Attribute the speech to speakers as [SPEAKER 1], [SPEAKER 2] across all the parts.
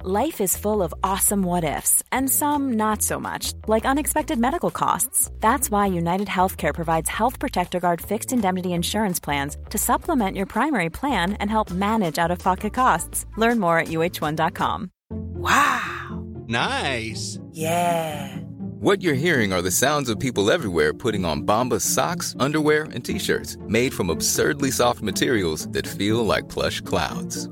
[SPEAKER 1] Life is full of awesome what ifs, and some not so much, like unexpected medical costs. That's why United Healthcare provides Health Protector Guard fixed indemnity insurance plans to supplement your primary plan and help manage out of pocket costs. Learn more at uh1.com.
[SPEAKER 2] Wow.
[SPEAKER 3] Nice.
[SPEAKER 2] Yeah.
[SPEAKER 4] What you're hearing are the sounds of people everywhere putting on Bombas socks, underwear, and t-shirts made from absurdly soft materials that feel like plush clouds.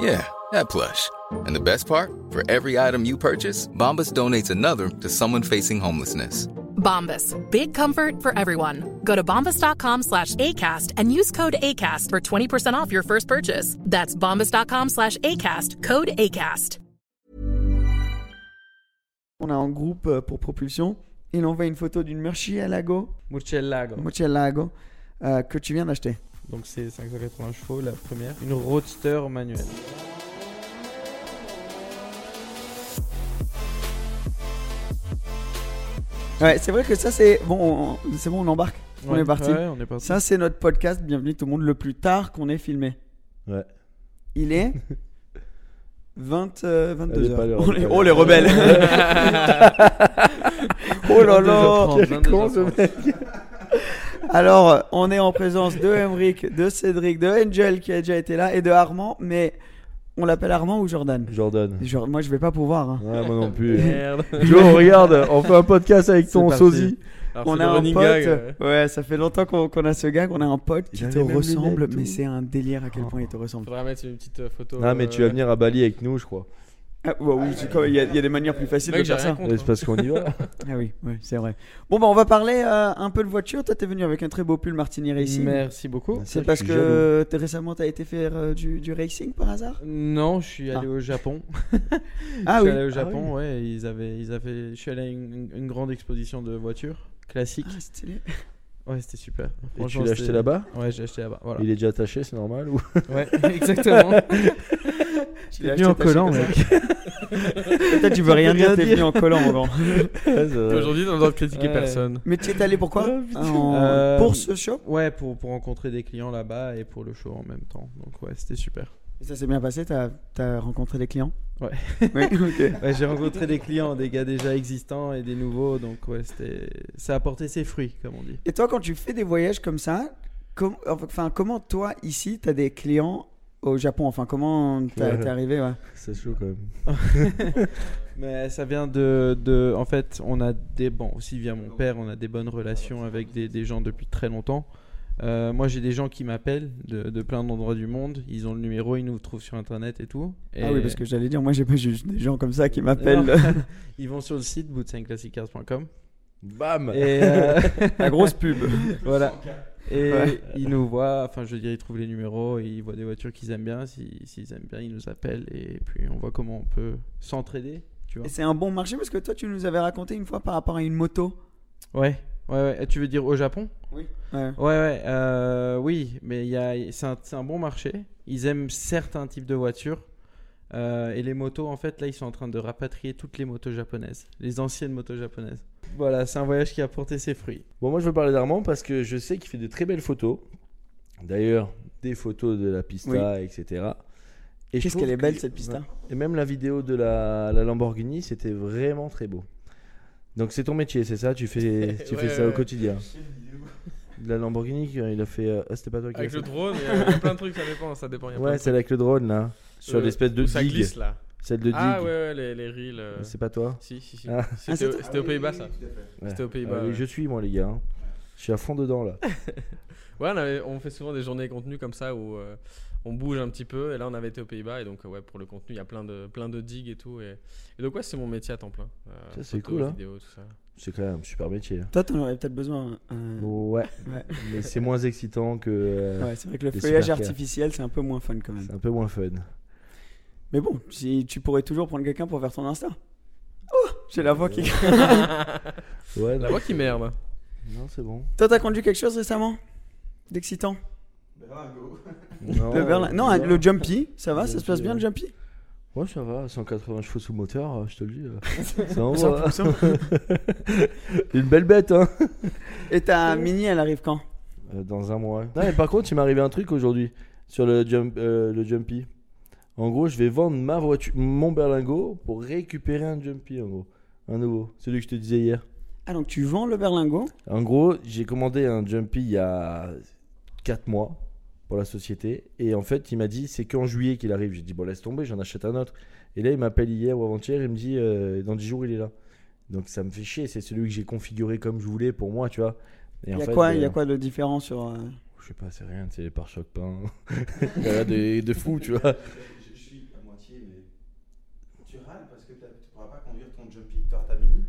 [SPEAKER 4] Yeah, that plush. And the best part, for every item you purchase, Bombas donates another to someone facing homelessness.
[SPEAKER 5] Bombas, big comfort for everyone. Go to bombas.com slash ACAST and use code ACAST for 20% off your first purchase. That's bombas.com slash ACAST, code ACAST.
[SPEAKER 6] On a un groupe euh, pour propulsion. Il envoie une photo d'une Murcielago,
[SPEAKER 7] Murcielago.
[SPEAKER 6] Murcielago euh, que tu viens d'acheter.
[SPEAKER 7] Donc c'est 580 chevaux la première. Une roadster manuelle.
[SPEAKER 6] Ouais, c'est vrai que ça, c'est bon, on- c'est bon, on embarque. on
[SPEAKER 7] Ouais,
[SPEAKER 6] est parti.
[SPEAKER 7] Ouais, on est parti.
[SPEAKER 6] Ça, c'est notre podcast. Bienvenue tout le monde, le plus tard qu'on ait filmé.
[SPEAKER 8] Ouais.
[SPEAKER 6] Il est 20,
[SPEAKER 8] Allez,
[SPEAKER 6] 22h.
[SPEAKER 8] pas l'heure,
[SPEAKER 6] oh,
[SPEAKER 8] pas
[SPEAKER 6] les,
[SPEAKER 8] l'heure.
[SPEAKER 6] oh, les rebelles Oh là là
[SPEAKER 7] 22h30.
[SPEAKER 8] Quel con, ce mec.
[SPEAKER 6] Alors, on est en présence de Emric, de Cédric, de Angel qui a déjà été là et de Armand, mais on l'appelle Armand ou Jordan
[SPEAKER 8] Jordan.
[SPEAKER 6] Jor- Moi, je vais pas pouvoir. hein.
[SPEAKER 8] Ouais, moi non plus.
[SPEAKER 7] Merde.
[SPEAKER 8] Joe, regarde, on fait un podcast avec
[SPEAKER 7] C'est
[SPEAKER 8] ton
[SPEAKER 7] parti.
[SPEAKER 8] sosie.
[SPEAKER 7] Alors,
[SPEAKER 6] On
[SPEAKER 7] c'est
[SPEAKER 6] a
[SPEAKER 7] le
[SPEAKER 6] un
[SPEAKER 7] running
[SPEAKER 6] pote.
[SPEAKER 7] gag, euh.
[SPEAKER 6] Ouais, ça fait longtemps qu'on qu'on a ce gag. On a un pote
[SPEAKER 8] Il
[SPEAKER 6] qui
[SPEAKER 8] avait
[SPEAKER 6] te
[SPEAKER 8] même les
[SPEAKER 6] ressemble,
[SPEAKER 8] lunettes,
[SPEAKER 6] mais
[SPEAKER 8] tout.
[SPEAKER 6] c'est un délire à quel point il te ressemble.
[SPEAKER 7] Faudra mettre une petite euh, photo.
[SPEAKER 8] Non, Ah, mais
[SPEAKER 7] euh,
[SPEAKER 8] tu vas venir à Bali avec nous, je crois.
[SPEAKER 6] Ah, ouais, oui, c'est comme- il y, a il y a des manières plus faciles
[SPEAKER 7] Mec,
[SPEAKER 6] de
[SPEAKER 7] j'ai
[SPEAKER 6] faire
[SPEAKER 7] rien
[SPEAKER 6] ça.
[SPEAKER 7] contre.
[SPEAKER 8] Ouais, C'est parce qu'on y va.
[SPEAKER 6] Ah oui, oui, c'est vrai. Bon, bah, on va parler euh, un peu de voiture. Toi, t'es venu avec un très beau pull Martini Racing.
[SPEAKER 7] Merci beaucoup.
[SPEAKER 8] Ça,
[SPEAKER 6] C'est
[SPEAKER 8] je
[SPEAKER 6] parce
[SPEAKER 8] suis
[SPEAKER 6] que t'es- récemment, t'as été faire euh, du, du racing par hasard
[SPEAKER 7] Non, je suis allé
[SPEAKER 6] Ah.
[SPEAKER 7] au Japon.
[SPEAKER 6] Ah
[SPEAKER 7] je suis allé
[SPEAKER 6] oui.
[SPEAKER 7] au
[SPEAKER 8] Ah oui.
[SPEAKER 7] Japon, ouais. et Ils avaient, ils avaient. Je suis allé à une, une- une grande exposition de voitures classiques.
[SPEAKER 6] Ah, stylé.
[SPEAKER 7] Ouais, c'était super.
[SPEAKER 8] Et tu
[SPEAKER 7] Franchement,
[SPEAKER 8] l'as acheté
[SPEAKER 7] c'était-
[SPEAKER 8] là-bas
[SPEAKER 7] Ouais, j'ai acheté là-bas. Voilà.
[SPEAKER 8] Il est déjà attaché, c'est normal ou...
[SPEAKER 7] Ouais, exactement.
[SPEAKER 6] Tu
[SPEAKER 7] l'ai
[SPEAKER 6] l'as
[SPEAKER 7] venu
[SPEAKER 6] acheté
[SPEAKER 7] en
[SPEAKER 6] taché
[SPEAKER 7] collant,
[SPEAKER 6] comme ça.
[SPEAKER 7] mec.
[SPEAKER 6] Peut-être tu veux rien dire, t'es venu en collant, mon grand.
[SPEAKER 7] Aujourd'hui, on ne doit critiquer
[SPEAKER 8] Ouais.
[SPEAKER 7] personne.
[SPEAKER 6] Mais tu es allé pourquoi
[SPEAKER 8] Ah, putain.
[SPEAKER 6] En-
[SPEAKER 7] Oh, Euh,
[SPEAKER 6] Pour ce shop
[SPEAKER 7] Ouais, pour, pour rencontrer des clients là-bas et pour le show en même temps. Donc, ouais, c'était super.
[SPEAKER 6] Et Ça s'est bien passé, t'as as rencontré des clients
[SPEAKER 7] Ouais.
[SPEAKER 6] Oui, ok.
[SPEAKER 7] Ouais, j'ai rencontré des clients, des gars déjà existants et des nouveaux. Donc, ouais, c'était. Ça a porté ses fruits, comme on dit.
[SPEAKER 6] Et toi, quand tu fais des voyages comme ça, com- enfin, comment toi, ici, t'as des clients au Japon Enfin, comment t'as-
[SPEAKER 8] Ouais.
[SPEAKER 6] t'es arrivé ouais.
[SPEAKER 8] C'est chaud quand même.
[SPEAKER 7] Mais ça vient de, de. En fait, on a des. Bon, aussi via mon père, on a des bonnes relations avec des, des gens depuis très longtemps. Euh, moi, j'ai des gens qui m'appellent de, de plein d'endroits du monde. Ils ont le numéro, ils nous trouvent sur internet et tout. Et
[SPEAKER 6] Ah oui, parce que j'allais dire, moi, j'ai pas juste des gens comme ça qui m'appellent.
[SPEAKER 7] Non. ils vont sur le site bootsaintclassicars.com
[SPEAKER 8] Bam
[SPEAKER 7] et euh,
[SPEAKER 6] La grosse pub.
[SPEAKER 7] voilà. Et
[SPEAKER 6] Ouais.
[SPEAKER 7] ils nous voient, enfin je veux dire, ils trouvent les numéros, et ils voient des voitures qu'ils aiment bien. Si- S'ils aiment bien, ils nous appellent et puis on voit comment on peut s'entraider, tu vois.
[SPEAKER 6] Et c'est un bon marché parce que toi, tu nous avais raconté une fois par rapport à une moto.
[SPEAKER 7] Ouais, ouais, ouais. Et Tu veux dire au Japon
[SPEAKER 6] Ouais.
[SPEAKER 7] Ouais, ouais, euh, oui, mais il y a- c'est un, c'est un bon marché. Ils aiment certains types de voitures. Euh, et les motos, en fait, là, ils sont en train de rapatrier toutes les motos japonaises, les anciennes motos japonaises. Voilà, c'est un voyage qui a porté ses fruits.
[SPEAKER 8] Bon, moi je veux parler d'Armand parce que je sais qu'il fait de très belles photos. D'ailleurs, des photos de la pista, etc. Et je
[SPEAKER 6] Qu'est-ce
[SPEAKER 8] trouve
[SPEAKER 6] qu'elle est belle,
[SPEAKER 8] que-
[SPEAKER 6] cette piste hein
[SPEAKER 8] Ouais. Et même la vidéo de la, la Lamborghini, c'était vraiment très beau. Donc c'est ton métier, c'est ça Tu fais, tu fais
[SPEAKER 9] Ouais,
[SPEAKER 8] ça au
[SPEAKER 9] ouais.
[SPEAKER 8] quotidien De La Lamborghini, il a fait. euh, ah, c'était pas toi qui
[SPEAKER 9] Avec
[SPEAKER 8] l'as
[SPEAKER 9] le
[SPEAKER 8] fait.
[SPEAKER 9] drone, il y a plein de trucs, ça dépend, ça dépend. il y a plein
[SPEAKER 8] Ouais,
[SPEAKER 9] de
[SPEAKER 8] c'est
[SPEAKER 9] trucs.
[SPEAKER 8] avec le drone là. Sur
[SPEAKER 9] Euh,
[SPEAKER 8] l'espèce de
[SPEAKER 9] Où ça
[SPEAKER 8] digue.
[SPEAKER 9] glisse là.
[SPEAKER 8] Celle de digue.
[SPEAKER 9] Ah ouais, ouais, les, les reels. euh,
[SPEAKER 8] C'est pas toi
[SPEAKER 9] Si, si, si.
[SPEAKER 8] Ah.
[SPEAKER 9] C'était,
[SPEAKER 6] c'est toi
[SPEAKER 9] c'était aux Pays-Bas ça.
[SPEAKER 8] Ouais.
[SPEAKER 9] C'était aux Pays-Bas.
[SPEAKER 8] Ah oui,
[SPEAKER 9] ouais.
[SPEAKER 8] Je suis moi les gars. hein. Je suis à fond dedans là.
[SPEAKER 9] Ouais, on, avait- on fait souvent des journées contenu comme ça où euh, on bouge un petit peu. Et là, on avait été aux Pays-Bas. Et donc, euh, ouais, pour le contenu, il y a plein de, plein de digues et tout. Et, et donc, ouais, c'est mon métier à temps plein. Euh,
[SPEAKER 8] Ça, c'est
[SPEAKER 9] photo,
[SPEAKER 8] cool, hein.
[SPEAKER 9] vidéo, tout ça.
[SPEAKER 8] C'est quand même un super métier. hein.
[SPEAKER 6] Toi, t'en aurais peut-être besoin. euh,
[SPEAKER 8] Ouais,
[SPEAKER 6] Ouais.
[SPEAKER 8] mais c'est moins excitant que. euh,
[SPEAKER 6] Ouais, c'est vrai que le
[SPEAKER 8] Des
[SPEAKER 6] feuillage
[SPEAKER 8] supercars.
[SPEAKER 6] artificiel, c'est un peu moins fun quand même.
[SPEAKER 8] C'est un peu moins fun.
[SPEAKER 6] Mais bon, si tu pourrais toujours prendre quelqu'un pour faire ton Insta. Oh, j'ai la voix qui.
[SPEAKER 8] Ouais,
[SPEAKER 9] La
[SPEAKER 8] non,
[SPEAKER 9] voix qui merde.
[SPEAKER 8] non, c'est bon.
[SPEAKER 6] Toi, t'as conduit quelque chose récemment D'excitant
[SPEAKER 8] Non, euh,
[SPEAKER 6] Le Berlin- Non, le Jumpy, ça va
[SPEAKER 8] Le
[SPEAKER 6] Ça se passe
[SPEAKER 8] Jumpy,
[SPEAKER 6] bien le
[SPEAKER 8] ouais.
[SPEAKER 6] Jumpy
[SPEAKER 8] Ouais, ça va, 180 chevaux sous moteur, euh, je te le dis. euh, C'est en
[SPEAKER 6] Ça,
[SPEAKER 8] voie.
[SPEAKER 6] pour ça.
[SPEAKER 8] Une belle bête, hein.
[SPEAKER 6] Et ta mini, elle arrive quand
[SPEAKER 8] Euh, Dans un mois. Non, mais par contre, il m'est arrivé un truc aujourd'hui sur le, jump, euh, le Jumpy. En gros, je vais vendre ma voiture, mon berlingot pour récupérer un Jumpy, en gros. Un nouveau, celui que je te disais hier.
[SPEAKER 6] Ah, donc tu vends le berlingot
[SPEAKER 8] En gros, j'ai commandé un Jumpy il y a 4 mois pour la société. Et en fait, il m'a dit, c'est qu'en juillet qu'il arrive. J'ai dit, bon, laisse tomber, j'en achète un autre. Et là, il m'appelle hier ou avant-hier, il me dit, euh, dans 10 jours, il est là. Donc ça me fait chier, c'est celui que j'ai configuré comme je voulais pour moi, tu vois. Et
[SPEAKER 6] Il
[SPEAKER 8] en
[SPEAKER 6] y a
[SPEAKER 8] fait,
[SPEAKER 6] quoi- il y
[SPEAKER 8] euh,
[SPEAKER 6] a quoi de différent sur. euh,
[SPEAKER 8] Je sais pas, c'est rien, c'est les pare-chocs peints. Il y a rien de, de fou, tu vois.
[SPEAKER 3] Je, je suis à moitié, mais tu râles parce que t'as- tu pourras pas conduire ton jumpy Toyota Mini.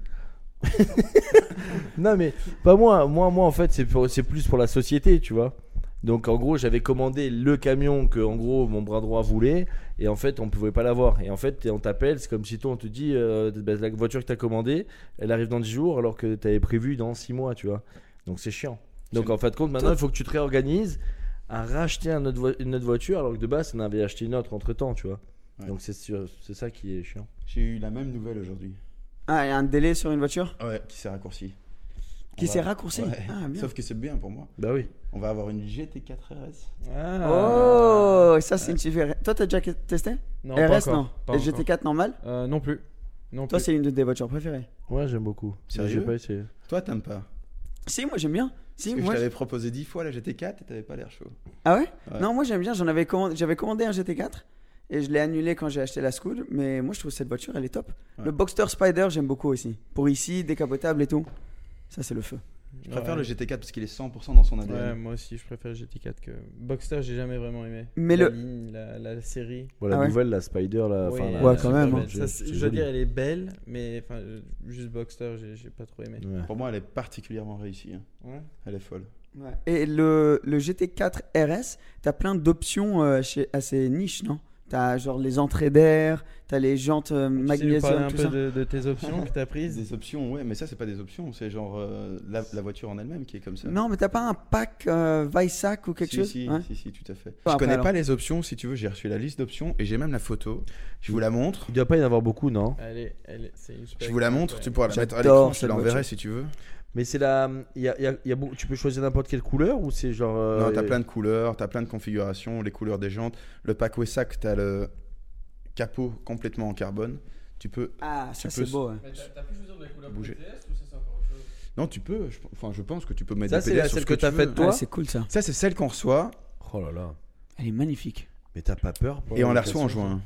[SPEAKER 8] Non, mais pas moi. Moi, moi en fait, c'est pour- c'est plus pour la société, tu vois. Donc, en gros, j'avais commandé le camion que, en gros, mon bras droit voulait. Et en fait, on pouvait pas l'avoir. Et en fait, t'es- on t'appelle, c'est comme si toi, on te dit euh, bah, la voiture que t'as commandée, elle arrive dans 10 jours alors que t'avais prévu dans 6 mois, tu vois. Donc, c'est chiant. Donc, en fin de compte, maintenant, il faut que tu te réorganises à racheter un autre vo- une autre voiture alors que de base, on avait acheté une autre entre temps, tu vois.
[SPEAKER 3] Ouais.
[SPEAKER 8] Donc, c'est sûr- c'est ça qui est chiant.
[SPEAKER 3] J'ai eu la même nouvelle aujourd'hui.
[SPEAKER 6] Ah, il y a un délai sur une voiture
[SPEAKER 3] Ouais, qui s'est raccourci.
[SPEAKER 6] qui
[SPEAKER 3] On
[SPEAKER 6] s'est
[SPEAKER 3] va-
[SPEAKER 6] raccourci.
[SPEAKER 3] Ouais.
[SPEAKER 6] Ah, bien.
[SPEAKER 3] Sauf que c'est bien pour moi.
[SPEAKER 8] Bah oui.
[SPEAKER 3] On va avoir une GT4 RS.
[SPEAKER 7] Ah.
[SPEAKER 6] Oh, ça c'est une super. Toi, t'as déjà testé
[SPEAKER 7] Non, pas
[SPEAKER 6] RS,
[SPEAKER 7] encore,
[SPEAKER 6] non.
[SPEAKER 7] pas
[SPEAKER 6] Et
[SPEAKER 7] encore.
[SPEAKER 6] GT4 normal
[SPEAKER 7] Euh, non plus. Non
[SPEAKER 6] Toi,
[SPEAKER 7] plus.
[SPEAKER 6] c'est une de tes voitures préférées.
[SPEAKER 8] Ouais, j'aime beaucoup.
[SPEAKER 3] Sérieux
[SPEAKER 8] J'ai pas essayé.
[SPEAKER 3] Toi, t'aimes pas.
[SPEAKER 6] Si, moi j'aime bien. Si,
[SPEAKER 3] Parce que
[SPEAKER 6] moi.
[SPEAKER 3] je t'avais proposé 10 fois la GT4 et t'avais pas l'air chaud.
[SPEAKER 6] Ah ouais,
[SPEAKER 3] Ouais.
[SPEAKER 6] Non, moi j'aime bien. J'en avais commandé, j'avais commandé un GT4 et je l'ai annulé quand j'ai acheté la Scoot. Mais moi je trouve cette voiture elle est top.
[SPEAKER 3] Ouais.
[SPEAKER 6] Le Boxster Spider j'aime beaucoup aussi. Pour ici, décapotable et tout. Ça c'est le feu.
[SPEAKER 3] Je préfère
[SPEAKER 7] Ouais.
[SPEAKER 3] le GT4 parce qu'il est 100% dans son
[SPEAKER 7] Ouais,
[SPEAKER 3] ADN.
[SPEAKER 7] moi aussi, je préfère GT4 que. Boxster, j'ai jamais vraiment aimé.
[SPEAKER 6] Mais
[SPEAKER 7] la
[SPEAKER 6] le-
[SPEAKER 7] ligne, la, la série.
[SPEAKER 8] Bon, la
[SPEAKER 6] Ah ouais
[SPEAKER 8] nouvelle, la Spider, la.
[SPEAKER 7] Oui,
[SPEAKER 8] Euh, enfin, la-
[SPEAKER 7] elle
[SPEAKER 6] Ouais,
[SPEAKER 7] est
[SPEAKER 6] quand
[SPEAKER 7] super
[SPEAKER 6] même,
[SPEAKER 7] belle.
[SPEAKER 6] hein.
[SPEAKER 7] Ça,
[SPEAKER 8] C'est-
[SPEAKER 7] c'est-
[SPEAKER 8] c'est
[SPEAKER 7] je veux
[SPEAKER 8] joli.
[SPEAKER 7] dire, elle est belle, mais enfin, euh, juste Boxster, j'ai j'ai pas trop aimé.
[SPEAKER 8] Ouais.
[SPEAKER 3] Pour moi, elle est particulièrement réussie. hein.
[SPEAKER 7] Ouais.
[SPEAKER 3] Elle est folle.
[SPEAKER 6] Et le, le GT4 RS, t'as plein d'options euh, chez, à ces niches, non T'as genre les entrées d'air, t'as les jantes euh,
[SPEAKER 7] Tu sais nous parler
[SPEAKER 6] magnésium,
[SPEAKER 7] un
[SPEAKER 6] tout
[SPEAKER 7] peu
[SPEAKER 6] ça.
[SPEAKER 7] de, de tes options que t'as prises.
[SPEAKER 3] Des options, ouais, mais ça, c'est pas des options. C'est genre euh, la, la voiture en elle-même qui est comme ça.
[SPEAKER 6] Non, mais t'as pas un pack euh, Vaisac ou quelque
[SPEAKER 3] si,
[SPEAKER 6] chose
[SPEAKER 3] si,
[SPEAKER 6] Ouais.
[SPEAKER 3] si, si, tout à fait.
[SPEAKER 6] Bon,
[SPEAKER 3] je
[SPEAKER 6] après,
[SPEAKER 3] connais
[SPEAKER 6] alors.
[SPEAKER 3] pas les options, si tu veux, j'ai reçu la liste d'options et j'ai même la photo. Je vous la montre.
[SPEAKER 8] Il doit pas y en avoir beaucoup, non
[SPEAKER 7] Elle est, elle est- c'est une super
[SPEAKER 3] Je vous la
[SPEAKER 7] expérience,
[SPEAKER 3] montre,
[SPEAKER 7] ouais.
[SPEAKER 3] tu pourras la mettre à
[SPEAKER 6] J'adore
[SPEAKER 3] l'écran, je te
[SPEAKER 6] cette
[SPEAKER 3] l'enverrai
[SPEAKER 6] voiture.
[SPEAKER 3] si tu veux.
[SPEAKER 8] Mais c'est la. il Y a, il y a- il y a beaucoup- tu peux choisir n'importe quelle couleur ou c'est genre. euh,
[SPEAKER 3] non, t'as
[SPEAKER 8] euh,
[SPEAKER 3] plein de couleurs, t'as plein de configurations, les couleurs des jantes. Le pack Wessac, t'as le capot complètement en carbone. Tu peux.
[SPEAKER 6] Ah, ça
[SPEAKER 3] Tu peux
[SPEAKER 6] c'est beau. ouais.
[SPEAKER 9] Mais t'as t'as pu choisir des couleurs
[SPEAKER 3] Bouger.
[SPEAKER 9] BTS ou ça, c'est encore autre chose
[SPEAKER 3] Non, tu peux. je- Enfin, je pense que tu peux mettre
[SPEAKER 8] Ça,
[SPEAKER 3] des
[SPEAKER 8] c'est
[SPEAKER 3] PDF
[SPEAKER 8] la-
[SPEAKER 3] sur
[SPEAKER 8] celle
[SPEAKER 3] ce
[SPEAKER 8] que t'as
[SPEAKER 3] tu
[SPEAKER 8] faite,
[SPEAKER 3] veux.
[SPEAKER 8] toi
[SPEAKER 6] Ouais, Ah, c'est cool ça.
[SPEAKER 3] Ça, c'est celle qu'on reçoit
[SPEAKER 8] Oh là là.
[SPEAKER 6] Elle est magnifique.
[SPEAKER 8] Mais t'as pas peur pour
[SPEAKER 3] et on la
[SPEAKER 8] location,
[SPEAKER 3] reçoit en juin. hein.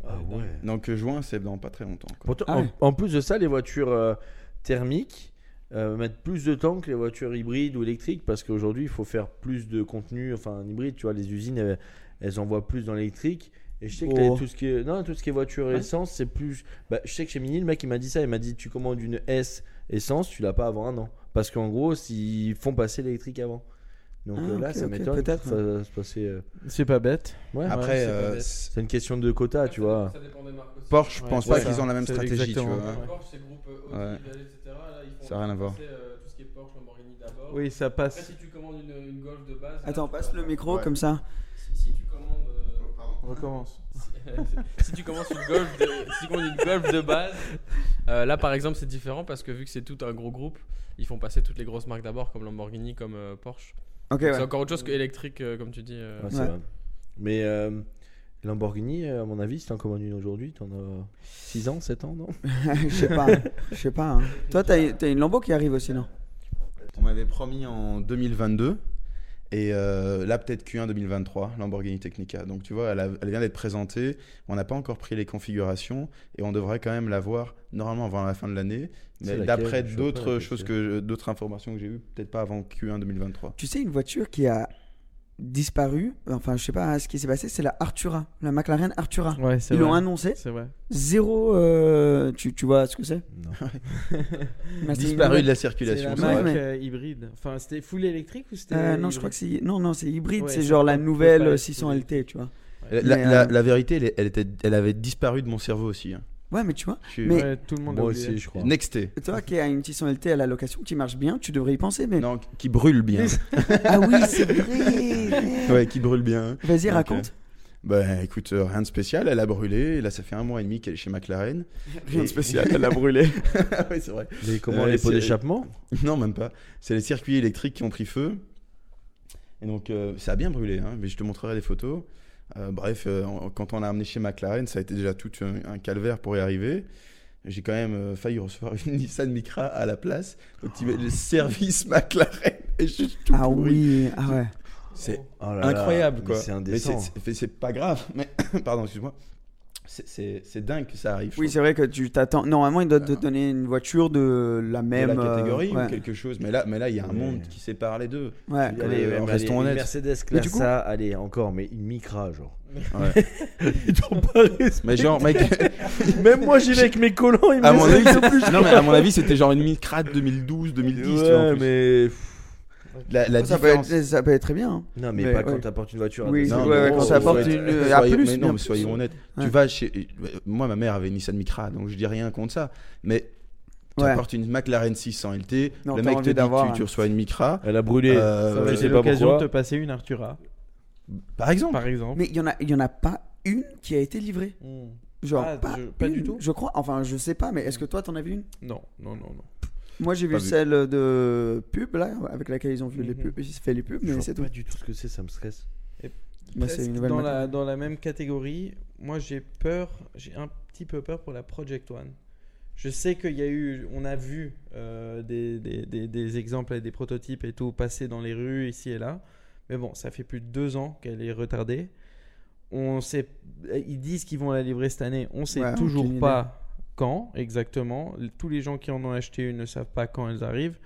[SPEAKER 8] ça Ah ouais.
[SPEAKER 3] Donc, euh, juin, c'est dans pas très longtemps. quoi.
[SPEAKER 8] Pourtant,
[SPEAKER 6] Ah
[SPEAKER 8] en-
[SPEAKER 6] ouais.
[SPEAKER 8] en, plus de ça, les voitures euh, thermiques euh, mettent plus de temps que les voitures hybrides ou électriques parce qu'aujourd'hui, il faut faire plus de contenu. Enfin, un hybride, tu vois, les usines, elles, elles envoient plus dans l'électrique. Et je sais que
[SPEAKER 6] Oh.
[SPEAKER 8] les- tout ce qui est, non, tout ce qui est voiture essence, c'est plus. bah, je sais que chez Mini, le mec, il m'a dit ça. Il m'a dit, tu commandes une S essence, tu l'as pas avant un an. Parce qu'en gros, ils font passer l'électrique avant. Donc
[SPEAKER 6] Ah,
[SPEAKER 8] euh, là,
[SPEAKER 6] ok,
[SPEAKER 8] ça
[SPEAKER 6] ok,
[SPEAKER 8] m'étonne.
[SPEAKER 6] peut-être.
[SPEAKER 8] que Ça va se passer. euh,
[SPEAKER 7] C'est pas bête.
[SPEAKER 8] Ouais.
[SPEAKER 7] Ah,
[SPEAKER 3] Après,
[SPEAKER 7] c'est pas
[SPEAKER 3] euh,
[SPEAKER 7] bête.
[SPEAKER 3] c'est-
[SPEAKER 8] C'est une question de quota, Ah, tu vois.
[SPEAKER 9] Ça dépend des marques aussi.
[SPEAKER 3] Porsche, je
[SPEAKER 7] Ouais,
[SPEAKER 3] pense
[SPEAKER 7] ouais,
[SPEAKER 3] pas
[SPEAKER 7] ça.
[SPEAKER 3] qu'ils ont la même
[SPEAKER 7] C'est
[SPEAKER 3] stratégie. Tu
[SPEAKER 7] exactement,
[SPEAKER 3] vois.
[SPEAKER 7] ouais.
[SPEAKER 9] Porsche, c'est le groupe euh, Audi,
[SPEAKER 3] Ouais.
[SPEAKER 9] Ballot, etc. Là, ils font
[SPEAKER 3] Ça a rien à voir.
[SPEAKER 9] passer, euh, tout ce qui est Porsche, Lamborghini d'abord.
[SPEAKER 7] Oui, ça
[SPEAKER 9] Après, si
[SPEAKER 7] passe.
[SPEAKER 9] tu commandes une, une Golf de base. là,
[SPEAKER 6] Attends,
[SPEAKER 9] tu
[SPEAKER 6] passe
[SPEAKER 9] vas-
[SPEAKER 6] le micro
[SPEAKER 3] Ouais.
[SPEAKER 6] comme ça.
[SPEAKER 9] Si, si tu commandes. euh,
[SPEAKER 7] Recommence.
[SPEAKER 9] si tu commences une golf de, si tu commandes une golf de base, euh, là par exemple c'est différent parce que vu que c'est tout un gros groupe, ils font passer toutes les grosses marques d'abord comme Lamborghini, comme euh, Porsche.
[SPEAKER 6] Ok,
[SPEAKER 9] C'est
[SPEAKER 6] ouais.
[SPEAKER 9] encore autre chose que électrique euh, comme tu dis. euh.
[SPEAKER 8] Ouais, c'est
[SPEAKER 6] Ouais.
[SPEAKER 8] vrai. Mais euh, Lamborghini, euh, à mon avis, si t'en commandes une aujourd'hui, t'en as 6 ans, 7 ans, non
[SPEAKER 6] Je sais pas. Je sais pas. hein. Toi, t'as t'as une Lambo qui arrive aussi, non
[SPEAKER 3] On m'avait promis en 2022 et euh, là peut-être Q1 2023, Lamborghini Technica. Donc tu vois, elle, a- elle vient d'être présentée. On n'a pas encore pris les configurations et on devrait quand même la voir normalement avant la fin de l'année.
[SPEAKER 8] C'est
[SPEAKER 3] Mais
[SPEAKER 8] laquelle
[SPEAKER 3] d'après
[SPEAKER 8] Je sais pas,
[SPEAKER 3] d'autres
[SPEAKER 8] laquelle
[SPEAKER 3] choses
[SPEAKER 8] c'est.
[SPEAKER 3] que d'autres informations que j'ai eues, peut-être pas avant Q1 2023.
[SPEAKER 6] Tu sais, une voiture qui a disparu, enfin, je sais pas ce qui s'est passé, c'est la Artura, la McLaren Artura.
[SPEAKER 7] Ouais, c'est
[SPEAKER 6] Ils l'ont
[SPEAKER 7] vrai.
[SPEAKER 6] annoncé,
[SPEAKER 7] C'est vrai.
[SPEAKER 6] zéro. euh, tu, tu vois ce que c'est Mais
[SPEAKER 8] Non.
[SPEAKER 6] Ah, c'est une
[SPEAKER 3] Disparu de
[SPEAKER 6] nouvelle-
[SPEAKER 3] la
[SPEAKER 7] C'est
[SPEAKER 3] circulation.
[SPEAKER 7] la
[SPEAKER 6] Ouais,
[SPEAKER 7] marque
[SPEAKER 6] mais-
[SPEAKER 7] euh, hybride. Enfin, c'était full électrique ou c'était.
[SPEAKER 6] Euh, non,
[SPEAKER 7] hybride
[SPEAKER 6] je crois que c'est non non c'est hybride,
[SPEAKER 7] Ouais,
[SPEAKER 6] c'est
[SPEAKER 7] ça
[SPEAKER 6] genre la
[SPEAKER 7] peut- peut pas
[SPEAKER 6] nouvelle
[SPEAKER 7] être
[SPEAKER 6] 600
[SPEAKER 7] hybride.
[SPEAKER 6] LT, tu vois.
[SPEAKER 3] La,
[SPEAKER 6] Mais,
[SPEAKER 3] la-
[SPEAKER 6] euh,
[SPEAKER 3] la vérité, elle, est- elle était, elle avait disparu de mon cerveau aussi. hein.
[SPEAKER 6] Ouais, mais tu vois,
[SPEAKER 3] Je suis-
[SPEAKER 6] Mais-
[SPEAKER 7] Ouais, tout le monde
[SPEAKER 8] Moi
[SPEAKER 7] l'a
[SPEAKER 8] aussi,
[SPEAKER 7] oublié.
[SPEAKER 8] je crois.
[SPEAKER 3] Nexté,
[SPEAKER 6] toi qui as une 600 LT à la location qui marche bien, tu devrais y penser mais
[SPEAKER 3] non, qui brûle bien.
[SPEAKER 6] Ah oui, c'est vrai.
[SPEAKER 3] ouais, qui brûle bien.
[SPEAKER 6] Vas-y,
[SPEAKER 3] Ok.
[SPEAKER 6] raconte.
[SPEAKER 3] Bah écoute, euh, rien de spécial, elle a brûlé. Et Là, ça fait un mois et demi qu'elle est chez McLaren.
[SPEAKER 6] Rien de
[SPEAKER 3] spécial, elle a brûlé. oui, c'est vrai.
[SPEAKER 8] Mais comment
[SPEAKER 3] Euh,
[SPEAKER 8] les pots
[SPEAKER 3] c'est-
[SPEAKER 8] d'échappement
[SPEAKER 3] Non, même pas. C'est les circuits électriques qui ont pris feu. Et donc, euh, ça a bien brûlé, hein, mais je te montrerai les photos. Euh, bref, euh, en- quand on l'a amené chez McLaren, ça a été déjà tout un, un calvaire pour y arriver. J'ai quand même euh, failli recevoir une Nissan Micra à la place. Donc, tu mets le service McLaren et je suis tout
[SPEAKER 6] Ah
[SPEAKER 3] pourri.
[SPEAKER 6] oui, ah ouais.
[SPEAKER 3] C'est
[SPEAKER 8] Oh là là,
[SPEAKER 3] incroyable,
[SPEAKER 8] mais
[SPEAKER 3] quoi.
[SPEAKER 8] C'est
[SPEAKER 3] Mais c'est-
[SPEAKER 8] indécent.
[SPEAKER 3] c'est- mais c'est pas grave. Mais pardon, excuse-moi. C'est- C'est c'est dingue que ça arrive. je
[SPEAKER 6] Oui,
[SPEAKER 3] trouve.
[SPEAKER 6] c'est vrai que tu t'attends. Normalement, ils doivent te
[SPEAKER 3] Voilà.
[SPEAKER 6] donner une voiture de la
[SPEAKER 3] de
[SPEAKER 6] même
[SPEAKER 3] la catégorie
[SPEAKER 6] euh, ouais.
[SPEAKER 3] ou quelque chose. Mais là, mais là, il y a un
[SPEAKER 8] Mais-
[SPEAKER 3] monde qui sépare les deux.
[SPEAKER 6] Ouais.
[SPEAKER 3] Allez, euh,
[SPEAKER 8] même,
[SPEAKER 3] restons
[SPEAKER 8] allez, une
[SPEAKER 3] honnêtes.
[SPEAKER 8] Mercedes
[SPEAKER 6] Mais du
[SPEAKER 8] classe
[SPEAKER 6] coup-
[SPEAKER 8] A, allez, encore, mais une Micra, genre.
[SPEAKER 3] Ouais.
[SPEAKER 8] Ils t'ont pas respecté.
[SPEAKER 3] Mais genre, mec,
[SPEAKER 8] Même moi, j'y vais avec mes collants, ils me
[SPEAKER 3] à mon avis,
[SPEAKER 8] respectent
[SPEAKER 3] non, mais à mon avis, c'était genre une Micra de 2012, 2010. tu vois, en
[SPEAKER 8] Ouais,
[SPEAKER 3] plus.
[SPEAKER 8] mais.
[SPEAKER 3] La, la
[SPEAKER 6] Ça peut, être,
[SPEAKER 3] différence.
[SPEAKER 6] ça peut être très bien. hein.
[SPEAKER 8] Non, mais,
[SPEAKER 6] Mais
[SPEAKER 8] pas
[SPEAKER 6] ouais.
[SPEAKER 8] quand t'apportes une voiture. à
[SPEAKER 6] Oui,
[SPEAKER 8] des-
[SPEAKER 6] c'est-
[SPEAKER 3] Non,
[SPEAKER 6] ouais,
[SPEAKER 3] mais
[SPEAKER 6] ouais,
[SPEAKER 3] bon,
[SPEAKER 6] quand ça apporte
[SPEAKER 3] faut être-
[SPEAKER 6] une. euh,
[SPEAKER 3] soyez-
[SPEAKER 6] à plus,
[SPEAKER 3] mais non,
[SPEAKER 6] bien
[SPEAKER 3] mais soyons
[SPEAKER 6] plus.
[SPEAKER 3] honnêtes.
[SPEAKER 6] Ouais.
[SPEAKER 3] Tu vas chez. Moi, ma mère avait une Nissan Micra, donc je dis rien contre ça. Mais tu
[SPEAKER 6] Ouais.
[SPEAKER 3] apportes une McLaren 600 LT,
[SPEAKER 6] Non,
[SPEAKER 3] le
[SPEAKER 6] t'as
[SPEAKER 3] mec
[SPEAKER 6] envie
[SPEAKER 3] te dit
[SPEAKER 6] d'avoir
[SPEAKER 3] tu,
[SPEAKER 6] un-
[SPEAKER 3] tu reçois une Micra.
[SPEAKER 8] Elle a brûlé.
[SPEAKER 7] Ça
[SPEAKER 3] euh,
[SPEAKER 7] va
[SPEAKER 8] je
[SPEAKER 7] être
[SPEAKER 8] sais pas
[SPEAKER 7] l'occasion de
[SPEAKER 8] pourquoi.
[SPEAKER 7] te passer une Artura,
[SPEAKER 3] Par exemple.
[SPEAKER 7] par exemple.
[SPEAKER 6] Mais il y en a, il y en a pas une qui a été livrée.
[SPEAKER 7] Hmm.
[SPEAKER 6] Genre
[SPEAKER 7] Ah,
[SPEAKER 6] pas,
[SPEAKER 7] je- pas
[SPEAKER 6] une,
[SPEAKER 7] du tout
[SPEAKER 6] Je crois. Enfin, je sais pas. Mais est-ce que toi, t'en as vu une
[SPEAKER 7] Non, non, non, non.
[SPEAKER 6] Moi, j'ai vu
[SPEAKER 3] Pas vu.
[SPEAKER 6] celle de pub là, avec laquelle ils ont vu les
[SPEAKER 7] Mhm.
[SPEAKER 6] pubs, ils se fait les pubs,
[SPEAKER 8] Je
[SPEAKER 6] mais
[SPEAKER 8] vois
[SPEAKER 6] c'est tout.
[SPEAKER 8] pas du tout ce que c'est, ça me stresse.
[SPEAKER 6] Bah, c'est
[SPEAKER 7] Presque
[SPEAKER 6] une nouvelle.
[SPEAKER 7] dans,
[SPEAKER 6] matière.
[SPEAKER 7] la, dans la même catégorie, moi j'ai peur, j'ai un petit peu peur pour la Project One. Je sais qu'il y a eu, on a vu euh, des, des- des- des exemples et des prototypes et tout passer dans les rues ici et là, mais bon, ça fait plus de deux ans qu'elle est retardée. On sait, ils disent qu'ils vont la livrer cette année, on sait
[SPEAKER 6] Ouais,
[SPEAKER 7] toujours
[SPEAKER 6] aucune
[SPEAKER 7] pas quand exactement. Tous les gens qui en ont acheté une ne savent pas quand elles arrivent.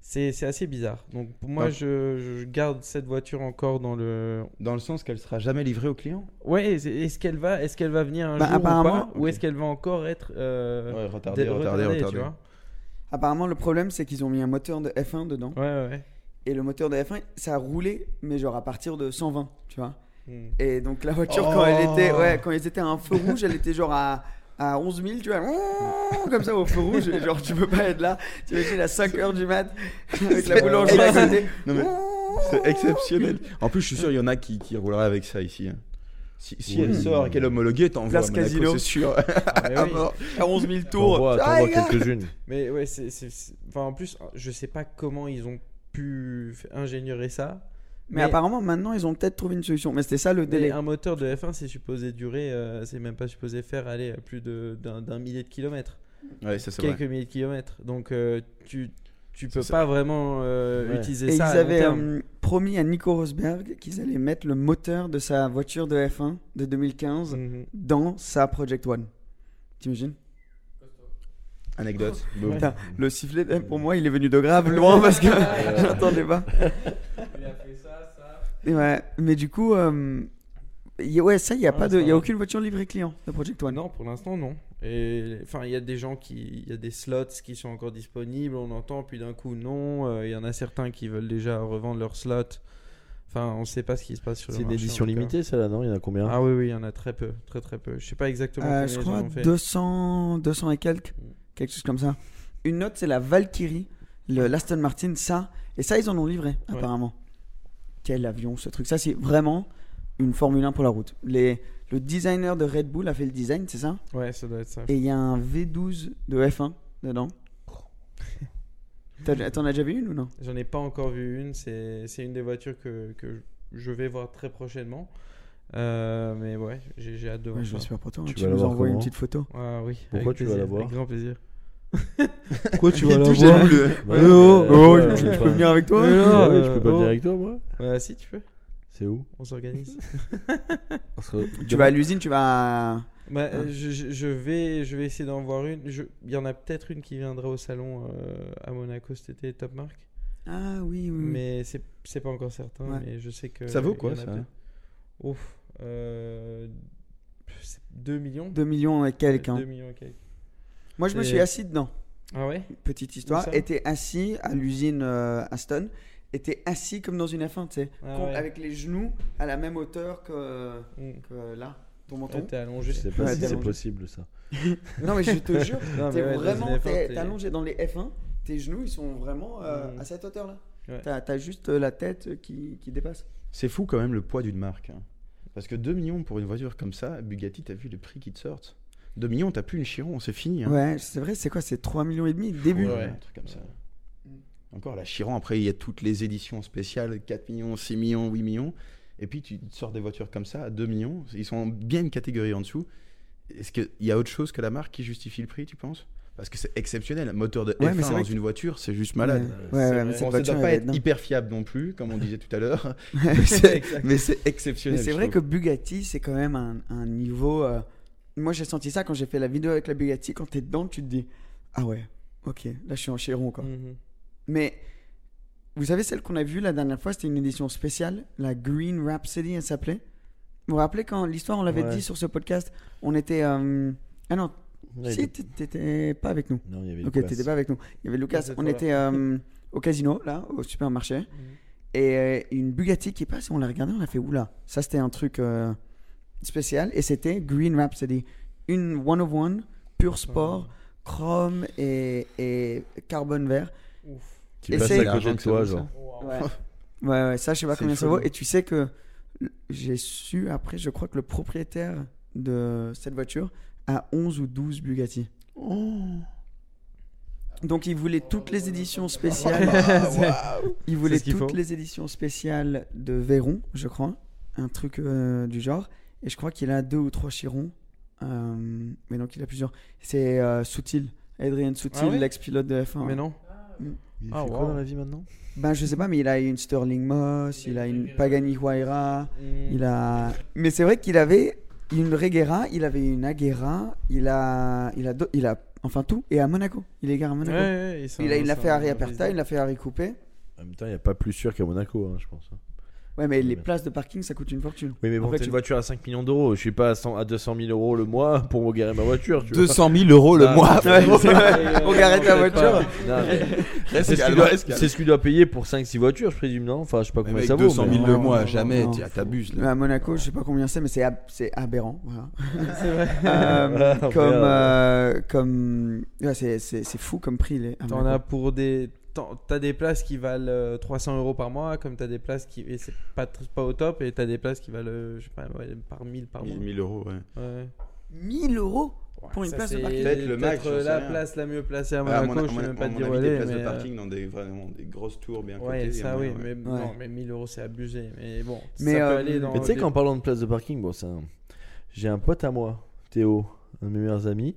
[SPEAKER 7] C'est c'est assez bizarre. Donc pour moi,
[SPEAKER 3] Ah.
[SPEAKER 7] je, je garde cette voiture encore dans le,
[SPEAKER 3] Dans le sens qu'elle sera jamais livrée au client.
[SPEAKER 7] Ouais, est- est-ce qu'elle va, est-ce qu'elle va venir un
[SPEAKER 6] Bah,
[SPEAKER 7] jour ou pas,
[SPEAKER 6] apparemment,
[SPEAKER 7] ou est-ce qu'elle va encore être euh,
[SPEAKER 3] Ouais, retardée,
[SPEAKER 7] dé-
[SPEAKER 3] retardée,
[SPEAKER 7] retardée,
[SPEAKER 3] retardée.
[SPEAKER 6] Apparemment, le problème, c'est qu'ils ont mis un moteur de F1 dedans,
[SPEAKER 7] tu vois Ouais, ouais.
[SPEAKER 6] et le moteur de F1, ça a roulé, mais genre à partir de 120, tu vois.
[SPEAKER 7] Hmm.
[SPEAKER 6] Et donc la voiture,
[SPEAKER 3] Oh.
[SPEAKER 6] quand elle était, ouais, quand ils étaient à un feu rouge, elle était genre à à 11 000, tu vois, comme ça au feu rouge, et genre tu peux pas être là. Tu imagines à 5 heures du mat avec la
[SPEAKER 3] C'est-
[SPEAKER 6] boulangerie à côté.
[SPEAKER 3] Non, mais c'est exceptionnel. En plus, je suis sûr, il y en a qui, qui rouleraient avec ça ici. hein. Si, si elle sort et qu'elle est homologuée, t'envoies à
[SPEAKER 6] Place
[SPEAKER 3] Monaco,
[SPEAKER 6] casino.
[SPEAKER 3] c'est sûr.
[SPEAKER 7] Ah, mais
[SPEAKER 3] À
[SPEAKER 7] oui.
[SPEAKER 3] mort.
[SPEAKER 6] À 11 000
[SPEAKER 8] T'en
[SPEAKER 6] tours.
[SPEAKER 8] vois,
[SPEAKER 6] Ah,
[SPEAKER 8] t'en vois
[SPEAKER 6] les gars.
[SPEAKER 8] quelques-unes.
[SPEAKER 7] Mais ouais, c'est, c'est- c'est- enfin en plus, je sais pas comment ils ont pu f- ingénierer ça.
[SPEAKER 6] Mais, apparemment, maintenant, ils ont peut-être trouvé une solution. Mais c'était ça le
[SPEAKER 7] mais ah,
[SPEAKER 6] délai.
[SPEAKER 7] un moteur de F1, c'est supposé durer, euh, c'est même pas supposé faire aller à plus de, d'un, d'un millier de kilomètres,
[SPEAKER 3] Ouais, ça, c'est vrai.
[SPEAKER 7] quelques milliers de kilomètres. Donc euh, tu, tu peux
[SPEAKER 3] C'est
[SPEAKER 7] pas vraiment euh,
[SPEAKER 8] Ouais.
[SPEAKER 7] utiliser
[SPEAKER 6] Et ils
[SPEAKER 7] ça. à long
[SPEAKER 6] avaient
[SPEAKER 7] terme.
[SPEAKER 6] euh, promis à Nico Rosberg qu'ils allaient mettre le moteur de sa voiture de F1 de 2015
[SPEAKER 7] Mhm.
[SPEAKER 6] dans sa Project One. T'imagines
[SPEAKER 3] Anecdote. Boum.
[SPEAKER 6] Putain, Le sifflet, eh, pour moi, il est venu de grave loin parce que j'entendais pas.
[SPEAKER 9] Il a fait ça, ça.
[SPEAKER 6] Et ouais, mais du coup, euh, y- ouais, ça, il n'y a,
[SPEAKER 7] Ouais,
[SPEAKER 6] pas
[SPEAKER 7] c'est
[SPEAKER 6] de- y
[SPEAKER 7] vrai.
[SPEAKER 6] a aucune voiture livrée client de Project One.
[SPEAKER 7] Ah Non, pour l'instant, non. Et enfin, il y a des gens qui, il y a des slots qui sont encore disponibles, on entend, puis d'un coup, non. Euh, Il y en a certains qui veulent déjà revendre leurs slots. Enfin, on ne sait pas ce qui se passe sur le
[SPEAKER 8] C'est une
[SPEAKER 7] marché,
[SPEAKER 8] édition
[SPEAKER 7] en tout cas.
[SPEAKER 8] limitée, celle-là, non Il y en a combien
[SPEAKER 7] Ah oui, oui, il y en a très peu, très très peu. Je sais pas exactement.
[SPEAKER 6] Euh,
[SPEAKER 7] combien
[SPEAKER 6] je
[SPEAKER 7] ils en
[SPEAKER 6] crois
[SPEAKER 7] ont fait.
[SPEAKER 6] 200, 200 et quelques,
[SPEAKER 7] Mm.
[SPEAKER 6] quelque chose comme ça. Une autre, c'est la Valkyrie, le l'Aston Martin, ça. Et ça, ils en ont livré,
[SPEAKER 7] Ouais.
[SPEAKER 6] apparemment. Quel avion, ce truc. Ça, c'est vraiment une Formule 1 pour la route. Les, le designer de Red Bull a fait le design, c'est ça
[SPEAKER 7] Ouais, ça doit être ça.
[SPEAKER 6] Et il y a un V12 de F1 dedans. T'as- T'en as déjà vu une ou non
[SPEAKER 7] J'en ai pas encore vu une. C'est c'est une des voitures que, que je vais voir très prochainement. Euh, mais ouais, j'ai j'ai hâte de voir
[SPEAKER 6] Ouais, Je
[SPEAKER 7] ça.
[SPEAKER 6] l'espère pour toi. hein.
[SPEAKER 8] Tu
[SPEAKER 6] Tu,
[SPEAKER 8] vas la
[SPEAKER 6] nous
[SPEAKER 8] voir
[SPEAKER 6] envoies une
[SPEAKER 8] comment
[SPEAKER 6] petite photo.
[SPEAKER 7] Ah oui.
[SPEAKER 8] Pourquoi
[SPEAKER 7] avec
[SPEAKER 8] tu vas
[SPEAKER 7] plaisir,
[SPEAKER 8] la voir
[SPEAKER 7] Avec grand plaisir.
[SPEAKER 8] Pourquoi tu vas
[SPEAKER 6] touche Oh, la
[SPEAKER 8] Ouais,
[SPEAKER 6] Bah, Ouais, oh,
[SPEAKER 8] euh,
[SPEAKER 6] oh,
[SPEAKER 8] ouais,
[SPEAKER 6] je
[SPEAKER 8] ouais,
[SPEAKER 6] je peux
[SPEAKER 8] ouais.
[SPEAKER 6] venir avec toi
[SPEAKER 7] Mais non,
[SPEAKER 8] Ah ouais,
[SPEAKER 7] euh,
[SPEAKER 8] je peux pas
[SPEAKER 7] oh.
[SPEAKER 8] venir avec toi, moi.
[SPEAKER 7] Euh, si tu veux,
[SPEAKER 8] C'est où
[SPEAKER 7] on s'organise.
[SPEAKER 6] Tu vas à l'usine, tu vas. à-
[SPEAKER 7] Bah,
[SPEAKER 6] Hein.
[SPEAKER 7] je, je- je vais, je vais essayer d'en voir une. Je- Il y en a peut-être une qui viendra au salon euh, à Monaco cet été, Top Mark.
[SPEAKER 6] Ah oui, oui. oui.
[SPEAKER 7] Mais c'est c'est pas encore certain.
[SPEAKER 6] Ouais.
[SPEAKER 7] Mais je sais que.
[SPEAKER 3] Ça vaut
[SPEAKER 7] il y
[SPEAKER 3] quoi,
[SPEAKER 7] en a
[SPEAKER 3] ça
[SPEAKER 6] hein
[SPEAKER 7] peut-être. Ouf. euh, c'est 2 millions
[SPEAKER 6] 2 millions et quelques. hein.
[SPEAKER 7] 2 millions et quelques.
[SPEAKER 6] Moi, je me
[SPEAKER 7] Et-
[SPEAKER 6] suis assis dedans.
[SPEAKER 7] Ah ouais
[SPEAKER 6] Petite histoire.
[SPEAKER 7] Où ça
[SPEAKER 6] Était assis à l'usine euh, Aston. Était assis comme dans une F1, tu sais.
[SPEAKER 7] Ah
[SPEAKER 6] Con-
[SPEAKER 7] ouais.
[SPEAKER 6] Avec les genoux à la même hauteur que,
[SPEAKER 7] Mm.
[SPEAKER 6] que là, ton
[SPEAKER 7] Ouais,
[SPEAKER 6] menton.
[SPEAKER 7] T'es allongé.
[SPEAKER 8] Je sais pas
[SPEAKER 6] Ouais,
[SPEAKER 8] si
[SPEAKER 6] t'es
[SPEAKER 8] c'est
[SPEAKER 6] allongé.
[SPEAKER 8] possible, ça.
[SPEAKER 6] non, mais je te jure,
[SPEAKER 7] Non, mais
[SPEAKER 6] t'es
[SPEAKER 7] ouais, dans
[SPEAKER 6] vraiment.
[SPEAKER 7] une F1,
[SPEAKER 6] T'es
[SPEAKER 7] t'es-
[SPEAKER 6] t'es allongé dans les F1. Tes genoux, ils sont vraiment euh,
[SPEAKER 7] Mm.
[SPEAKER 6] à cette hauteur-là.
[SPEAKER 7] Ouais.
[SPEAKER 6] T'as t'as juste euh, la tête qui, qui dépasse.
[SPEAKER 3] C'est fou quand même le poids d'une marque. hein. Parce que 2 millions pour une voiture comme ça, Bugatti, t'as vu les prix qui te sortent 2 millions, t'as plus une Chiron, c'est fini. hein.
[SPEAKER 6] Ouais, c'est vrai, c'est quoi C'est 3 millions et demi début.
[SPEAKER 3] Ouais, un truc comme ça.
[SPEAKER 6] Mm.
[SPEAKER 3] Encore la Chiron, après il y a toutes les éditions spéciales 4 millions, 6 millions, 8 millions. Et puis tu sors des voitures comme ça à 2 millions, ils sont bien une catégorie en dessous. Est-ce qu'il y a autre chose que la marque qui justifie le prix, tu penses Parce que c'est exceptionnel. Moteur de
[SPEAKER 6] Ouais,
[SPEAKER 3] F1
[SPEAKER 6] mais c'est
[SPEAKER 3] dans
[SPEAKER 6] vrai
[SPEAKER 3] une
[SPEAKER 6] que-
[SPEAKER 3] voiture, c'est juste malade.
[SPEAKER 6] Ouais, ouais, mais
[SPEAKER 3] Bon,
[SPEAKER 6] cette
[SPEAKER 3] ça doit
[SPEAKER 6] voiture, elle
[SPEAKER 3] pas
[SPEAKER 6] est
[SPEAKER 3] être
[SPEAKER 6] dingue.
[SPEAKER 3] hyper fiable non plus, comme on disait tout à l'heure.
[SPEAKER 6] Mais
[SPEAKER 3] C'est- mais c'est exceptionnel.
[SPEAKER 6] c'est
[SPEAKER 3] je
[SPEAKER 6] vrai que
[SPEAKER 3] trouve.
[SPEAKER 6] Bugatti, c'est quand même un, un niveau. euh, Moi, j'ai senti ça quand j'ai fait la vidéo avec la Bugatti. Quand t'es dedans, tu te dis Ah ouais, ok, là, je suis en chéron, quoi.
[SPEAKER 7] Mhm.
[SPEAKER 6] Mais vous savez, celle qu'on a vue la dernière fois, c'était une édition spéciale, la Green Rhapsody, elle s'appelait. Vous vous rappelez quand l'histoire, on l'avait
[SPEAKER 8] Ouais.
[SPEAKER 6] dit sur ce podcast On était. euh, Ah non,
[SPEAKER 8] Ouais,
[SPEAKER 6] si,
[SPEAKER 8] il-
[SPEAKER 6] t'é- t'étais pas avec nous.
[SPEAKER 8] Non, il y avait
[SPEAKER 6] Ok,
[SPEAKER 8] Lucas.
[SPEAKER 6] t'étais pas avec nous. Il y avait Lucas,
[SPEAKER 7] cette
[SPEAKER 6] on
[SPEAKER 7] fois-là.
[SPEAKER 6] était euh, au casino, là, au supermarché.
[SPEAKER 8] Mm.
[SPEAKER 6] Et euh, une Bugatti qui passe, et on l'a regardée, on a fait oula. Ça, c'était un truc euh, spécial. Et c'était Green Rhapsody. Une one of one,
[SPEAKER 8] Ah.
[SPEAKER 6] pur sport, chrome et, et carbone vert.
[SPEAKER 8] Qui
[SPEAKER 6] Et
[SPEAKER 8] passe
[SPEAKER 6] c'est-
[SPEAKER 8] à côté de toi, genre.
[SPEAKER 6] Ouais. ouais, ouais, ça, je sais pas
[SPEAKER 3] C'est
[SPEAKER 6] combien ça
[SPEAKER 3] chaud.
[SPEAKER 6] vaut. Et tu sais que l- j'ai su après, je crois que le propriétaire de cette voiture a 11 ou 12 Bugatti.
[SPEAKER 7] Oh.
[SPEAKER 6] Donc, il voulait toutes les éditions
[SPEAKER 7] Ah bah,
[SPEAKER 6] spéciales. il voulait
[SPEAKER 7] C'est ce qu'il
[SPEAKER 6] toutes
[SPEAKER 7] faut.
[SPEAKER 6] les éditions spéciales de Veyron, je crois. Un truc euh, du genre. Et je crois qu'il a deux ou trois Chirons. Euh, mais donc, il a plusieurs. C'est euh, Soutil. Adrien Soutil,
[SPEAKER 7] Ah ouais
[SPEAKER 6] l'ex-pilote de F1.
[SPEAKER 7] Mais non.
[SPEAKER 8] Il
[SPEAKER 7] Ah,
[SPEAKER 8] fait quoi
[SPEAKER 7] wow.
[SPEAKER 8] dans la vie maintenant
[SPEAKER 6] Ben, je sais pas, mais il a une Sterling Moss, il a une Pagani Huayra,
[SPEAKER 7] Mm.
[SPEAKER 6] il a. Mais c'est vrai qu'il avait une Reguera, il avait une Aguera, il a, il a, do- il a, enfin tout. Et à Monaco, il est gare à
[SPEAKER 7] Ouais,
[SPEAKER 6] Monaco.
[SPEAKER 7] ouais, et c'est
[SPEAKER 6] il
[SPEAKER 7] un-
[SPEAKER 6] a, il a
[SPEAKER 7] c'est
[SPEAKER 6] fait
[SPEAKER 7] un-
[SPEAKER 6] Harry
[SPEAKER 7] un
[SPEAKER 6] Aperta, il a fait Harry Coupé.
[SPEAKER 8] En même temps, il n'y a pas plus sûr qu'à Monaco, hein, je pense.
[SPEAKER 6] Ouais, mais les
[SPEAKER 8] bien.
[SPEAKER 6] places de parking, ça coûte une fortune.
[SPEAKER 8] Oui, mais bon,
[SPEAKER 6] Après,
[SPEAKER 8] t'as
[SPEAKER 6] tu-
[SPEAKER 8] une voiture à 5 millions d'euros. Je suis pas à, 100 à 200 000 euros le mois pour garer ma voiture. Tu vois.
[SPEAKER 10] 200 000 euros le
[SPEAKER 8] Ah,
[SPEAKER 10] mois.
[SPEAKER 8] ouais,
[SPEAKER 6] c'est vrai.
[SPEAKER 8] ouais,
[SPEAKER 6] On garde
[SPEAKER 8] ouais,
[SPEAKER 6] la
[SPEAKER 8] ouais,
[SPEAKER 6] voiture.
[SPEAKER 8] ouais. Non, mais C'est ce
[SPEAKER 3] Rescale,
[SPEAKER 8] qu'il doit-
[SPEAKER 3] rescale.
[SPEAKER 8] c'est ce qu'il doit payer pour 5-6 voitures, je présume, non Enfin, je sais pas
[SPEAKER 10] Mais
[SPEAKER 8] combien
[SPEAKER 10] mec,
[SPEAKER 8] ça vaut.
[SPEAKER 10] 200
[SPEAKER 8] mais-
[SPEAKER 10] 000 le
[SPEAKER 6] Non,
[SPEAKER 10] mois,
[SPEAKER 6] non,
[SPEAKER 10] jamais.
[SPEAKER 6] non,
[SPEAKER 10] tu- ah, T'abuses
[SPEAKER 6] Mais
[SPEAKER 10] là.
[SPEAKER 6] à Monaco, je sais pas combien c'est, mais c'est ab- c'est aberrant. voilà.
[SPEAKER 7] C'est vrai.
[SPEAKER 6] Euh,
[SPEAKER 8] Merde.
[SPEAKER 6] comme, euh, comme, ouais, c'est- c'est c'est fou comme prix. les- à
[SPEAKER 7] T'en as
[SPEAKER 6] Monaco.
[SPEAKER 7] pour des. t'en- T'as des places qui valent euh, 300 euros par mois, comme t'as des places qui. Et c'est pas, tr- pas au top, et t'as des places qui valent, euh, je sais pas, ouais, par 1000 par mois.
[SPEAKER 3] 1000 euros, ouais.
[SPEAKER 7] Ouais.
[SPEAKER 6] 1000 euros pour une
[SPEAKER 7] Ça,
[SPEAKER 6] place de
[SPEAKER 7] c'est
[SPEAKER 6] parking.
[SPEAKER 3] Peut-être le max,
[SPEAKER 7] euh,
[SPEAKER 3] j'en sais
[SPEAKER 7] la
[SPEAKER 3] rien.
[SPEAKER 7] place la mieux placée à
[SPEAKER 3] Ah, à
[SPEAKER 7] Monaco,
[SPEAKER 3] mon, à
[SPEAKER 7] je
[SPEAKER 3] mon-
[SPEAKER 7] peux même pas
[SPEAKER 3] à
[SPEAKER 7] te
[SPEAKER 3] mon
[SPEAKER 7] dire
[SPEAKER 3] avis,
[SPEAKER 7] où elle
[SPEAKER 3] des
[SPEAKER 7] est.
[SPEAKER 3] places
[SPEAKER 7] mais,
[SPEAKER 3] de
[SPEAKER 7] euh,
[SPEAKER 3] parking dans des, vraiment, des grosses tours bien
[SPEAKER 7] Ouais,
[SPEAKER 3] cotées, hein, euh, il y a
[SPEAKER 7] ça oui,
[SPEAKER 3] moyen, ouais.
[SPEAKER 7] mais
[SPEAKER 6] Ouais.
[SPEAKER 7] non, mais 1000 euros c'est abusé. Mais bon,
[SPEAKER 6] Mais,
[SPEAKER 7] ça
[SPEAKER 6] euh,
[SPEAKER 7] peut aller dans.
[SPEAKER 8] Mais tu sais
[SPEAKER 7] des-
[SPEAKER 8] qu'en parlant de place de parking, bon, c'est un- j'ai un pote à moi, Théo, un de mes meilleurs amis.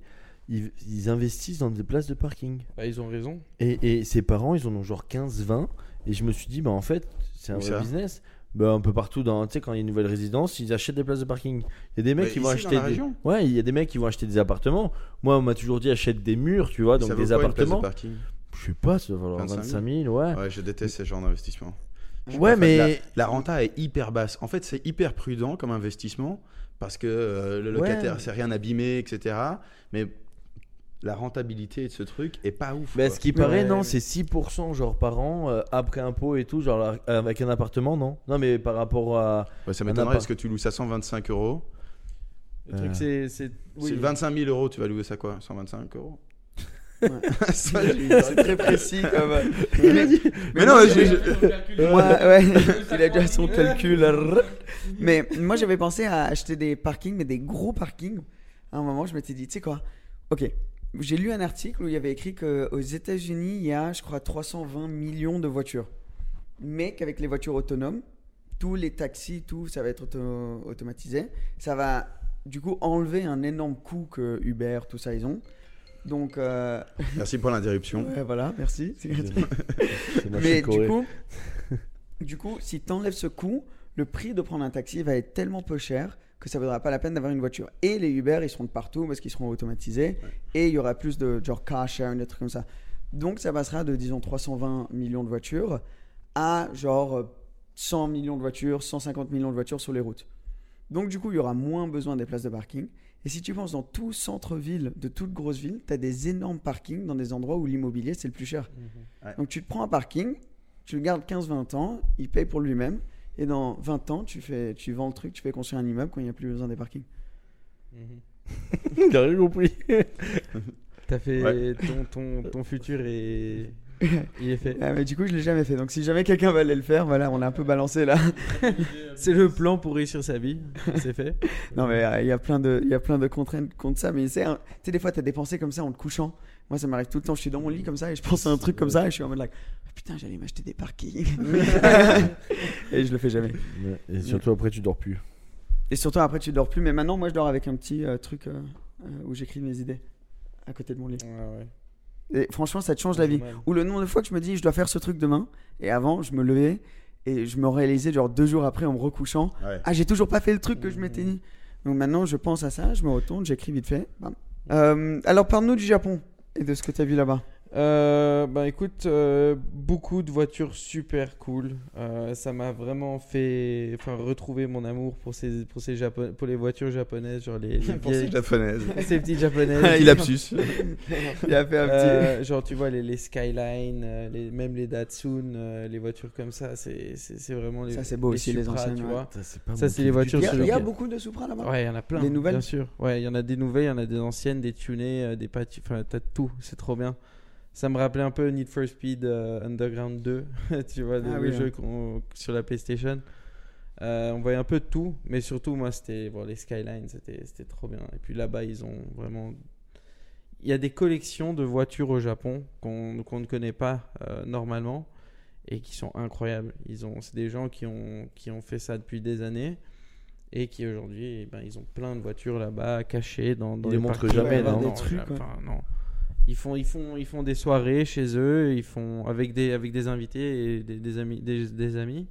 [SPEAKER 8] Ils, ils investissent dans des places de parking.
[SPEAKER 7] Bah, ils ont raison.
[SPEAKER 8] Et, et ses parents, ils en ont genre 15-20. Et je me suis dit, bah en fait, c'est un
[SPEAKER 3] Où
[SPEAKER 8] vrai
[SPEAKER 3] ça
[SPEAKER 8] business. Bah, un peu partout, dans, tu sais, quand il y a une nouvelle résidence, ils achètent des places de parking. Il y a des mecs
[SPEAKER 3] Mais
[SPEAKER 8] qui vont
[SPEAKER 3] Bah, ici, dans
[SPEAKER 8] acheter.
[SPEAKER 3] la
[SPEAKER 8] Des...
[SPEAKER 3] région
[SPEAKER 8] Ouais, il y a des mecs qui vont acheter des appartements. Moi, on m'a toujours dit, achète des murs, tu vois,
[SPEAKER 3] Ça
[SPEAKER 8] donc
[SPEAKER 3] vaut
[SPEAKER 8] des
[SPEAKER 3] quoi, une place de
[SPEAKER 8] appartements.
[SPEAKER 3] parking
[SPEAKER 8] Je sais pas, ça va valoir
[SPEAKER 3] 25
[SPEAKER 8] 25
[SPEAKER 3] 000.
[SPEAKER 8] 000, ouais.
[SPEAKER 3] Ouais, je déteste ces genres d'investissements. Je suis
[SPEAKER 8] Ouais,
[SPEAKER 3] pas fan.
[SPEAKER 8] mais-
[SPEAKER 3] La, la renta est hyper basse. En fait, c'est hyper prudent comme investissement parce que euh, le
[SPEAKER 8] Ouais.
[SPEAKER 3] locataire c'est rien abîmé, etc. Mais la rentabilité de ce truc est pas ouf.
[SPEAKER 8] Mais
[SPEAKER 3] quoi.
[SPEAKER 8] ce qui
[SPEAKER 7] Ouais,
[SPEAKER 8] paraît, non,
[SPEAKER 7] ouais.
[SPEAKER 8] c'est 6% genre par an, euh, après impôt et tout, genre là, avec un appartement, non Non, mais par rapport à.
[SPEAKER 3] Ouais, ça
[SPEAKER 8] On a
[SPEAKER 3] m'étonnerait
[SPEAKER 8] pas-
[SPEAKER 3] parce que tu loues ça 125 euros.
[SPEAKER 7] Le truc,
[SPEAKER 8] Euh.
[SPEAKER 7] c'est. c'est- oui.
[SPEAKER 3] C'est 25 000 euros, tu vas louer ça quoi 125 euros
[SPEAKER 6] Ouais.
[SPEAKER 3] Ça, j'ai eu-
[SPEAKER 6] C'est très précis comme. euh, mais,
[SPEAKER 3] Mais non,
[SPEAKER 6] j'ai-
[SPEAKER 3] j'ai-
[SPEAKER 6] moi, ouais, il a déjà son calcul. mais moi, j'avais pensé à acheter des parkings, mais des gros parkings. À un moment, je m'étais dit, tu sais quoi Ok. J'ai lu un article où il y avait écrit qu'aux États-Unis, il y a, je crois, 320 millions de voitures. Mais qu'avec les voitures autonomes, tous les taxis, tout, ça va être auto- automatisé. Ça va, du coup, enlever un énorme coût que Uber, tout ça, ils ont. Donc, euh,
[SPEAKER 3] Merci pour l'interruption.
[SPEAKER 6] ouais, voilà, merci. C'est gratuit.
[SPEAKER 8] C'est ma
[SPEAKER 6] Mais
[SPEAKER 8] chute
[SPEAKER 6] du
[SPEAKER 8] corée.
[SPEAKER 6] coup, du coup, si tu enlèves ce coût, le prix de prendre un taxi va être tellement peu cher que ça vaudra pas la peine d'avoir une voiture. Et les Uber, ils seront de partout parce qu'ils seront automatisés. Et il y aura plus de genre car sharing, des trucs comme ça. Donc ça passera de, disons, 320 millions de voitures à genre euh, 100 millions de voitures, 150 millions de voitures sur les routes. Donc du coup, il y aura moins besoin des places de parking. Et si tu penses dans tout centre-ville, de toute grosse ville, tu as des énormes parkings dans des endroits où l'immobilier, c'est le plus cher.
[SPEAKER 3] Ouais.
[SPEAKER 6] Donc tu te prends un parking, tu le gardes 15-20 ans, il paye pour lui-même. Et dans 20 ans, tu, fais, tu vends le truc, tu fais construire un immeuble quand il n'y a plus besoin des parkings.
[SPEAKER 7] Mhm.
[SPEAKER 8] J'ai rien compris.
[SPEAKER 7] T'as fait
[SPEAKER 3] Ouais.
[SPEAKER 7] ton, ton, ton futur est Il est fait.
[SPEAKER 6] Ah, mais du coup, je l'ai jamais fait. Donc, si jamais quelqu'un va aller le faire, voilà, on a un peu balancé là.
[SPEAKER 7] C'est le plan pour réussir sa vie. C'est fait.
[SPEAKER 6] Non, mais euh, il y a plein de, il y a plein de contraintes contre ça. Mais c'est un- tu sais, des fois, t'as des pensées comme ça en te couchant. Moi, ça m'arrive tout le temps. Je suis dans mon lit comme ça et je pense à un truc comme ça et je suis en mode like, Ah, putain, j'allais m'acheter des parkings. et je le fais jamais.
[SPEAKER 8] Et surtout après, tu dors plus.
[SPEAKER 6] Et surtout, après, tu dors plus. Mais maintenant, moi, je dors avec un petit euh, truc euh, euh, où j'écris mes idées à côté de mon lit. Et franchement, ça te change la vie.
[SPEAKER 7] Normal.
[SPEAKER 6] Ou le nombre de fois que je me dis, je dois faire ce truc demain. Et avant, je me levais et je me réalisais, genre deux jours après, en me recouchant,
[SPEAKER 3] Ouais.
[SPEAKER 6] ah, j'ai toujours pas fait le truc que je m'étais dit. Donc maintenant, je pense à ça, je me retourne, j'écris vite fait. Bam. Euh, alors, parle-nous du Japon et de ce que tu as vu là-bas.
[SPEAKER 7] Euh, ben écoute, euh, beaucoup de voitures super cool. Euh, ça m'a vraiment fait enfin, retrouver mon amour pour, ces, pour, ces Japo- pour les voitures japonaises, genre les, les
[SPEAKER 3] Pensée
[SPEAKER 7] vieilles-
[SPEAKER 3] japonaise.
[SPEAKER 7] ces petites japonaises.
[SPEAKER 3] Il absus.
[SPEAKER 6] Il a fait un petit.
[SPEAKER 7] Euh, genre tu vois les, les Skyline, euh, les, même les Datsun, euh, les voitures comme ça, c'est c'est- c'est vraiment les
[SPEAKER 6] Ça, c'est beau aussi, les
[SPEAKER 7] Supra,
[SPEAKER 6] anciennes,
[SPEAKER 7] tu
[SPEAKER 6] ouais. Ah,
[SPEAKER 7] vois.
[SPEAKER 8] c'est pas
[SPEAKER 7] Ça c'est les voitures
[SPEAKER 6] Il y a,
[SPEAKER 7] sur
[SPEAKER 6] il y a
[SPEAKER 7] lesquelles-
[SPEAKER 6] beaucoup de Supra là-bas.
[SPEAKER 7] Ouais, il y en a plein.
[SPEAKER 6] Des nouvelles
[SPEAKER 7] Bien sûr. Ouais, il y en a des nouvelles, il y en a des anciennes, des tunées, euh, des patchs. Enfin, t'as tout. C'est trop bien. Ça me rappelait un peu Need for Speed euh, Underground 2. tu vois, le,
[SPEAKER 6] Ah
[SPEAKER 7] le
[SPEAKER 6] oui,
[SPEAKER 7] jeu
[SPEAKER 6] ouais.
[SPEAKER 7] qu'on- sur la PlayStation. Euh, on voyait un peu de tout, mais surtout, moi, c'était bon, les Skylines, c'était c'était trop bien. Et puis là-bas, ils ont vraiment. Il y a des collections de voitures au Japon qu'on qu'on ne connaît pas euh, normalement et qui sont incroyables. Ils ont, c'est des gens qui ont, qui ont fait ça depuis des années et qui aujourd'hui, eh ben, ils ont plein de voitures là-bas cachées dans, dans
[SPEAKER 8] Ils les montrent
[SPEAKER 7] parkings.
[SPEAKER 8] jamais,
[SPEAKER 7] Ouais,
[SPEAKER 8] non
[SPEAKER 6] Des trucs,
[SPEAKER 7] enfin,
[SPEAKER 6] ouais.
[SPEAKER 7] non. Ils font, ils font, ils font des soirées chez eux, ils font avec des, avec des invités et des, des amis, des, des amis.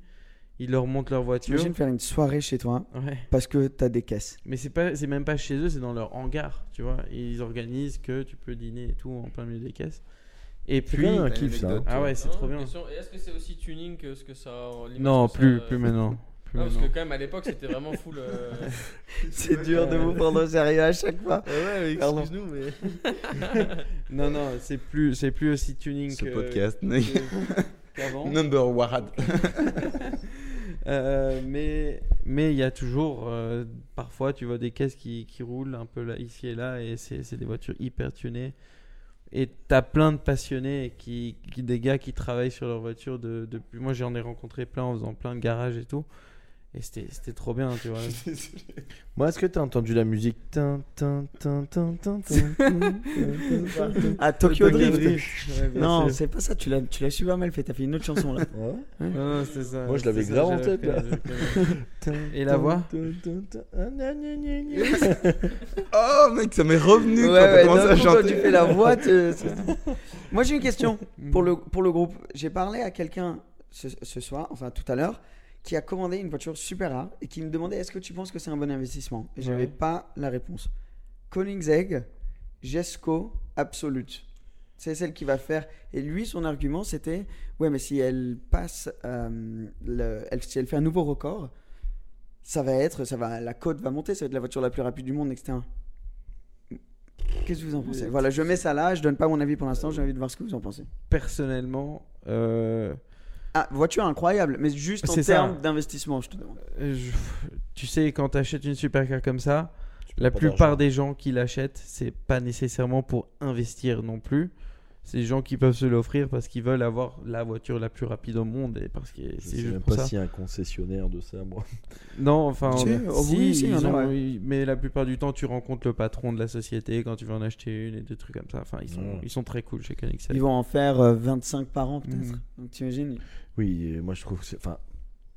[SPEAKER 7] Ils leur montrent leur voiture.
[SPEAKER 6] Imagine faire une soirée chez toi
[SPEAKER 7] Ouais.
[SPEAKER 6] parce que t'as des caisses.
[SPEAKER 7] Mais c'est pas, c'est même pas chez eux, c'est dans leur hangar, tu vois. Ils organisent que tu peux dîner et tout en plein milieu des caisses. Et puis,
[SPEAKER 8] bien, un kiff, ça.
[SPEAKER 7] ah ouais, c'est
[SPEAKER 9] Non,
[SPEAKER 7] trop bien.
[SPEAKER 9] question, Et est-ce que c'est aussi tuning que ce que ça. l'image
[SPEAKER 7] Non,
[SPEAKER 9] que ça,
[SPEAKER 7] plus,
[SPEAKER 9] euh,
[SPEAKER 7] plus maintenant. Plus
[SPEAKER 9] Non, parce que
[SPEAKER 7] maintenant.
[SPEAKER 9] quand même à l'époque c'était vraiment full. euh,
[SPEAKER 6] C'est dur de vous prendre au sérieux à chaque fois. Pardon.
[SPEAKER 7] Non, non, c'est plus, c'est plus aussi tuning
[SPEAKER 3] Ce
[SPEAKER 7] que-
[SPEAKER 3] podcast.
[SPEAKER 7] que- qu'avant.
[SPEAKER 3] hein. Number one.
[SPEAKER 7] Euh, mais mais il y a toujours, euh, parfois, tu vois des caisses qui, qui roulent un peu là, ici et là, et c'est c'est des voitures hyper tunées. Et t'as plein de passionnés, qui, qui- des gars qui travaillent sur leur voiture de- depuis. Moi, j'en ai rencontré plein en faisant plein de garages et tout. Et c'était c'était trop bien, tu vois.
[SPEAKER 8] Moi, est-ce que t'as entendu la musique Tin, tin, tin, tin, tin, tin, tin, tin, tin, tin.
[SPEAKER 6] À Tokyo
[SPEAKER 8] Tokyo
[SPEAKER 6] Drift.
[SPEAKER 8] Drift. Ouais, bien
[SPEAKER 6] Non,
[SPEAKER 8] sûr.
[SPEAKER 6] c'est pas ça, tu l'as tu l'as super mal fait, t'as fait une autre chanson là.
[SPEAKER 8] Ouais.
[SPEAKER 7] Non, non, c'est ça.
[SPEAKER 8] Moi, je
[SPEAKER 7] c'est
[SPEAKER 8] l'avais
[SPEAKER 7] ça,
[SPEAKER 8] grave en
[SPEAKER 7] j'avais
[SPEAKER 8] tête, là.
[SPEAKER 7] reconnu, j'avais reconnu.
[SPEAKER 8] Tin,
[SPEAKER 7] Et la
[SPEAKER 8] tin,
[SPEAKER 7] voix
[SPEAKER 8] tin, tin, tin. Ah, gna, gna, gna, gna.
[SPEAKER 3] Oh mec, ça m'est revenu
[SPEAKER 6] Ouais,
[SPEAKER 3] quand
[SPEAKER 6] ouais,
[SPEAKER 3] t'as
[SPEAKER 6] d'un
[SPEAKER 3] commencé à
[SPEAKER 6] coup, quand
[SPEAKER 3] chanter.
[SPEAKER 6] tu fais la voix. tu- Moi, j'ai une question pour
[SPEAKER 7] Mm.
[SPEAKER 6] le, pour le groupe. J'ai parlé à quelqu'un ce, ce soir, enfin tout à l'heure, qui a commandé une voiture super rare et qui me demandait est-ce que tu penses que c'est un bon investissement Et j'avais
[SPEAKER 7] Ouais.
[SPEAKER 6] pas la réponse. Koenigsegg Gesco Absolute. C'est celle qui va faire. Et lui, son argument, c'était ouais, mais si elle passe, euh, le- elle- si elle fait un nouveau record, ça va être, ça va, la cote va monter, ça va être la voiture la plus rapide du monde, etc. Qu'est-ce que vous en pensez Voilà, je mets ça là, je donne pas mon avis pour l'instant, j'ai envie de voir ce que vous en pensez.
[SPEAKER 7] Personnellement, euh,
[SPEAKER 6] Ah, voiture incroyable, mais juste en
[SPEAKER 7] C'est ça.
[SPEAKER 6] termes d'investissement, je te demande.
[SPEAKER 7] Euh, je- tu sais, quand t'achètes une supercar comme ça, la
[SPEAKER 8] pas
[SPEAKER 7] plupart des gens qui l'achètent, c'est pas nécessairement pour investir non plus. C'est des gens qui peuvent se l'offrir parce qu'ils veulent avoir la voiture la plus rapide au monde et parce que
[SPEAKER 8] Je
[SPEAKER 7] c'est
[SPEAKER 8] sais
[SPEAKER 7] juste
[SPEAKER 8] même
[SPEAKER 7] pour
[SPEAKER 8] pas
[SPEAKER 7] ça.
[SPEAKER 8] s'il y a un concessionnaire de ça, moi.
[SPEAKER 7] Non, enfin,
[SPEAKER 6] Si, oh
[SPEAKER 7] si,
[SPEAKER 6] oui, si, il y en
[SPEAKER 7] ils
[SPEAKER 6] a,
[SPEAKER 7] ont-
[SPEAKER 6] ouais.
[SPEAKER 7] ils- mais la plupart du temps, tu rencontres le patron de la société quand tu veux en acheter une et des trucs comme ça. Enfin, ils sont,
[SPEAKER 8] Ouais.
[SPEAKER 7] ils sont très cool chez Koenigsegg.
[SPEAKER 6] Ils vont en faire euh, 25 par an, peut-être.
[SPEAKER 7] Mhm.
[SPEAKER 6] Donc t'imagines
[SPEAKER 8] Oui, et moi je trouve que c'est enfin,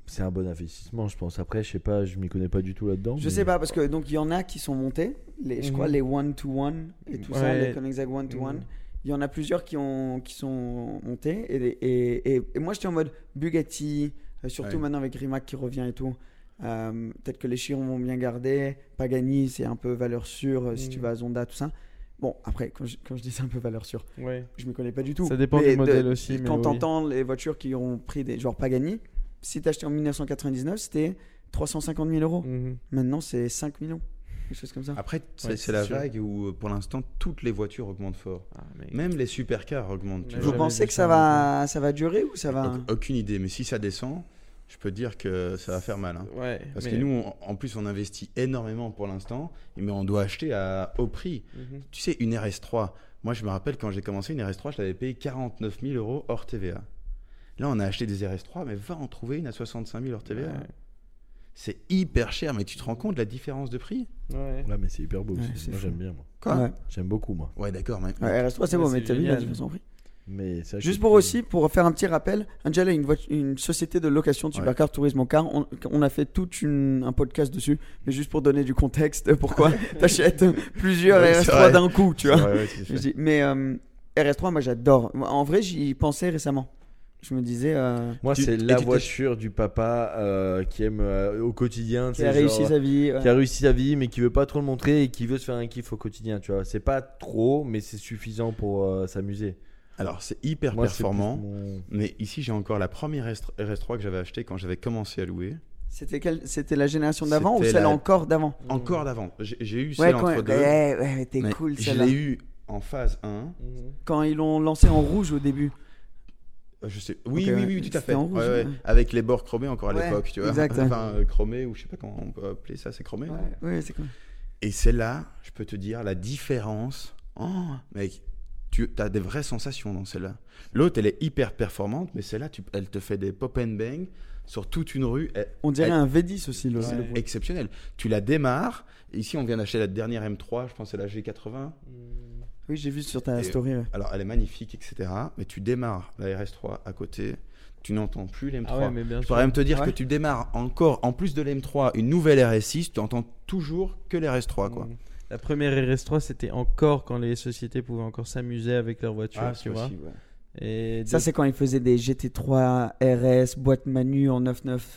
[SPEAKER 8] c'est un bon investissement, je pense. Après, je sais pas, je m'y connais pas du tout
[SPEAKER 7] Oh,
[SPEAKER 8] là-dedans.
[SPEAKER 6] Je
[SPEAKER 8] mais-
[SPEAKER 6] sais pas, parce que donc il y en a qui sont montés, les, je
[SPEAKER 7] Mhm.
[SPEAKER 6] crois les one-to-one et tout ça,
[SPEAKER 7] Ouais.
[SPEAKER 6] les Koenigsegg one-to-one.
[SPEAKER 7] Mhm.
[SPEAKER 6] Il y en a plusieurs qui, ont, qui sont montés. Et, et, et, et moi, j'étais en mode Bugatti, euh, surtout
[SPEAKER 3] Ouais.
[SPEAKER 6] maintenant avec Rimac qui revient et tout. Euh, Peut-être que les Chiron vont bien garder. Pagani, c'est un peu valeur sûre euh, si tu
[SPEAKER 7] Mhm.
[SPEAKER 6] vas à Zonda, tout ça. Bon, après, quand je, quand je dis c'est un peu valeur sûre,
[SPEAKER 7] Ouais.
[SPEAKER 6] je me connais pas du tout.
[SPEAKER 7] Ça dépend
[SPEAKER 6] Mais
[SPEAKER 7] du modèle
[SPEAKER 6] de-
[SPEAKER 7] aussi, mais
[SPEAKER 6] Quand
[SPEAKER 7] oui.
[SPEAKER 6] t'entends les voitures qui ont pris des. genre Pagani, si t'achetais en 1999, c'était 350 000 euros.
[SPEAKER 7] Mhm.
[SPEAKER 6] Maintenant, c'est 5 millions, quelque chose comme ça.
[SPEAKER 3] Après, c'est
[SPEAKER 7] Ouais,
[SPEAKER 3] c'est
[SPEAKER 7] c'est
[SPEAKER 3] la
[SPEAKER 7] sûr.
[SPEAKER 3] vague où euh, pour l'instant toutes les voitures augmentent fort.
[SPEAKER 7] Ah, mais-
[SPEAKER 3] Même les supercars augmentent. tu
[SPEAKER 7] Mais
[SPEAKER 3] vois.
[SPEAKER 6] Vous
[SPEAKER 7] j'avais
[SPEAKER 6] pensez
[SPEAKER 7] vu
[SPEAKER 6] que
[SPEAKER 7] ça,
[SPEAKER 6] ça va, hein. ça va durer ou ça va
[SPEAKER 3] Auc- Aucune idée, mais si ça descend, je peux te dire que ça va faire mal. hein.
[SPEAKER 7] Ouais,
[SPEAKER 3] Parce
[SPEAKER 7] mais-
[SPEAKER 3] que nous, on- en plus, on investit énormément pour l'instant, mais on doit acheter à haut prix.
[SPEAKER 7] Mhm.
[SPEAKER 3] Tu sais, une RS3, moi je me rappelle quand j'ai commencé une RS3, je l'avais payé 49 000 euros hors TVA. Là, on a acheté des RS3, mais va en trouver une à 65 000 hors TVA. C'est hyper cher, mais tu te rends compte de la différence de prix
[SPEAKER 7] Ouais.
[SPEAKER 8] Ouais, mais c'est hyper beau aussi.
[SPEAKER 6] Ouais, c'est
[SPEAKER 8] moi,
[SPEAKER 6] fou.
[SPEAKER 8] j'aime bien, moi.
[SPEAKER 3] Quoi
[SPEAKER 6] Ouais.
[SPEAKER 8] J'aime beaucoup, moi.
[SPEAKER 3] Ouais, d'accord, mais
[SPEAKER 6] Ouais, RS3, c'est
[SPEAKER 7] Ouais,
[SPEAKER 6] bon,
[SPEAKER 7] c'est
[SPEAKER 6] mais t'as vu la
[SPEAKER 7] génial.
[SPEAKER 6] différence en prix.
[SPEAKER 8] Mais c'est vrai que
[SPEAKER 6] Juste
[SPEAKER 8] c'est
[SPEAKER 6] pour
[SPEAKER 8] cool.
[SPEAKER 6] aussi, pour faire un petit rappel, Angel est une, voit- une société de location de
[SPEAKER 3] Ouais.
[SPEAKER 6] supercar tourisme en car. On, on a fait tout un podcast dessus, mais juste pour donner du contexte, pourquoi t'achètes plusieurs
[SPEAKER 3] Ouais, c'est
[SPEAKER 6] RS3
[SPEAKER 3] vrai.
[SPEAKER 6] d'un coup, tu vois.
[SPEAKER 3] Ouais, ouais, c'est
[SPEAKER 6] Je
[SPEAKER 3] sûr.
[SPEAKER 6] dis- mais euh, RS3, moi j'adore. Moi, En vrai, j'y pensais récemment. Je me disais, euh,
[SPEAKER 8] Moi,
[SPEAKER 3] Tu-
[SPEAKER 8] c'est
[SPEAKER 3] et
[SPEAKER 8] la
[SPEAKER 3] tu t'es-
[SPEAKER 8] voiture du papa euh, qui aime euh, au quotidien.
[SPEAKER 6] qui
[SPEAKER 8] tu
[SPEAKER 6] a
[SPEAKER 8] sais, genre,
[SPEAKER 6] réussi sa vie. ouais.
[SPEAKER 8] qui a réussi sa vie, mais qui veut pas trop le montrer et qui veut se faire un kiff au quotidien. Tu vois, c'est pas trop, mais c'est suffisant pour euh, s'amuser.
[SPEAKER 3] Alors, c'est hyper
[SPEAKER 8] Moi, c'est plus
[SPEAKER 3] performant,
[SPEAKER 8] mon-
[SPEAKER 3] mais ici, j'ai encore la première RS3 que j'avais achetée quand j'avais commencé à louer.
[SPEAKER 6] C'était quelle- C'était la génération d'avant ou
[SPEAKER 3] C'était
[SPEAKER 6] celle
[SPEAKER 3] la-
[SPEAKER 6] encore d'avant
[SPEAKER 3] Encore d'avant. J'ai j'ai eu
[SPEAKER 6] Ouais,
[SPEAKER 3] celle
[SPEAKER 6] quand
[SPEAKER 3] entre deux.
[SPEAKER 6] ouais, ouais, ouais, t'es
[SPEAKER 3] mais
[SPEAKER 6] cool
[SPEAKER 3] je
[SPEAKER 6] celle-là.
[SPEAKER 3] l'ai eu en phase 1.
[SPEAKER 7] Mhm.
[SPEAKER 6] Quand ils l'ont lancé en rouge au début.
[SPEAKER 3] Euh, Je sais. Oui,
[SPEAKER 6] Ok,
[SPEAKER 3] oui,
[SPEAKER 6] ouais.
[SPEAKER 3] oui, tout à
[SPEAKER 6] C'était
[SPEAKER 3] fait.
[SPEAKER 6] en rouge,
[SPEAKER 3] Ouais, ouais.
[SPEAKER 6] ouais.
[SPEAKER 3] Avec les bords chromés encore à
[SPEAKER 6] Ouais,
[SPEAKER 3] l'époque, tu vois.
[SPEAKER 6] exact, ouais.
[SPEAKER 3] enfin, euh, chromés ou je sais pas comment on peut appeler ça, c'est chromé.
[SPEAKER 6] Ouais,
[SPEAKER 3] non
[SPEAKER 6] ouais, c'est cool.
[SPEAKER 3] Et c'est là, je peux te dire, la différence. Oh, mec, tu as des vraies sensations dans celle-là. L'autre, elle est hyper performante, mais celle-là, tu- elle te fait des pop and bang sur toute une rue. Elle-
[SPEAKER 6] On dirait
[SPEAKER 3] elle-
[SPEAKER 6] un V10 aussi, le,
[SPEAKER 3] c'est
[SPEAKER 6] le-
[SPEAKER 3] exceptionnel. Tu la démarres. Ici, on vient d'acheter la dernière M3, je pense que c'est la G80.
[SPEAKER 6] Oui, j'ai vu sur ta
[SPEAKER 3] Et-
[SPEAKER 6] story. ouais.
[SPEAKER 3] Alors, elle est magnifique, etc. Mais tu démarres la RS3 à côté, tu n'entends plus l'M3.
[SPEAKER 7] Ah ouais, mais bien
[SPEAKER 3] Je
[SPEAKER 7] sûr.
[SPEAKER 3] pourrais même te dire
[SPEAKER 6] Ouais.
[SPEAKER 3] que tu démarres encore, en plus de l'M3, une nouvelle RS6, tu entends toujours que l'RS3, quoi.
[SPEAKER 7] Mm. La première RS3, c'était encore quand les sociétés pouvaient encore s'amuser avec leur voiture, Ah, tu vois. Et
[SPEAKER 6] Ah, Ça,
[SPEAKER 7] de-
[SPEAKER 6] c'est quand ils faisaient des GT3 RS, boîte manu en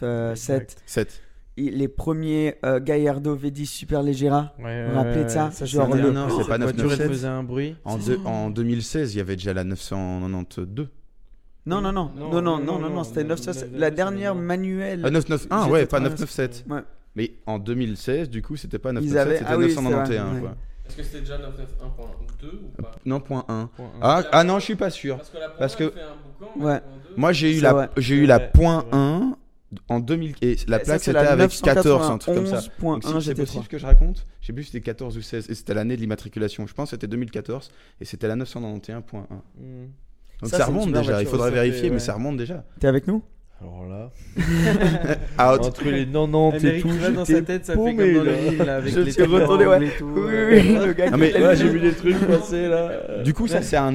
[SPEAKER 6] 997.
[SPEAKER 3] 7.
[SPEAKER 6] Il- Les premiers euh, Gallardo V10 Super Leggera.
[SPEAKER 7] Ouais, ouais,
[SPEAKER 6] vous vous rappelez de
[SPEAKER 7] ouais,
[SPEAKER 6] ça
[SPEAKER 7] c'est
[SPEAKER 6] Genre
[SPEAKER 7] un-
[SPEAKER 6] le-
[SPEAKER 3] Non, c'est
[SPEAKER 7] cette
[SPEAKER 3] pas
[SPEAKER 7] voiture, elle
[SPEAKER 3] 997.
[SPEAKER 7] faisait un bruit.
[SPEAKER 3] En,
[SPEAKER 6] C'est
[SPEAKER 3] deux-
[SPEAKER 6] ça.
[SPEAKER 3] en 2016, il y avait déjà la 992.
[SPEAKER 6] Non, non, non, non, non, non, non, non, c'était
[SPEAKER 7] non,
[SPEAKER 6] 997.
[SPEAKER 7] non,
[SPEAKER 6] La
[SPEAKER 7] non,
[SPEAKER 6] dernière
[SPEAKER 7] non.
[SPEAKER 6] manuelle.
[SPEAKER 3] Ah, 991, ouais, pas 997.
[SPEAKER 6] Ouais.
[SPEAKER 3] Mais en 2016, du coup, c'était pas
[SPEAKER 6] Ils
[SPEAKER 3] 997,
[SPEAKER 6] avaient-
[SPEAKER 3] c'était
[SPEAKER 6] ah oui, c'est vrai,
[SPEAKER 3] 991,
[SPEAKER 6] ouais.
[SPEAKER 3] quoi.
[SPEAKER 9] Est-ce que c'était déjà 991.2 ou pas
[SPEAKER 3] Non, point 1.
[SPEAKER 7] Point un.
[SPEAKER 3] Ah, ah non, je suis pas sûr.
[SPEAKER 9] Parce que la première
[SPEAKER 3] Parce que-
[SPEAKER 9] fait un boucan,
[SPEAKER 6] Ouais.
[SPEAKER 9] mais point deux-
[SPEAKER 3] Moi, j'ai eu
[SPEAKER 6] C'est vrai.
[SPEAKER 3] la, j'ai eu
[SPEAKER 7] C'est
[SPEAKER 3] la
[SPEAKER 7] vrai,
[SPEAKER 3] point
[SPEAKER 7] c'est vrai.
[SPEAKER 3] 1 en 2000. Et la
[SPEAKER 6] Ça,
[SPEAKER 3] plaque,
[SPEAKER 6] c'est
[SPEAKER 3] c'était
[SPEAKER 6] la
[SPEAKER 3] avec 14, un truc comme ça. Donc,
[SPEAKER 6] 991.1
[SPEAKER 3] si c'est possible
[SPEAKER 6] GT3.
[SPEAKER 3] que je raconte, je sais plus si c'était 14 ou 16, et c'était l'année de l'immatriculation, je pense que c'était 2014, et c'était la 991.1.
[SPEAKER 7] Mm.
[SPEAKER 3] Donc
[SPEAKER 6] Ça,
[SPEAKER 3] ça,
[SPEAKER 6] c'est une
[SPEAKER 3] remonte
[SPEAKER 6] super
[SPEAKER 3] déjà, il
[SPEAKER 6] voiture,
[SPEAKER 3] faudra
[SPEAKER 7] ça
[SPEAKER 3] vérifier,
[SPEAKER 7] fait- ouais.
[SPEAKER 3] mais ça remonte déjà.
[SPEAKER 6] T'es avec nous
[SPEAKER 8] Alors là,
[SPEAKER 6] Ah,
[SPEAKER 3] Out.
[SPEAKER 8] entre les 90 et
[SPEAKER 7] Émeric,
[SPEAKER 8] tout,
[SPEAKER 7] tu vois, dans sa
[SPEAKER 8] j'étais
[SPEAKER 7] tête, ça fait
[SPEAKER 8] paumé,
[SPEAKER 7] comme dans
[SPEAKER 8] là.
[SPEAKER 7] le film, là, avec
[SPEAKER 6] Je me
[SPEAKER 7] les
[SPEAKER 6] suis retourné,
[SPEAKER 7] triangles
[SPEAKER 6] ouais.
[SPEAKER 7] et tout,
[SPEAKER 6] Oui,
[SPEAKER 7] euh,
[SPEAKER 6] oui, oui, le gars
[SPEAKER 3] Oh, Non, mais-
[SPEAKER 6] qui l'a
[SPEAKER 8] Ouais,
[SPEAKER 6] vu.
[SPEAKER 8] j'ai vu des trucs passer là.
[SPEAKER 3] Du coup, ça c'est un.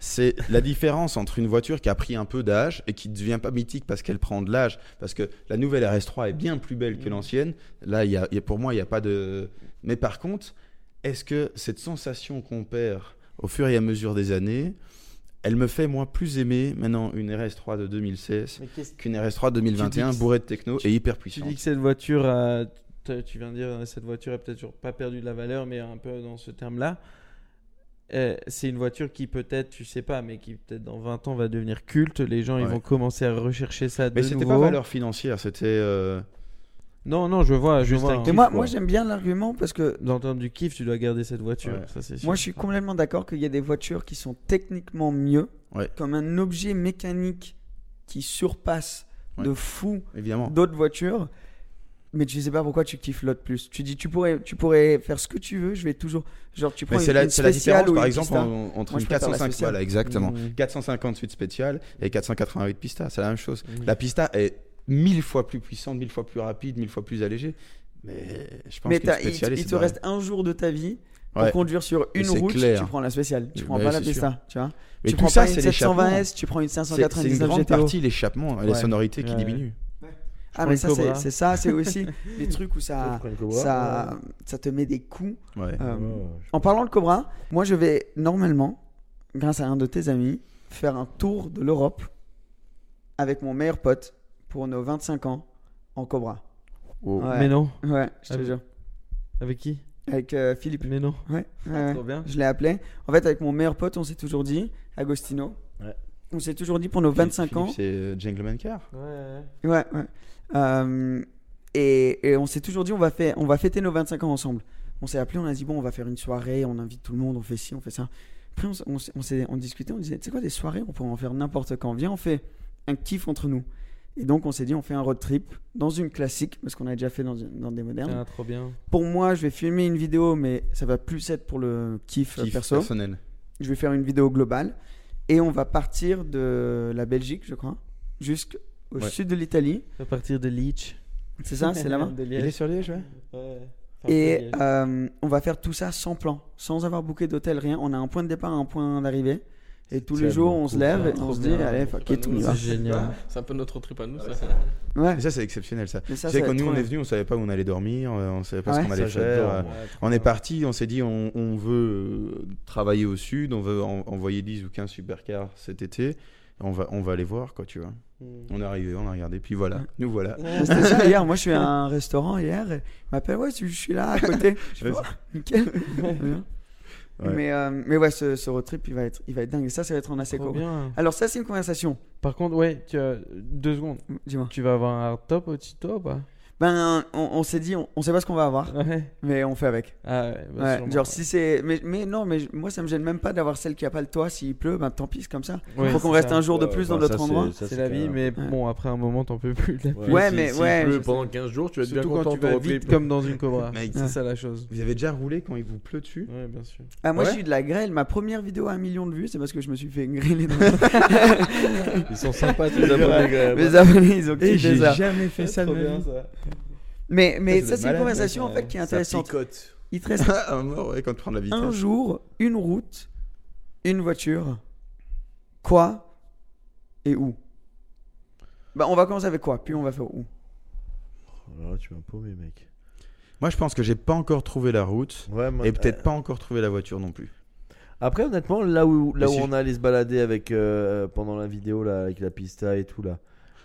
[SPEAKER 3] c'est la différence entre une voiture qui a pris un peu d'âge et qui ne devient pas mythique parce qu'elle prend de l'âge. Parce que la nouvelle RS3 est bien plus belle
[SPEAKER 7] Mmh.
[SPEAKER 3] que l'ancienne. Là, il y a- il y a- pour moi, il n'y a pas de. Mais par contre, est-ce que cette sensation qu'on perd au fur et à mesure des années, elle me fait, moi, plus aimer maintenant une RS3 de 2016
[SPEAKER 7] Mais qu'est-ce-
[SPEAKER 3] qu'une RS3 de
[SPEAKER 7] Tu
[SPEAKER 3] 2021
[SPEAKER 7] dis que-
[SPEAKER 3] bourrée de techno
[SPEAKER 7] tu-
[SPEAKER 3] et hyper
[SPEAKER 7] Tu
[SPEAKER 3] puissante
[SPEAKER 7] dis que cette voiture a. t- Tu viens de dire, euh, cette voiture a peut-être toujours pas perdu de la valeur, mais un peu dans ce terme-là. Euh, c'est une voiture qui peut-être, tu sais pas, mais qui peut-être dans 20 ans va devenir culte. Les gens ils
[SPEAKER 3] Ouais.
[SPEAKER 7] vont commencer à rechercher ça de
[SPEAKER 3] Mais c'était pas
[SPEAKER 7] nouveau.
[SPEAKER 3] valeur financière, c'était. euh,
[SPEAKER 7] Non, non, je vois, je
[SPEAKER 3] Juste
[SPEAKER 7] vois.
[SPEAKER 3] un
[SPEAKER 7] hein.
[SPEAKER 6] Mais moi, moi j'aime bien l'argument parce que
[SPEAKER 7] Dans le terme du kiff, tu dois garder cette voiture.
[SPEAKER 3] Ouais.
[SPEAKER 7] Ça, c'est sûr.
[SPEAKER 6] moi je suis complètement d'accord qu'il y a des voitures qui sont techniquement mieux,
[SPEAKER 3] Ouais.
[SPEAKER 6] comme un objet mécanique qui surpasse de
[SPEAKER 3] Ouais.
[SPEAKER 6] fou
[SPEAKER 3] Évidemment.
[SPEAKER 6] d'autres voitures. Mais tu sais pas pourquoi tu kiffes l'autre plus. Tu dis tu pourrais, tu pourrais faire ce que tu veux. Je vais toujours genre tu prends
[SPEAKER 3] Mais
[SPEAKER 6] une,
[SPEAKER 3] c'est la,
[SPEAKER 6] une
[SPEAKER 3] c'est la
[SPEAKER 6] spéciale
[SPEAKER 3] différence,
[SPEAKER 6] ou
[SPEAKER 3] par
[SPEAKER 6] une
[SPEAKER 3] exemple,
[SPEAKER 6] Pista.
[SPEAKER 7] hein.
[SPEAKER 3] en- entre
[SPEAKER 6] Moi, je
[SPEAKER 3] une
[SPEAKER 6] préfère la
[SPEAKER 3] 405
[SPEAKER 6] spéciale.
[SPEAKER 3] voilà, exactement.
[SPEAKER 7] Mmh.
[SPEAKER 3] 458 spéciale et 488 Pista, c'est la même chose. La Pista est mille fois plus puissante, mille fois plus rapide, mille fois plus allégée. Mais je pense
[SPEAKER 6] Mais
[SPEAKER 3] que
[SPEAKER 6] t'as- il,
[SPEAKER 3] spéciale,
[SPEAKER 6] il te reste un jour de ta vie pour
[SPEAKER 3] Ouais.
[SPEAKER 6] conduire sur
[SPEAKER 3] Et
[SPEAKER 6] une
[SPEAKER 3] c'est
[SPEAKER 6] route.
[SPEAKER 3] clair.
[SPEAKER 6] Tu prends la spéciale. Tu
[SPEAKER 3] Mais
[SPEAKER 6] prends pas la
[SPEAKER 3] c'est sûr.
[SPEAKER 6] Pista. Tu vois.
[SPEAKER 3] Mais
[SPEAKER 6] tu
[SPEAKER 3] tout
[SPEAKER 6] prends
[SPEAKER 3] ça,
[SPEAKER 6] pas une
[SPEAKER 3] c'est l'échappement.
[SPEAKER 6] 720 S. Tu prends une
[SPEAKER 3] C'est c'est une
[SPEAKER 6] 599
[SPEAKER 3] grande
[SPEAKER 6] GTO.
[SPEAKER 3] partie l'échappement, hein, et les
[SPEAKER 6] Ouais.
[SPEAKER 3] sonorité qui
[SPEAKER 7] Ouais.
[SPEAKER 3] diminuent.
[SPEAKER 6] Ah
[SPEAKER 7] prends
[SPEAKER 6] mais
[SPEAKER 7] le
[SPEAKER 6] ça c'est-
[SPEAKER 7] Cobra.
[SPEAKER 6] c'est ça. C'est aussi des trucs où ça ça ça te met des coups.
[SPEAKER 3] Ouais.
[SPEAKER 6] Euh, En parlant de Cobra, moi je vais normalement, grâce à un de tes amis, faire un tour de l'Europe avec mon meilleur pote pour nos 25 ans en Cobra.
[SPEAKER 3] Wow.
[SPEAKER 6] Ouais.
[SPEAKER 7] Mais non,
[SPEAKER 6] Ouais, je te
[SPEAKER 7] Ah bon.
[SPEAKER 6] jure.
[SPEAKER 7] avec qui
[SPEAKER 6] Avec euh, Philippe.
[SPEAKER 7] Mais non.
[SPEAKER 6] Ouais, ouais,
[SPEAKER 7] Ah,
[SPEAKER 6] ouais.
[SPEAKER 7] trop bien.
[SPEAKER 6] Je l'ai appelé. En fait, avec mon meilleur pote, on s'est toujours dit, Agostino,
[SPEAKER 8] Ouais.
[SPEAKER 6] on s'est toujours dit pour nos 25
[SPEAKER 3] Philippe,
[SPEAKER 6] ans.
[SPEAKER 3] C'est euh, Gentleman Car.
[SPEAKER 6] Ouais, ouais. Euh, et, et on s'est toujours dit, on va, faire, on va fêter nos 25 ans ensemble. On s'est appelé, on a dit, bon, on va faire une soirée, on invite tout le monde, on fait ci, on fait ça. Après, on, s- on, s- on, s'est- on discutait, on disait, tu sais quoi, des soirées, on pourrait en faire n'importe quand. Viens, on fait un kiff entre nous. Et donc, on s'est dit, on fait un road trip dans une classique, parce qu'on a déjà fait dans, une- dans des modernes.
[SPEAKER 7] Ah, trop bien.
[SPEAKER 6] Pour moi, je vais filmer une vidéo, mais ça va plus être pour le kiff, euh,
[SPEAKER 3] Kiff
[SPEAKER 6] perso.
[SPEAKER 3] personnel.
[SPEAKER 6] Je vais faire une vidéo globale. Et on va partir de la Belgique, je crois, jusqu'au
[SPEAKER 3] Ouais.
[SPEAKER 6] sud de l'Italie.
[SPEAKER 7] À partir de Leech.
[SPEAKER 6] C'est ça, c'est là-bas.
[SPEAKER 7] De
[SPEAKER 3] Il est sur Liège, ouais
[SPEAKER 6] Et euh, on va faire tout ça sans plan, sans avoir booké d'hôtel, rien. On a un point de départ, un point d'arrivée. Et tous les
[SPEAKER 8] Tellement
[SPEAKER 6] jours, on se
[SPEAKER 8] cool.
[SPEAKER 6] lève et
[SPEAKER 9] Trop
[SPEAKER 6] on se dit,
[SPEAKER 9] bien.
[SPEAKER 6] allez, fuck it, on y va.
[SPEAKER 7] C'est génial.
[SPEAKER 9] C'est un peu notre trip à nous, ça.
[SPEAKER 6] Ouais.
[SPEAKER 3] Mais ça, c'est exceptionnel, ça.
[SPEAKER 6] Mais ça,
[SPEAKER 3] c'est
[SPEAKER 6] ça
[SPEAKER 3] quand
[SPEAKER 6] va
[SPEAKER 3] nous,
[SPEAKER 6] être
[SPEAKER 3] on
[SPEAKER 6] trop
[SPEAKER 3] est
[SPEAKER 6] bien.
[SPEAKER 3] venus, on savait pas où on allait dormir, euh, on savait pas
[SPEAKER 6] Ah
[SPEAKER 3] ce
[SPEAKER 6] ouais
[SPEAKER 3] qu'on allait faire. euh, On est parti, on s'est dit on, on veut euh, travailler au sud, on veut en- envoyer 10 ou 15 supercars cet été. On va, on va aller voir quoi, tu vois. On est arrivé, on a regardé, puis voilà, nous voilà.
[SPEAKER 6] C'était ça hier. Moi, je suis à un restaurant hier. et Il m'appelle, ouais, je suis là à côté. Je fais,
[SPEAKER 3] Vas-y.
[SPEAKER 6] oh, nickel. Bien.
[SPEAKER 3] Ouais.
[SPEAKER 6] Mais, euh, mais ouais, ce, ce road trip, il va, être, il va être dingue. Et ça, ça va être en assez
[SPEAKER 7] Trop
[SPEAKER 6] court.
[SPEAKER 7] bien.
[SPEAKER 6] Alors, ça, c'est une conversation.
[SPEAKER 7] Par contre, ouais, tu as deux secondes.
[SPEAKER 6] Dis-moi.
[SPEAKER 7] Tu vas avoir un hard top au-dessus de toi ou pas
[SPEAKER 6] Ben, on, on s'est dit, on, on sait pas ce qu'on va avoir,
[SPEAKER 7] Ouais.
[SPEAKER 6] mais on fait avec.
[SPEAKER 7] Ah ouais, bah
[SPEAKER 6] Ouais,
[SPEAKER 7] sûrement,
[SPEAKER 6] genre
[SPEAKER 7] ouais.
[SPEAKER 6] si c'est mais, mais non mais je- moi ça me gêne même pas d'avoir celle qui a pas le toit s'il pleut ben tant pis c'est comme ça
[SPEAKER 7] Ouais,
[SPEAKER 6] faut qu'on
[SPEAKER 7] c'est
[SPEAKER 6] reste
[SPEAKER 7] ça.
[SPEAKER 6] un jour de plus dans notre endroit
[SPEAKER 7] C'est la vie, mais
[SPEAKER 6] Ouais.
[SPEAKER 7] bon, après un moment, t'en peux plus de la pluie.
[SPEAKER 6] Ouais, mais ouais, je sais.
[SPEAKER 8] pendant 15 jours, tu vas être bien
[SPEAKER 7] Surtout quand
[SPEAKER 8] content
[SPEAKER 7] tu
[SPEAKER 8] de
[SPEAKER 7] vas
[SPEAKER 8] ton
[SPEAKER 7] vite
[SPEAKER 8] clip.
[SPEAKER 7] comme dans une cobra.
[SPEAKER 3] Mec.
[SPEAKER 7] C'est ça la chose.
[SPEAKER 3] Vous avez déjà roulé quand il vous pleut dessus
[SPEAKER 7] Ouais, bien sûr.
[SPEAKER 6] ah moi
[SPEAKER 3] Ouais.
[SPEAKER 6] j'ai eu de la grêle ma première vidéo à un million de vues c'est parce que je me suis fait grêler dans le-
[SPEAKER 8] Ils sont sympas, tous les abonnés, quand
[SPEAKER 7] Ah,
[SPEAKER 8] même.
[SPEAKER 7] bah.
[SPEAKER 6] mes abonnés ils ont kiffé ça
[SPEAKER 3] jamais fait ça
[SPEAKER 7] Trop bien,
[SPEAKER 6] mais mais
[SPEAKER 3] Ça, ça doit
[SPEAKER 6] ça, c'est
[SPEAKER 3] être
[SPEAKER 6] une
[SPEAKER 3] malade,
[SPEAKER 6] conversation
[SPEAKER 3] ouais.
[SPEAKER 6] en fait qui est
[SPEAKER 8] Ça
[SPEAKER 6] intéressante
[SPEAKER 8] picote.
[SPEAKER 6] il te reste
[SPEAKER 3] Ah, mort, ouais, quand tu prends de la vitesse.
[SPEAKER 6] un jour une route une voiture quoi et où bah on va commencer avec quoi puis on va faire où
[SPEAKER 8] Oh là, tu m'as paumé, mec.
[SPEAKER 3] Moi, je pense que j'ai pas encore trouvé la route
[SPEAKER 8] Ouais, moi-
[SPEAKER 3] et peut-être pas encore trouvé la voiture non plus.
[SPEAKER 8] Après, honnêtement, là où, là
[SPEAKER 3] Mais
[SPEAKER 8] où
[SPEAKER 3] si
[SPEAKER 8] on allait se balader avec, euh, pendant la vidéo, là, avec la pista et tout, là,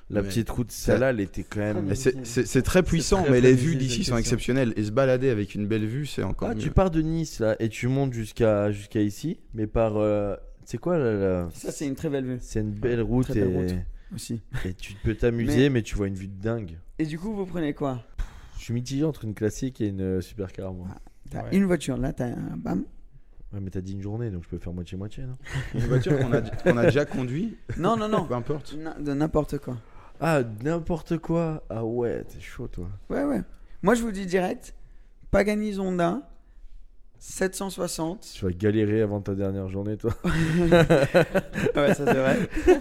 [SPEAKER 8] la
[SPEAKER 3] Mais-
[SPEAKER 8] petite route, celle-là, elle était quand même.
[SPEAKER 3] Et C'est c'est- c'est très puissant,
[SPEAKER 7] très
[SPEAKER 3] mais les
[SPEAKER 7] planifié,
[SPEAKER 3] vues
[SPEAKER 7] cette
[SPEAKER 3] d'ici sont
[SPEAKER 7] question.
[SPEAKER 3] exceptionnelles et se balader avec une belle vue, c'est encore
[SPEAKER 8] Ah, tu
[SPEAKER 3] mieux.
[SPEAKER 8] pars de Nice, là, et tu montes jusqu'à jusqu'à ici, mais par. euh, C'est quoi, là, là
[SPEAKER 6] ça c'est une très belle vue
[SPEAKER 8] C'est une belle route,
[SPEAKER 6] très belle
[SPEAKER 8] et...
[SPEAKER 6] aussi
[SPEAKER 8] et tu peux t'amuser, mais... tu vois une vue de dingue.
[SPEAKER 6] et du coup vous prenez quoi
[SPEAKER 8] Je suis mitigé entre une classique et une euh, supercar, moi.
[SPEAKER 6] T'as
[SPEAKER 7] Ouais.
[SPEAKER 6] une voiture, là t'as un bam.
[SPEAKER 8] Ouais, mais t'as dit une journée, donc je peux faire moitié-moitié, non
[SPEAKER 3] Une voiture qu'on a, qu'on a déjà conduit,
[SPEAKER 6] Non, non, non.
[SPEAKER 3] peu importe.
[SPEAKER 6] Na- de n'importe quoi.
[SPEAKER 8] Ah, n'importe quoi Ah ouais, t'es chaud, toi.
[SPEAKER 6] Ouais, ouais. Moi je vous dis direct, Pagani Zonda, 760.
[SPEAKER 8] Tu vas galérer avant ta dernière journée, toi.
[SPEAKER 6] ouais, ça c'est vrai.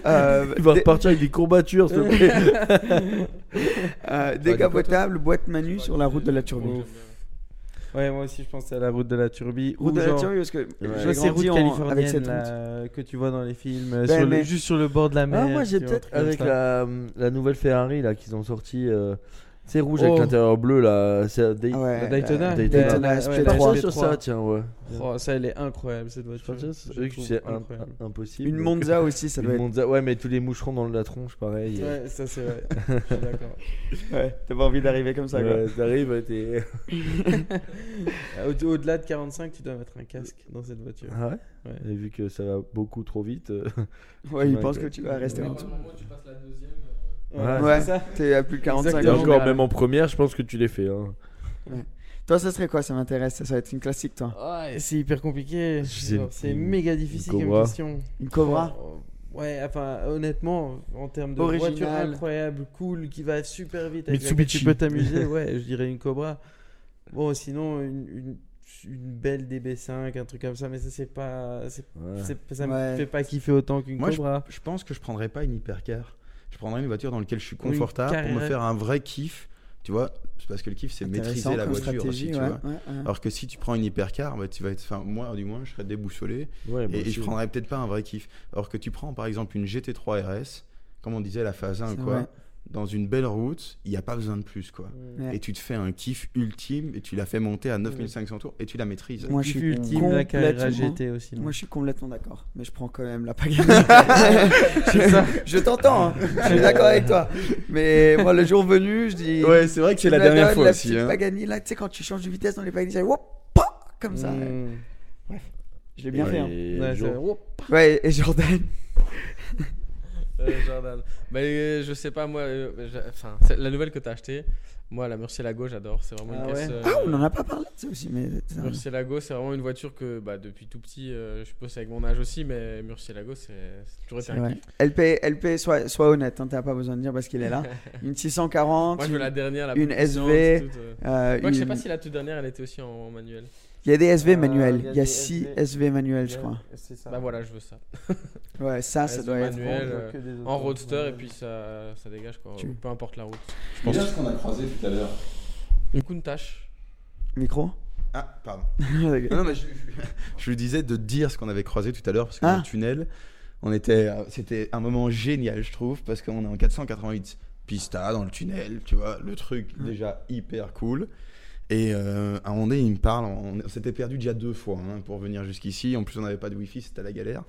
[SPEAKER 6] Euh,
[SPEAKER 8] Tu vas
[SPEAKER 6] dé-
[SPEAKER 8] repartir avec des courbatures, s'il te plaît.
[SPEAKER 6] euh, décapotable, boîte manu sur la route de la turbo.
[SPEAKER 7] Ouais, moi aussi, je pensais à la route de la Turbie. ou
[SPEAKER 6] Route de la
[SPEAKER 7] genre-
[SPEAKER 6] Turbie, parce que
[SPEAKER 7] Je
[SPEAKER 6] j'ai
[SPEAKER 7] vois ces routes
[SPEAKER 6] grandi en-
[SPEAKER 7] californiennes
[SPEAKER 6] avec cette
[SPEAKER 7] là, que tu vois dans les films, euh,
[SPEAKER 6] Ben,
[SPEAKER 7] sur le-
[SPEAKER 6] mais-
[SPEAKER 7] juste sur le bord de la mer.
[SPEAKER 8] Ah, moi j'ai
[SPEAKER 7] tu vois,
[SPEAKER 8] peut-être
[SPEAKER 7] un truc
[SPEAKER 8] avec
[SPEAKER 7] comme ça.
[SPEAKER 8] la, la nouvelle Ferrari là qu'ils ont sorti. euh, c'est rouge avec
[SPEAKER 7] Oh.
[SPEAKER 8] l'intérieur bleu là. C'est la Day-
[SPEAKER 6] Ah ouais,
[SPEAKER 8] la
[SPEAKER 6] la
[SPEAKER 7] Daytona.
[SPEAKER 6] Daytona
[SPEAKER 7] Ouais,
[SPEAKER 6] SP3.
[SPEAKER 7] la
[SPEAKER 8] Partir
[SPEAKER 7] SP3.
[SPEAKER 8] sur ça, tiens, ouais.
[SPEAKER 7] Oh, ça, elle est incroyable cette voiture.
[SPEAKER 8] Partir sur-
[SPEAKER 7] Je
[SPEAKER 8] je sais que
[SPEAKER 7] trouve
[SPEAKER 8] C'est un-
[SPEAKER 7] incroyable.
[SPEAKER 8] un- impossible.
[SPEAKER 6] Une
[SPEAKER 8] donc-
[SPEAKER 6] Monza aussi, ça
[SPEAKER 8] Une
[SPEAKER 6] doit être.
[SPEAKER 8] Monza, ouais, mais tous les moucherons dans la tronche, pareil.
[SPEAKER 7] Ouais, ça c'est vrai. Je suis d'accord.
[SPEAKER 6] Ouais, t'as pas envie d'arriver comme ça, quoi.
[SPEAKER 8] Ouais, T'arrives, t'es.
[SPEAKER 7] Euh, Au- Au-delà de 45, tu dois mettre un casque dans cette voiture.
[SPEAKER 8] Ah ouais,
[SPEAKER 7] Ouais.
[SPEAKER 8] Et vu que ça va beaucoup trop vite. euh,
[SPEAKER 6] Ouais, il
[SPEAKER 8] Ouais,
[SPEAKER 6] pense que
[SPEAKER 8] quoi.
[SPEAKER 6] tu vas rester en dessous.
[SPEAKER 8] Ouais,
[SPEAKER 6] Ouais,
[SPEAKER 7] c'est ça.
[SPEAKER 6] t'es à plus de 45
[SPEAKER 8] Et
[SPEAKER 7] Exactement.
[SPEAKER 6] ans.
[SPEAKER 8] encore, même en première, je pense que tu l'es fait. Hein.
[SPEAKER 6] Toi, ça serait quoi Ça m'intéresse. Ça, ça va être une classique, toi.
[SPEAKER 7] Ouais, c'est hyper compliqué.
[SPEAKER 8] C'est-
[SPEAKER 7] Genre, C'est méga difficile comme
[SPEAKER 8] Cobra.
[SPEAKER 7] question. euh,
[SPEAKER 6] Une Cobra
[SPEAKER 7] Ouais, enfin, honnêtement, en termes de
[SPEAKER 6] Original.
[SPEAKER 7] voiture incroyable, cool, qui va super vite, avec laquelle
[SPEAKER 8] Mitsubishi.
[SPEAKER 7] tu peux t'amuser, ouais, je dirais une Cobra. Bon, sinon, une, une, une belle DB5, un truc comme ça, mais ça, c'est pas. c'est-
[SPEAKER 8] Ouais.
[SPEAKER 7] c'est- ça me
[SPEAKER 6] Ouais.
[SPEAKER 7] fait pas kiffer autant qu'une
[SPEAKER 3] Moi,
[SPEAKER 7] Cobra.
[SPEAKER 3] Je pense que je prendrais pas une hypercar. Je prendrais une voiture dans laquelle je suis
[SPEAKER 7] Ou une
[SPEAKER 3] confortable pour me
[SPEAKER 7] carrette.
[SPEAKER 3] faire un vrai kiff. Tu vois, c'est parce que le kiff, c'est maîtriser la
[SPEAKER 6] comme
[SPEAKER 3] voiture aussi, tu
[SPEAKER 6] ouais,
[SPEAKER 3] vois. Ah,
[SPEAKER 6] ouais, ouais.
[SPEAKER 3] Alors que si tu prends une hypercar, bah, tu vas être, enfin, moi du moins, je serais déboussolé
[SPEAKER 8] Ouais,
[SPEAKER 3] et,
[SPEAKER 8] moi
[SPEAKER 3] et je
[SPEAKER 8] aussi.
[SPEAKER 3] prendrais peut-être pas un vrai kiff. Alors que tu prends par exemple une GT3 RS, comme on disait la phase 1
[SPEAKER 6] C'est
[SPEAKER 3] quoi,
[SPEAKER 6] vrai.
[SPEAKER 3] dans une belle route, il n'y a pas besoin de plus quoi.
[SPEAKER 6] Ouais.
[SPEAKER 3] Et tu te fais un kiff ultime et tu la fais monter à 9500 tours et tu la maîtrises.
[SPEAKER 6] Moi, je
[SPEAKER 7] Kiff
[SPEAKER 6] suis
[SPEAKER 7] ultime, la Carrera
[SPEAKER 6] complètement-
[SPEAKER 7] GT aussi. non
[SPEAKER 6] Moi, je suis complètement d'accord, mais je prends quand même la Pagani. je je t'entends, hein. je suis d'accord avec toi. Mais moi, le jour venu, je dis.
[SPEAKER 3] c'est vrai que
[SPEAKER 6] tu me donnes, la
[SPEAKER 3] hein.
[SPEAKER 6] petite Pagani, là, tu sais, quand tu changes de vitesse dans les Pagani, ça whoop, pa, comme ça.
[SPEAKER 3] Hmm.
[SPEAKER 6] ouais.
[SPEAKER 7] Mm.
[SPEAKER 6] Je l'ai bien
[SPEAKER 8] Et
[SPEAKER 6] fait. hein.
[SPEAKER 7] Ouais,
[SPEAKER 8] jour-
[SPEAKER 7] c'est- Oups.
[SPEAKER 6] Ouais, et Jordan.
[SPEAKER 9] Euh, Jordan. Bah, euh, je sais pas, moi, euh, j'a- enfin, c'est la nouvelle que t'as achetée, moi, la Murcielago, j'adore. C'est vraiment
[SPEAKER 7] Ah
[SPEAKER 9] une caisse.
[SPEAKER 7] ouais.
[SPEAKER 9] euh,
[SPEAKER 6] Ah, on en a pas parlé de ça aussi, mais. c'est vrai.
[SPEAKER 9] Murcielago, c'est vraiment une voiture que bah, depuis tout petit, euh, je suppose c'est avec mon âge aussi, mais Murcielago, c'est c'est toujours été
[SPEAKER 6] C'est
[SPEAKER 9] un
[SPEAKER 6] vrai.
[SPEAKER 9] kiff.
[SPEAKER 6] LP, LP, sois, sois honnête, hein, t'as pas besoin de dire parce qu'il est là. Une 640,
[SPEAKER 9] Moi, je veux la dernière, la
[SPEAKER 6] une
[SPEAKER 9] plus puissante,
[SPEAKER 6] SV,
[SPEAKER 9] toute, euh.
[SPEAKER 6] euh,
[SPEAKER 9] Moi, je sais
[SPEAKER 6] une-
[SPEAKER 9] pas si la toute dernière, elle était aussi en, en manuel.
[SPEAKER 6] il y a des SV
[SPEAKER 7] Euh,
[SPEAKER 6] manuels,
[SPEAKER 7] il y a
[SPEAKER 6] il y a
[SPEAKER 7] des
[SPEAKER 6] 6
[SPEAKER 7] SV.
[SPEAKER 6] SV manuels, je crois.
[SPEAKER 7] C'est ça.
[SPEAKER 9] Bah voilà, je veux ça.
[SPEAKER 6] Ouais, ça, ça
[SPEAKER 9] SV
[SPEAKER 6] doit être.
[SPEAKER 9] manuel,
[SPEAKER 7] On voit
[SPEAKER 9] euh,
[SPEAKER 7] que des
[SPEAKER 9] En
[SPEAKER 7] autos.
[SPEAKER 9] roadster, et puis ça, ça dégage quoi.
[SPEAKER 6] Tu-
[SPEAKER 9] Peu importe la route.
[SPEAKER 3] Je pense ce qu'on a croisé tout à l'heure.
[SPEAKER 9] Une Countach.
[SPEAKER 6] Micro
[SPEAKER 3] Ah, pardon. Non, non, mais je, je lui disais de dire ce qu'on avait croisé tout à l'heure parce que
[SPEAKER 6] Ah.
[SPEAKER 3] dans le tunnel, on était, euh, c'était un moment génial, je trouve, parce qu'on est en 488 pista dans le tunnel, tu vois, le truc déjà hyper cool. Et euh, à un moment donné, il me parle. On, on s'était perdu déjà deux fois hein, pour venir jusqu'ici. En plus, on n'avait pas de wifi, c'était la galère.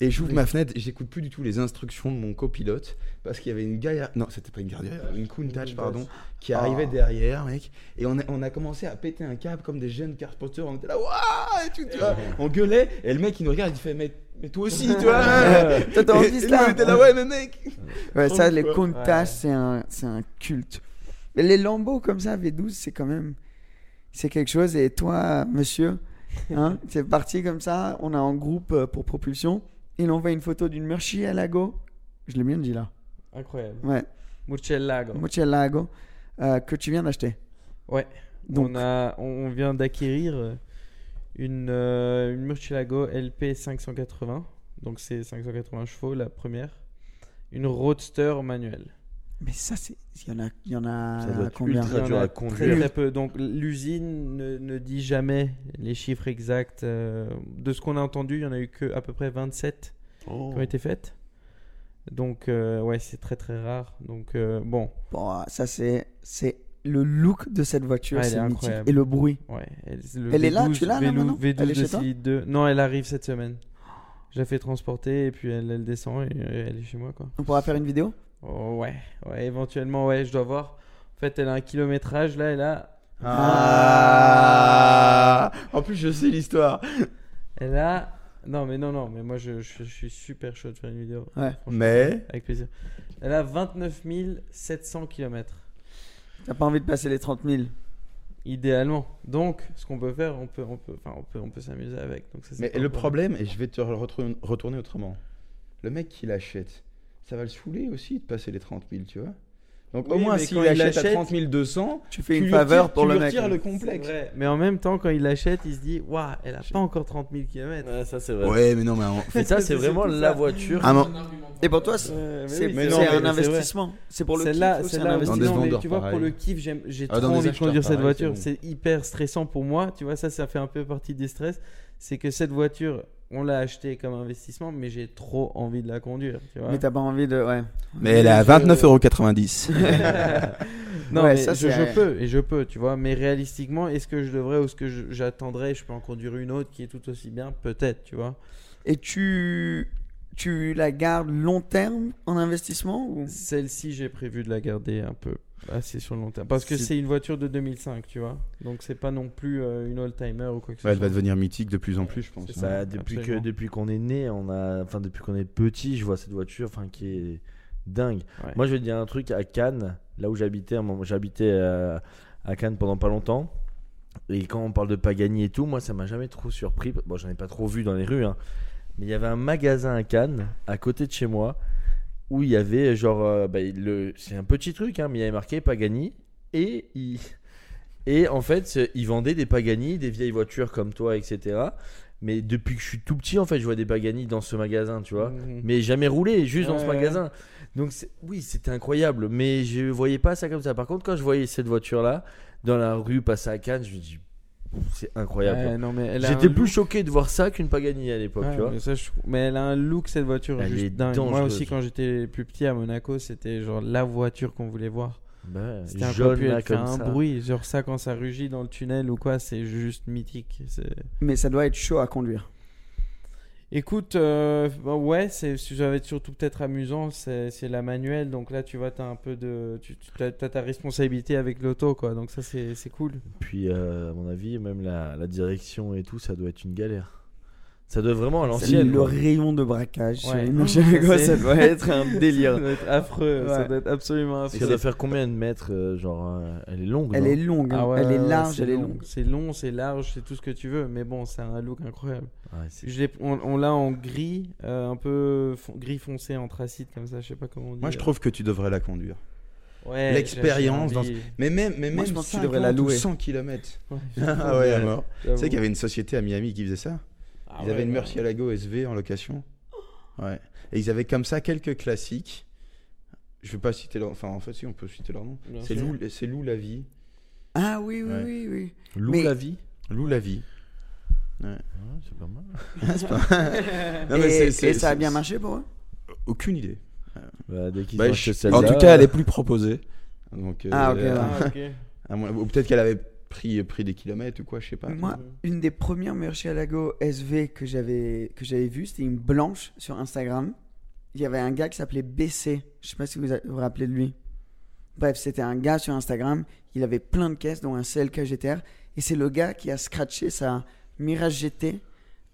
[SPEAKER 3] Et j'ouvre ma fenêtre et j'écoute plus du tout les instructions de mon copilote parce qu'il y avait une gare. Non, c'était pas une gare, une Countach, Oh. pardon, qui arrivait derrière, mec. Et on a, on a commencé à péter un câble comme des jeunes carpenters. On était là, waouh et tout, tu vois. On gueulait et le mec il nous regarde, il fait, mais, mais toi aussi, tu vois.
[SPEAKER 6] Toi, t'es en
[SPEAKER 3] Et- et
[SPEAKER 6] piste,
[SPEAKER 3] nous,
[SPEAKER 6] là.
[SPEAKER 3] on était là, ouais, mais mec.
[SPEAKER 6] Ouais, ça,
[SPEAKER 3] Trop
[SPEAKER 6] les
[SPEAKER 3] quoi.
[SPEAKER 6] comptages, c'est un, c'est un culte. Mais les lambeaux comme ça, V12, c'est quand même. C'est quelque chose. Et toi, monsieur, hein, c'est parti comme ça. On a en groupe euh, pour propulsion. Il envoie une photo d'une Murci à Lago. Je l'ai bien dit là.
[SPEAKER 7] Incroyable.
[SPEAKER 6] Ouais,
[SPEAKER 7] Murcielago.
[SPEAKER 6] Murci à Lago, euh, que tu viens d'acheter.
[SPEAKER 7] Ouais.
[SPEAKER 6] Donc-
[SPEAKER 7] on, a, on on vient d'acquérir euh, une, euh, une Murcielago LP 580. Donc c'est 580 chevaux, la première. Une Roadster manuelle.
[SPEAKER 6] Mais ça, c'est. Il y en a, il y en a
[SPEAKER 8] Ça doit être
[SPEAKER 6] combien
[SPEAKER 8] ultra
[SPEAKER 7] Il y en
[SPEAKER 8] dur
[SPEAKER 7] a
[SPEAKER 8] à
[SPEAKER 7] Ah, Très,
[SPEAKER 8] conduire.
[SPEAKER 7] très peu. Donc l'usine ne, ne dit jamais les chiffres exacts. euh, de ce qu'on a entendu, il n'y en a eu que à peu près 27
[SPEAKER 3] Oh.
[SPEAKER 7] qui
[SPEAKER 6] Oh.
[SPEAKER 7] ont été faites. Donc euh, ouais, c'est très très rare. Donc euh, bon,
[SPEAKER 6] Bon, ça, c'est. c'est le look de cette voiture,
[SPEAKER 7] Ah, elle
[SPEAKER 6] c'est
[SPEAKER 7] est
[SPEAKER 6] mythique.
[SPEAKER 7] incroyable.
[SPEAKER 6] Et le bruit.
[SPEAKER 7] Ouais, elle, le
[SPEAKER 6] Elle est là,
[SPEAKER 7] V12,
[SPEAKER 6] tu l'as, là,
[SPEAKER 7] V12,
[SPEAKER 6] maintenant
[SPEAKER 7] V12
[SPEAKER 6] Elle est
[SPEAKER 7] de
[SPEAKER 6] chez toi
[SPEAKER 7] Célite 2. Non, elle arrive cette semaine. Je la fais transporter et puis elle, elle descend et euh, elle est chez moi quoi.
[SPEAKER 6] On pourra faire une vidéo
[SPEAKER 7] Oh, ouais, ouais, éventuellement ouais, je dois voir. En fait, elle a un kilométrage là, elle a,
[SPEAKER 3] Ah. En plus, je sais l'histoire.
[SPEAKER 7] elle a. Non mais non non, mais moi je, je- je suis super chaud de faire une vidéo.
[SPEAKER 6] Ouais.
[SPEAKER 7] franchement,
[SPEAKER 3] Mais.
[SPEAKER 7] Avec plaisir. Elle a 29 700 km
[SPEAKER 6] T'as pas envie de passer les 30 000
[SPEAKER 7] idéalement. Donc, ce qu'on peut faire, on peut on peut enfin on peut on peut s'amuser avec. Donc ça, c'est
[SPEAKER 3] Mais
[SPEAKER 7] pas
[SPEAKER 3] le
[SPEAKER 7] un
[SPEAKER 3] problème, et je vais te le retourne- retourner autrement, le mec qui l'achète, ça va le saouler aussi de passer les 30 000, tu vois Donc au
[SPEAKER 7] Oui,
[SPEAKER 3] moins,
[SPEAKER 7] mais
[SPEAKER 3] s'il
[SPEAKER 7] quand il
[SPEAKER 3] achète à
[SPEAKER 7] l'achète,
[SPEAKER 3] 30 200,
[SPEAKER 6] Tu fais
[SPEAKER 3] tu
[SPEAKER 6] une
[SPEAKER 3] lui
[SPEAKER 6] faveur
[SPEAKER 3] retires-
[SPEAKER 6] pour
[SPEAKER 3] tu
[SPEAKER 6] le
[SPEAKER 3] lui
[SPEAKER 6] mec.
[SPEAKER 3] retires le
[SPEAKER 7] C'est
[SPEAKER 3] complexe.
[SPEAKER 7] vrai. Mais en même temps, quand il l'achète, il se dit Waouh, elle a pas encore 30 000 km.
[SPEAKER 8] Ouais, ça c'est vrai.
[SPEAKER 3] Ouais, mais non, mais en-
[SPEAKER 8] Mais ça c'est
[SPEAKER 7] C'est
[SPEAKER 8] vraiment
[SPEAKER 7] tout ça.
[SPEAKER 8] la voiture.
[SPEAKER 3] Ah, non.
[SPEAKER 6] Et pour toi, c'est c'est-
[SPEAKER 3] mais
[SPEAKER 6] c'est
[SPEAKER 3] non, mais
[SPEAKER 6] un
[SPEAKER 3] c'est
[SPEAKER 6] investissement. C'est pour le kiff.
[SPEAKER 7] Celle-là,
[SPEAKER 6] ou c'est un
[SPEAKER 7] celle-là,
[SPEAKER 3] Dans
[SPEAKER 7] aussi,
[SPEAKER 3] des
[SPEAKER 6] investissement
[SPEAKER 7] non, mais
[SPEAKER 3] vendeurs,
[SPEAKER 7] tu vois,
[SPEAKER 3] pareil.
[SPEAKER 7] pour le kiff, j'aime- j'ai
[SPEAKER 3] Ah, dans
[SPEAKER 7] trop
[SPEAKER 3] des
[SPEAKER 7] envie de
[SPEAKER 3] acheteurs,
[SPEAKER 7] conduire cette
[SPEAKER 3] pareil, c'est
[SPEAKER 7] voiture.
[SPEAKER 3] bon.
[SPEAKER 7] C'est hyper stressant pour moi, tu vois, ça, ça fait un peu partie des stress. C'est que cette voiture, on l'a achetée comme investissement, mais j'ai trop envie de la conduire, tu vois.
[SPEAKER 6] Mais t'as pas envie de. Ouais.
[SPEAKER 3] Mais elle est à 29,90€.
[SPEAKER 7] non,
[SPEAKER 6] Ouais,
[SPEAKER 7] mais
[SPEAKER 6] ça,
[SPEAKER 7] je,
[SPEAKER 6] c'est-
[SPEAKER 7] je peux, et je peux, tu vois. Mais réalistiquement, est-ce que je devrais ou est-ce que je- j'attendrais Je peux en conduire une autre qui est tout aussi bien, peut-être, tu vois.
[SPEAKER 6] Et tu. Tu la gardes long terme en investissement ou...
[SPEAKER 7] Celle-ci, j'ai prévu de la garder un peu assez sur le long terme. Parce que
[SPEAKER 3] Si-
[SPEAKER 7] c'est une voiture de 2005, tu vois. Donc c'est pas non plus euh, une old-timer ou quoi que ce
[SPEAKER 3] Ouais, elle
[SPEAKER 7] soit.
[SPEAKER 3] va devenir mythique de plus en plus, je pense.
[SPEAKER 7] C'est ça.
[SPEAKER 8] Bah, depuis que
[SPEAKER 7] Absolument.
[SPEAKER 8] depuis qu'on est né, on a enfin depuis qu'on est petit, je vois cette voiture enfin qui est dingue.
[SPEAKER 7] Ouais.
[SPEAKER 8] Moi je vais te dire un truc à Cannes, là où j'habitais à un moment- j'habitais euh, à Cannes pendant pas longtemps. Et quand on parle de Pagani et tout, moi ça m'a jamais trop surpris. Bon, j'en ai pas trop vu dans les rues hein. Mais il y avait un magasin à Cannes à côté de chez moi où il y avait genre euh, bah, le c'est un petit truc hein, mais il y avait marqué Pagani et il et en fait, c'est- ils vendaient des Pagani, des vieilles voitures comme toi, etc. Mais depuis que je suis tout petit, en fait, je vois des Pagani dans ce magasin, tu vois.
[SPEAKER 7] Mhm.
[SPEAKER 8] Mais jamais roulé, juste dans ce
[SPEAKER 7] Ouais, ouais.
[SPEAKER 8] magasin. Donc c'est- oui, c'était incroyable, mais je voyais pas ça comme ça. Par contre, quand je voyais cette voiture-là dans la rue passer à Cannes, je me dis, Ouf, c'est incroyable.
[SPEAKER 7] Ouais, non, mais elle a
[SPEAKER 8] J'étais
[SPEAKER 7] un
[SPEAKER 8] plus
[SPEAKER 7] look-
[SPEAKER 8] choqué de voir ça qu'une Pagani à l'époque,
[SPEAKER 7] Ouais,
[SPEAKER 8] tu vois.
[SPEAKER 7] mais, ça, je- mais elle a un look cette voiture
[SPEAKER 8] Elle
[SPEAKER 7] juste
[SPEAKER 8] est
[SPEAKER 7] dingue. Moi
[SPEAKER 8] dangereuse.
[SPEAKER 7] aussi quand j'étais plus petit à Monaco, c'était genre la voiture qu'on voulait voir.
[SPEAKER 8] Bah ouais,
[SPEAKER 7] C'était un
[SPEAKER 8] jaune,
[SPEAKER 7] peu
[SPEAKER 8] là,
[SPEAKER 7] elle fait
[SPEAKER 8] comme
[SPEAKER 7] un
[SPEAKER 8] ça.
[SPEAKER 7] bruit, genre ça quand ça rugit dans le tunnel ou quoi, c'est juste mythique. C'est-
[SPEAKER 6] Mais ça doit être chaud à conduire.
[SPEAKER 7] Écoute, euh, bah ouais, c'est ça va être surtout peut-être amusant, c'est c'est la manuelle, donc là tu vois t'as un peu de, tu, tu- t'as, t'as ta responsabilité avec l'auto quoi, donc ça c'est, c'est cool.
[SPEAKER 8] Puis, euh, à mon avis, même la, la direction et tout, ça doit être une galère. Ça doit être vraiment à
[SPEAKER 6] C'est
[SPEAKER 8] l'ancienne.
[SPEAKER 6] le
[SPEAKER 8] quoi.
[SPEAKER 6] rayon de braquage.
[SPEAKER 7] Ouais.
[SPEAKER 6] Non, je sais pas
[SPEAKER 7] Ça,
[SPEAKER 6] quoi,
[SPEAKER 7] c'est-
[SPEAKER 6] ça doit être un
[SPEAKER 7] Ça
[SPEAKER 6] délire.
[SPEAKER 7] doit être affreux, ça
[SPEAKER 6] Ouais.
[SPEAKER 7] doit être absolument
[SPEAKER 8] Parce qu'elle
[SPEAKER 7] affreux.
[SPEAKER 8] doit faire combien de mètres euh, Genre, euh, elle est longue.
[SPEAKER 6] Elle
[SPEAKER 8] non
[SPEAKER 6] est longue, hein.
[SPEAKER 7] Ah ouais,
[SPEAKER 6] elle est
[SPEAKER 7] ouais,
[SPEAKER 6] large,
[SPEAKER 7] c'est
[SPEAKER 6] elle est
[SPEAKER 7] long.
[SPEAKER 6] longue.
[SPEAKER 7] C'est long, c'est large, c'est tout ce que tu veux, mais bon, c'est un look incroyable.
[SPEAKER 8] Ouais, c'est-
[SPEAKER 7] Je l'ai- on on l'a en gris, euh, un peu fon- gris foncé, anthracite, comme ça, je sais pas comment on dit.
[SPEAKER 3] Moi, je trouve que tu devrais la conduire.
[SPEAKER 7] Ouais,
[SPEAKER 3] l'expérience
[SPEAKER 7] j'ai- j'ai envie.
[SPEAKER 3] Mais même, mais
[SPEAKER 6] Moi,
[SPEAKER 3] même
[SPEAKER 6] je pense que tu
[SPEAKER 3] 50
[SPEAKER 6] devrais la louer.
[SPEAKER 3] ou 100 km.
[SPEAKER 7] Ouais,
[SPEAKER 3] ah ouais, à mort.
[SPEAKER 7] j'avoue.
[SPEAKER 3] Tu sais qu'il y avait une société à Miami qui faisait ça
[SPEAKER 7] Ah
[SPEAKER 3] Ils
[SPEAKER 7] ouais,
[SPEAKER 3] avaient une
[SPEAKER 7] ouais.
[SPEAKER 3] Murcielago SV en location. Ouais. Et ils avaient comme ça quelques classiques. Je vais pas citer leur... Enfin, en fait, si, on peut citer leur nom.
[SPEAKER 7] Bien
[SPEAKER 3] C'est
[SPEAKER 7] sûr.
[SPEAKER 3] Lou, c'est Lou la vie.
[SPEAKER 6] Ah oui, oui,
[SPEAKER 3] Ouais.
[SPEAKER 6] oui, oui.
[SPEAKER 8] Loue
[SPEAKER 6] Mais-
[SPEAKER 8] la vie
[SPEAKER 3] Lou la vie.
[SPEAKER 8] Ouais, C'est pas mal.
[SPEAKER 3] Non, mais
[SPEAKER 6] et,
[SPEAKER 3] c'est- c'est-
[SPEAKER 6] et ça a
[SPEAKER 3] c'est-
[SPEAKER 6] bien marché pour eux
[SPEAKER 3] Aucune idée.
[SPEAKER 8] Bah, dès qu'ils
[SPEAKER 3] Bah,
[SPEAKER 8] ont
[SPEAKER 3] je-
[SPEAKER 8] acheté celle-là, euh,
[SPEAKER 3] en tout cas, elle est plus proposée. Donc, euh,
[SPEAKER 6] Ah, ok,
[SPEAKER 3] euh,
[SPEAKER 6] ouais.
[SPEAKER 7] Ah, ok.
[SPEAKER 3] à moins- Ou peut-être qu'elle avait pris, pris des kilomètres ou quoi, je sais pas.
[SPEAKER 6] Moi,
[SPEAKER 7] Mhm.
[SPEAKER 6] une des premières Murcielago SV que j'avais que j'avais vue, c'était une blanche sur Instagram. Il y avait un gars qui s'appelait BC. Je sais pas si vous a- vous vous rappelez de lui. Bref, c'était un gars sur Instagram. Il avait plein de caisses, dont un CLK GTR. Et c'est le gars qui a scratché sa Mirage GT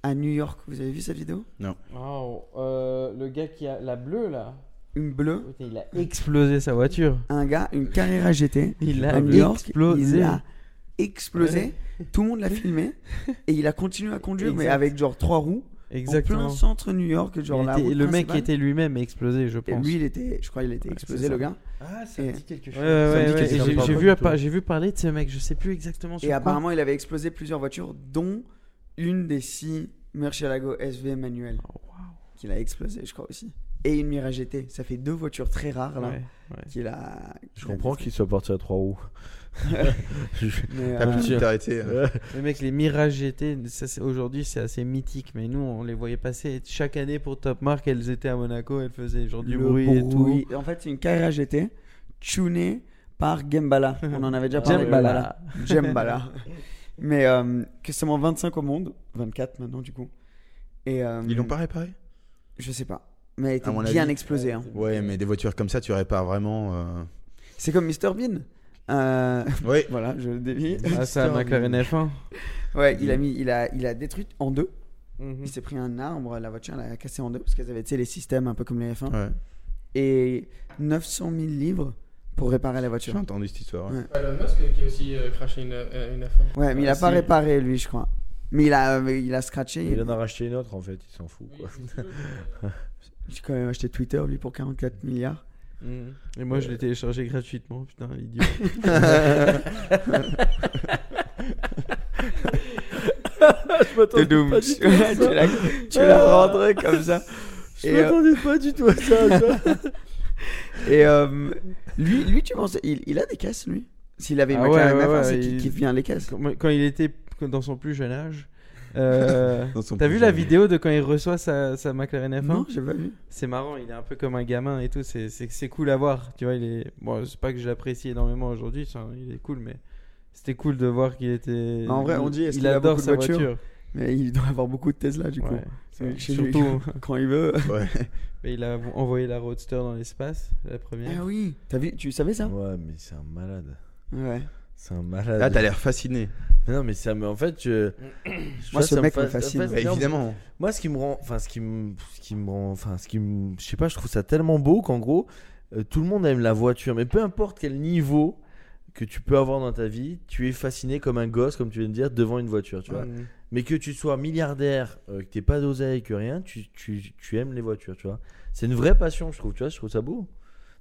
[SPEAKER 6] à New York. Vous avez vu cette vidéo
[SPEAKER 7] Wow, euh, le gars qui a la bleue là,
[SPEAKER 6] Une bleue,
[SPEAKER 7] Putain, il a explosé sa voiture.
[SPEAKER 6] un gars, une Carrera GT.
[SPEAKER 7] Il a
[SPEAKER 6] à New York,
[SPEAKER 7] explosé.
[SPEAKER 6] il a explosé. Tout le monde l'a filmé et il a continué à conduire, mais
[SPEAKER 7] Exact.
[SPEAKER 6] avec genre trois roues. En
[SPEAKER 7] Exactement.
[SPEAKER 6] plein centre New York, genre
[SPEAKER 7] Il
[SPEAKER 6] la
[SPEAKER 7] était-
[SPEAKER 6] route
[SPEAKER 7] le mec
[SPEAKER 6] principale.
[SPEAKER 7] était lui-même explosé, je
[SPEAKER 6] Et
[SPEAKER 7] pense.
[SPEAKER 6] lui, il était, je crois, il était
[SPEAKER 7] Ouais,
[SPEAKER 6] explosé,
[SPEAKER 7] c'est ça.
[SPEAKER 6] le gars.
[SPEAKER 8] Ah,
[SPEAKER 7] Ouais, ouais,
[SPEAKER 6] Et-
[SPEAKER 8] quelque Ça me dit
[SPEAKER 7] ouais,
[SPEAKER 8] quelque
[SPEAKER 7] et
[SPEAKER 8] chose,
[SPEAKER 7] j'ai-
[SPEAKER 8] ça me
[SPEAKER 7] j'ai
[SPEAKER 8] parle
[SPEAKER 7] vu,
[SPEAKER 8] pas du
[SPEAKER 7] appa-
[SPEAKER 8] tout.
[SPEAKER 7] j'ai vu parler de ce mec, je sais plus exactement sur
[SPEAKER 6] Et
[SPEAKER 7] quoi.
[SPEAKER 6] apparemment, il avait explosé plusieurs voitures, dont une des six Murcielago SV manuel
[SPEAKER 7] Oh,
[SPEAKER 6] qu'il a explosé, je crois aussi. Et une Mirage GT. Ça fait deux voitures très rares
[SPEAKER 7] wow.
[SPEAKER 6] là
[SPEAKER 7] Ouais, ouais.
[SPEAKER 6] qu'il a.
[SPEAKER 8] Je
[SPEAKER 6] qu'il a
[SPEAKER 8] comprends
[SPEAKER 6] détruites.
[SPEAKER 8] qu'il soit parti à 3 roues. Je-
[SPEAKER 6] Mais,
[SPEAKER 3] T'as
[SPEAKER 6] euh,
[SPEAKER 3] pu t'arrêter. euh,
[SPEAKER 7] Le mec, les Mirage GT, ça, c'est- aujourd'hui c'est assez mythique, mais nous on les voyait passer. Chaque année pour Top Mark, elles étaient à Monaco, elles faisaient genre du
[SPEAKER 6] le
[SPEAKER 7] bruit, et tout.
[SPEAKER 6] En fait, c'est une Carrera GT tunée par Gembala. On en avait déjà parlé.
[SPEAKER 7] Gembala.
[SPEAKER 6] Gembala. Mais euh, que seulement 25 au monde, 24 maintenant du coup. Et euh,
[SPEAKER 3] Ils l'ont pas réparé
[SPEAKER 6] Je sais pas. Mais elle était
[SPEAKER 3] À mon
[SPEAKER 6] bien
[SPEAKER 3] avis. euh,
[SPEAKER 6] explosée. hein.
[SPEAKER 3] Ouais, mais des voitures comme ça, tu répares vraiment. euh,
[SPEAKER 6] C'est comme Mr Bean. Euh,
[SPEAKER 3] Ouais,
[SPEAKER 6] voilà, je le dévie.
[SPEAKER 7] Ah, ça, McLaren F1.
[SPEAKER 6] Ouais, il a mis, il a, il a détruit en deux.
[SPEAKER 7] Mhm.
[SPEAKER 6] Il s'est pris un arbre, la voiture l'a cassé en deux parce qu'elles avaient, tu sais, les systèmes un peu comme les F1.
[SPEAKER 3] ouais.
[SPEAKER 6] Et 900 000 livres pour réparer la
[SPEAKER 3] J'ai
[SPEAKER 6] voiture.
[SPEAKER 3] entendu cette histoire. ouais.
[SPEAKER 6] Ouais.
[SPEAKER 9] Elon Musk qui a aussi euh, craché une, euh, une affaire.
[SPEAKER 6] Ouais, mais il a
[SPEAKER 9] Ah,
[SPEAKER 6] pas
[SPEAKER 9] si.
[SPEAKER 6] réparé lui, je crois. Mais il a, euh, il a scratché.
[SPEAKER 8] Il en a racheté une autre en fait, il s'en fout
[SPEAKER 9] Oui,
[SPEAKER 8] quoi.
[SPEAKER 9] si tu veux, mais-
[SPEAKER 6] J'ai quand même acheté Twitter lui pour 44 milliards.
[SPEAKER 7] Mhm. Et moi, je l'ai téléchargé gratuitement, putain, idiot.
[SPEAKER 6] je m'attendais
[SPEAKER 7] Doudoum.
[SPEAKER 6] pas du tout à ça.
[SPEAKER 7] Tu la-
[SPEAKER 6] tu la rendrais comme ça.
[SPEAKER 7] Je
[SPEAKER 6] Et, euh,
[SPEAKER 7] m'attendais pas du tout à ça. tu vois.
[SPEAKER 6] Et euh, lui, lui, tu penses, il, il a des caisses, lui S'il avait une
[SPEAKER 7] Ah ouais,
[SPEAKER 6] McLaren
[SPEAKER 7] ouais,
[SPEAKER 6] F1,
[SPEAKER 7] ouais,
[SPEAKER 6] c'est qu'il
[SPEAKER 7] il-
[SPEAKER 6] kiffe bien les caisses.
[SPEAKER 7] Quand quand il était dans son plus jeune âge. euh,
[SPEAKER 3] Dans son
[SPEAKER 7] T'as
[SPEAKER 3] plus
[SPEAKER 7] vu la
[SPEAKER 3] jeune âge.
[SPEAKER 7] vidéo de quand il reçoit sa, sa McLaren F1
[SPEAKER 6] Non, j'ai pas vu.
[SPEAKER 7] C'est marrant, il est un peu comme un gamin et tout, c'est- c'est c'est cool à voir. Tu vois, il est. Bon, c'est pas que je l'apprécie énormément aujourd'hui, ça, il est cool, mais c'était cool de voir qu'il était.
[SPEAKER 6] En vrai, on
[SPEAKER 7] il-
[SPEAKER 6] dit, est-ce
[SPEAKER 7] il
[SPEAKER 6] qu'il a
[SPEAKER 7] adore
[SPEAKER 6] beaucoup de
[SPEAKER 7] sa
[SPEAKER 6] voitures
[SPEAKER 7] voiture.
[SPEAKER 6] Mais il doit avoir beaucoup de Tesla, du coup.
[SPEAKER 7] Ouais,
[SPEAKER 6] C'est
[SPEAKER 7] ça,
[SPEAKER 6] chez lui,
[SPEAKER 7] surtout,
[SPEAKER 6] quand il veut.
[SPEAKER 3] Ouais.
[SPEAKER 7] mais il a envoyé la Roadster dans l'espace, la première.
[SPEAKER 6] Ah oui, t'as vu, tu savais ça
[SPEAKER 8] Ouais, mais c'est un malade.
[SPEAKER 6] Ouais.
[SPEAKER 8] C'est un malade.
[SPEAKER 3] Là, Ah, t'as l'air fasciné. Bah,
[SPEAKER 8] Mais non, mais ça me. En fait, je. je
[SPEAKER 6] Moi,
[SPEAKER 8] vois,
[SPEAKER 6] ce
[SPEAKER 8] ça
[SPEAKER 6] mec me
[SPEAKER 8] fa-
[SPEAKER 6] fascine.
[SPEAKER 8] en fait,
[SPEAKER 3] Bah,
[SPEAKER 8] non,
[SPEAKER 3] évidemment.
[SPEAKER 8] Moi, ce qui me rend. Enfin, ce qui me. Ce qui me rend. Enfin, ce qui me. Je sais pas, je trouve ça tellement beau qu'en gros, euh, tout le monde aime la voiture. Mais peu importe quel niveau que tu peux avoir dans ta vie, tu es fasciné comme un gosse, comme tu viens de dire, devant une voiture, tu vois.
[SPEAKER 7] Mhm.
[SPEAKER 8] Mais que tu sois milliardaire, euh, que t'aies pas d'oseille, que rien, tu, tu, tu aimes les voitures, tu vois. C'est une vraie passion, je trouve, tu vois, je trouve ça beau.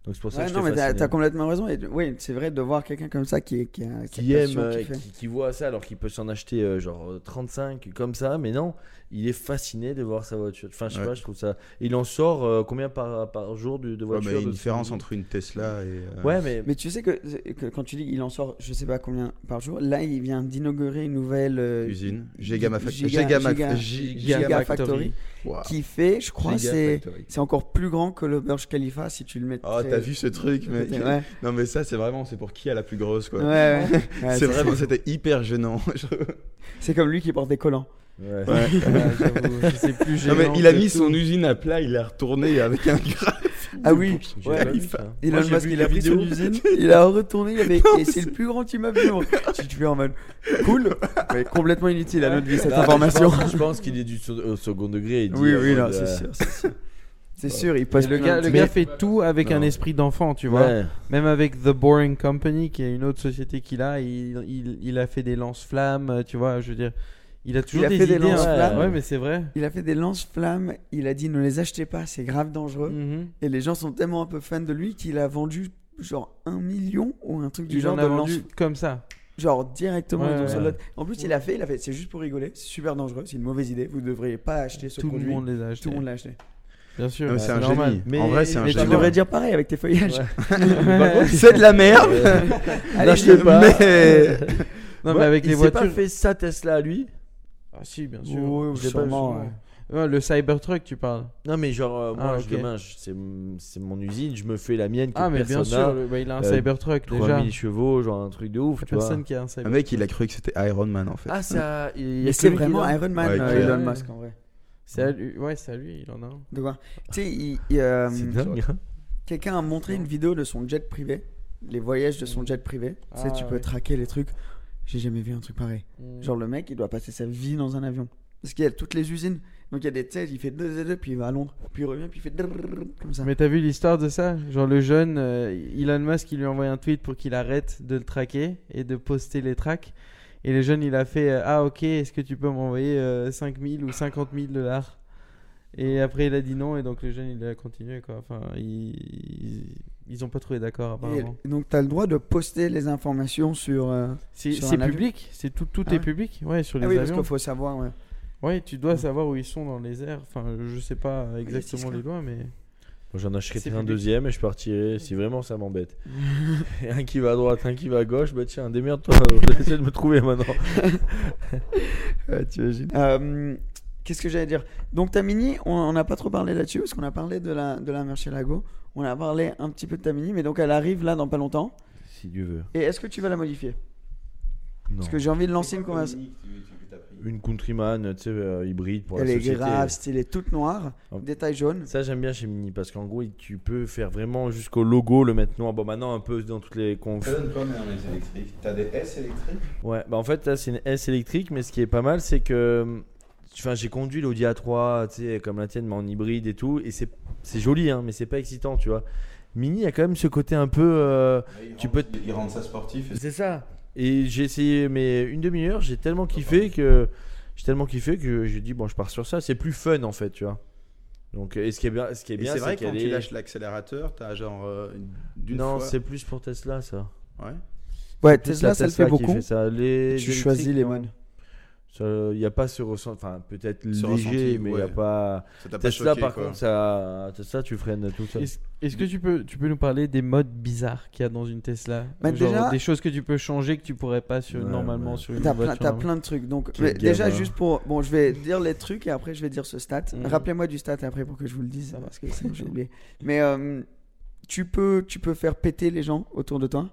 [SPEAKER 8] Donc c'est pour ça
[SPEAKER 6] Ouais,
[SPEAKER 8] que je
[SPEAKER 6] non,
[SPEAKER 8] t'ai
[SPEAKER 6] mais t'as
[SPEAKER 8] fasciné.
[SPEAKER 6] t'as complètement raison. Et, oui, c'est vrai de voir quelqu'un comme ça qui, est- qui a cette
[SPEAKER 8] qui aime,
[SPEAKER 6] passion
[SPEAKER 8] euh,
[SPEAKER 6] qu'il fait.
[SPEAKER 8] qui, qui voit ça alors qu'il peut s'en acheter euh, genre euh, 35 comme ça, mais non, il est fasciné de voir sa voiture. Enfin, je sais
[SPEAKER 3] Ouais.
[SPEAKER 8] pas, je trouve ça. Il en sort euh, combien par, par jour de, de
[SPEAKER 3] Ouais, mais
[SPEAKER 8] voiture
[SPEAKER 3] il y a
[SPEAKER 8] de-
[SPEAKER 3] une différence entre une Tesla et. euh,
[SPEAKER 8] Ouais, mais,
[SPEAKER 6] Mais tu sais que, que quand tu dis il en sort, je sais pas combien par jour, là, il vient d'inaugurer une nouvelle euh,
[SPEAKER 3] Usine. Gigama Fac-
[SPEAKER 6] Giga-
[SPEAKER 3] Gigama-
[SPEAKER 6] Giga-
[SPEAKER 3] Giga-
[SPEAKER 6] Gigafactory.
[SPEAKER 3] Waouh.
[SPEAKER 6] qui fait, je crois,
[SPEAKER 3] Giga
[SPEAKER 6] c'est
[SPEAKER 3] Factory.
[SPEAKER 6] c'est encore plus grand que le Burj Khalifa si tu le mets.
[SPEAKER 3] Oh,
[SPEAKER 6] très-
[SPEAKER 3] t'as vu ce truc, mec
[SPEAKER 6] Ouais.
[SPEAKER 3] Non, mais ça, c'est vraiment, c'est pour qui a la plus grosse,
[SPEAKER 6] Ouais,
[SPEAKER 3] quoi.
[SPEAKER 6] ouais. Ouais,
[SPEAKER 3] c'est vraiment, c'était hyper gênant. Je-
[SPEAKER 6] C'est comme lui qui porte des collants.
[SPEAKER 8] ouais.
[SPEAKER 7] Ah, j'avoue, c'est plus
[SPEAKER 3] non,
[SPEAKER 7] gênant
[SPEAKER 3] mais il a
[SPEAKER 7] que
[SPEAKER 3] mis
[SPEAKER 7] tout.
[SPEAKER 3] son usine à plat, il l'a retournée avec un gras.
[SPEAKER 6] Ah oui,
[SPEAKER 8] J'ai
[SPEAKER 6] ouais.
[SPEAKER 8] pas vu ça.
[SPEAKER 6] Elon
[SPEAKER 8] Moi, j'ai
[SPEAKER 6] Musk,
[SPEAKER 8] vu
[SPEAKER 6] il
[SPEAKER 8] la
[SPEAKER 6] a pris son
[SPEAKER 8] vidéo.
[SPEAKER 6] usine, il a retourné, il avait- et c'est le plus grand immeuble du monde. Si tu fais en mode cool, mais complètement inutile à notre vie cette
[SPEAKER 8] Non,
[SPEAKER 6] information.
[SPEAKER 8] Je pense, je pense qu'il est du so- au second degré. il dit,
[SPEAKER 6] Oui,
[SPEAKER 8] euh,
[SPEAKER 6] oui,
[SPEAKER 8] en
[SPEAKER 6] là,
[SPEAKER 8] mode,
[SPEAKER 6] c'est
[SPEAKER 8] euh,
[SPEAKER 6] sûr, c'est sûr. C'est sûr, il passe
[SPEAKER 7] Le
[SPEAKER 6] plein
[SPEAKER 7] gars,
[SPEAKER 6] de
[SPEAKER 7] le
[SPEAKER 6] trucs.
[SPEAKER 7] gars fait tout avec un
[SPEAKER 3] Non.
[SPEAKER 7] esprit d'enfant, tu vois.
[SPEAKER 8] Ouais.
[SPEAKER 7] Même avec The Boring Company, qui est une autre société qu'il a, il, il, il a fait des lance-flammes, euh, tu vois, je veux dire. Il a toujours
[SPEAKER 6] a
[SPEAKER 7] des
[SPEAKER 6] fait des
[SPEAKER 7] idées. hein.
[SPEAKER 6] lance-flammes.
[SPEAKER 7] Ouais, mais c'est vrai.
[SPEAKER 6] Il a fait des lances-flammes, il a dit ne les achetez pas, c'est grave dangereux.
[SPEAKER 7] Mhm.
[SPEAKER 6] Et les gens sont tellement un peu fans de lui qu'il a vendu genre un million ou un truc du
[SPEAKER 7] Il
[SPEAKER 6] genre
[SPEAKER 7] en
[SPEAKER 6] de
[SPEAKER 7] a
[SPEAKER 6] lance
[SPEAKER 7] vendu comme ça.
[SPEAKER 6] Genre directement
[SPEAKER 7] Ouais,
[SPEAKER 6] ils ont
[SPEAKER 7] ouais.
[SPEAKER 6] ça là- En plus, il a fait, il a fait, c'est juste pour rigoler, c'est super dangereux, c'est une mauvaise idée, vous ne devriez pas acheter ce
[SPEAKER 7] Tout le
[SPEAKER 6] produit.
[SPEAKER 7] monde les a
[SPEAKER 6] Tout
[SPEAKER 7] achetés.
[SPEAKER 6] le monde l'a acheté.
[SPEAKER 7] Bien sûr.
[SPEAKER 3] Non, mais c'est un
[SPEAKER 7] normal.
[SPEAKER 3] génie.
[SPEAKER 7] Mais-
[SPEAKER 3] en vrai, c'est un
[SPEAKER 7] mais
[SPEAKER 6] Tu
[SPEAKER 7] tu
[SPEAKER 3] génie.
[SPEAKER 7] vois.
[SPEAKER 6] devrais dire pareil avec tes feuillages.
[SPEAKER 3] C'est de la merde.
[SPEAKER 6] Allez,
[SPEAKER 8] N'achetez
[SPEAKER 6] dis-
[SPEAKER 8] pas.
[SPEAKER 3] Mais-
[SPEAKER 7] Non, mais avec
[SPEAKER 8] il
[SPEAKER 7] les
[SPEAKER 8] s'est pas
[SPEAKER 7] voitures.
[SPEAKER 8] fait sa Tesla à lui.
[SPEAKER 7] Ah, si, bien sûr.
[SPEAKER 6] Oui,
[SPEAKER 7] Je l'ai
[SPEAKER 6] sûrement,
[SPEAKER 7] pas vu.
[SPEAKER 6] ouais.
[SPEAKER 7] Ouais, le Cybertruck, tu parles.
[SPEAKER 8] Non, mais genre, euh, moi,
[SPEAKER 7] Ah,
[SPEAKER 8] je-
[SPEAKER 7] ok.
[SPEAKER 8] demain, je- c'est c'est mon usine, je me fais la mienne. Que
[SPEAKER 7] Ah, mais bien
[SPEAKER 8] personne n'a.
[SPEAKER 7] sûr, le- bah, il a un
[SPEAKER 8] Euh,
[SPEAKER 7] Cybertruck déjà.
[SPEAKER 8] 3000 chevaux, genre un truc de ouf, tu vois.
[SPEAKER 7] Personne qui a un
[SPEAKER 3] Un
[SPEAKER 7] Cybertruck.
[SPEAKER 3] mec, il a cru que c'était Iron Man en fait.
[SPEAKER 8] Ah, ça. il y a
[SPEAKER 6] Mais
[SPEAKER 8] que
[SPEAKER 6] c'est
[SPEAKER 8] lui qui
[SPEAKER 6] vraiment
[SPEAKER 8] l'a.
[SPEAKER 6] Iron Man,
[SPEAKER 3] Ouais,
[SPEAKER 6] euh,
[SPEAKER 3] clair.
[SPEAKER 6] Elon Musk en vrai.
[SPEAKER 7] C'est à lui, ouais, c'est à lui, il en a un.
[SPEAKER 6] De quoi Tu sais, il- il, euh,
[SPEAKER 8] C'est dingue. hein.
[SPEAKER 6] quelqu'un a montré une vidéo de son jet privé, les voyages de son jet privé. Tu sais,
[SPEAKER 7] Ah,
[SPEAKER 6] tu peux
[SPEAKER 7] oui.
[SPEAKER 6] traquer les trucs. J'ai jamais vu un truc pareil. Genre le mec, il doit passer sa vie dans un avion. Parce qu'il y a toutes les usines. Donc il y a des tests, il fait deux, puis il va à Londres, puis il revient, puis il fait drrrr, comme ça.
[SPEAKER 7] Mais t'as vu l'histoire de ça Genre le jeune, euh, Elon Musk, il lui a envoyé un tweet pour qu'il arrête de le traquer et de poster les tracks. Et le jeune, il a fait euh, Ah ok, est-ce que tu peux m'envoyer 5000 ou 50 000 dollars Et après, il a dit non, et donc le jeune, il a continué quoi. Enfin, ils, ils ont pas trouvé d'accord
[SPEAKER 6] Et
[SPEAKER 7] apparemment.
[SPEAKER 6] donc t'as le droit de poster les informations sur. euh,
[SPEAKER 7] C'est
[SPEAKER 6] sur
[SPEAKER 7] c'est
[SPEAKER 6] un avion.
[SPEAKER 7] public, c'est tout, tout
[SPEAKER 6] Ah
[SPEAKER 7] est
[SPEAKER 6] ouais.
[SPEAKER 7] public, ouais, sur les
[SPEAKER 6] Ah oui, parce
[SPEAKER 7] avions.
[SPEAKER 6] qu'il faut savoir. Ouais.
[SPEAKER 7] Ouais, tu dois savoir où ils sont dans les airs. Enfin, je sais pas exactement
[SPEAKER 6] ça.
[SPEAKER 7] les lois, mais.
[SPEAKER 8] Bon, J'en
[SPEAKER 7] C'est
[SPEAKER 8] achèterai un
[SPEAKER 7] public.
[SPEAKER 8] deuxième et je partirai si vraiment ça m'embête. Et un qui va à droite, un qui va à gauche. Bah tiens, démerde-toi. Essaie de me trouver maintenant.
[SPEAKER 6] Ouais, t'imagines. Euh, Qu'est-ce que j'allais dire Donc Tamini, on- on n'a pas trop parlé là-dessus parce qu'on a parlé de la, de la Lago. On a parlé un petit peu de Tamini, mais donc elle arrive là dans pas longtemps.
[SPEAKER 8] Si Dieu veut.
[SPEAKER 6] Et est-ce que tu vas la modifier
[SPEAKER 8] Non.
[SPEAKER 6] Parce que j'ai envie de lancer une conversation.
[SPEAKER 8] Une countryman, tu sais, euh, hybride pour
[SPEAKER 6] Elle
[SPEAKER 8] la
[SPEAKER 6] est
[SPEAKER 8] société. Oh.
[SPEAKER 6] grave, stylée, toute noire,
[SPEAKER 8] Hop.
[SPEAKER 6] détail jaune.
[SPEAKER 8] Ça j'aime bien chez Mini parce qu'en gros tu peux faire vraiment jusqu'au logo le mettre noir. Bon maintenant un peu dans toutes les confs.
[SPEAKER 6] Euh.
[SPEAKER 3] T'as des S électriques
[SPEAKER 8] Ouais, bah en fait, là, c'est une S électrique, mais ce qui est pas mal, c'est que. Enfin, j'ai conduit l'Audi A3, tu sais, comme la tienne, mais en hybride et tout. Et c'est c'est joli, hein, mais c'est pas excitant, tu vois. Mini a quand même ce côté un peu. euh, Tu peux-
[SPEAKER 3] Ils rendent ça sportif.
[SPEAKER 8] c'est ça. Et j'ai essayé, mais une demi-heure, j'ai tellement kiffé que. J'ai tellement kiffé que j'ai dit, bon, je pars sur ça. C'est plus fun, en fait, tu vois. Donc, euh, et ce qui est bien, ce qui est
[SPEAKER 3] Et
[SPEAKER 8] bien,
[SPEAKER 3] c'est vrai que
[SPEAKER 8] qu'elle
[SPEAKER 3] quand tu
[SPEAKER 8] est-
[SPEAKER 3] lâches l'accélérateur, t'as genre euh, une- d'une
[SPEAKER 8] Non,
[SPEAKER 3] fois.
[SPEAKER 8] c'est plus pour Tesla ça.
[SPEAKER 3] Ouais.
[SPEAKER 6] Ouais,
[SPEAKER 8] Plus
[SPEAKER 6] Tesla,
[SPEAKER 8] la
[SPEAKER 6] ça le
[SPEAKER 8] Tesla
[SPEAKER 6] fait
[SPEAKER 8] qui
[SPEAKER 6] beaucoup.
[SPEAKER 8] ça. Les
[SPEAKER 6] Tu
[SPEAKER 8] électriques,
[SPEAKER 6] choisis les
[SPEAKER 8] non.
[SPEAKER 6] bonnes.
[SPEAKER 8] Ça, Il n'y a pas ce ressenti, enfin peut-être
[SPEAKER 3] Ce
[SPEAKER 8] léger,
[SPEAKER 3] ressenti,
[SPEAKER 8] mais il n'y a
[SPEAKER 3] ouais.
[SPEAKER 8] pas.
[SPEAKER 3] Ça t'a pas
[SPEAKER 8] Tesla,
[SPEAKER 3] choqué,
[SPEAKER 8] par
[SPEAKER 3] quoi.
[SPEAKER 8] contre, ça, Tesla, tu freines tout seul.
[SPEAKER 7] Est-ce est-ce que tu peux, tu peux nous parler des modes bizarres qu'il y a dans une Tesla
[SPEAKER 6] Bah,
[SPEAKER 7] Genre
[SPEAKER 6] déjà-
[SPEAKER 7] Des choses que tu peux changer que tu pourrais pas sur,
[SPEAKER 8] Ouais,
[SPEAKER 7] normalement
[SPEAKER 8] ouais.
[SPEAKER 7] sur une
[SPEAKER 6] T'as plein,
[SPEAKER 7] voiture.
[SPEAKER 8] hein.
[SPEAKER 7] hein.
[SPEAKER 6] t'as plein de trucs. Donc,
[SPEAKER 8] Quel
[SPEAKER 6] mais déjà,
[SPEAKER 8] gamin.
[SPEAKER 6] juste pour. Bon, je vais dire les trucs et après, je vais dire ce stat.
[SPEAKER 7] Mhm.
[SPEAKER 6] Rappelez-moi du stat après pour que je vous le dise. Parce que sinon, j'ai oublié. Mais euh, tu, peux, tu peux faire péter les gens autour de toi.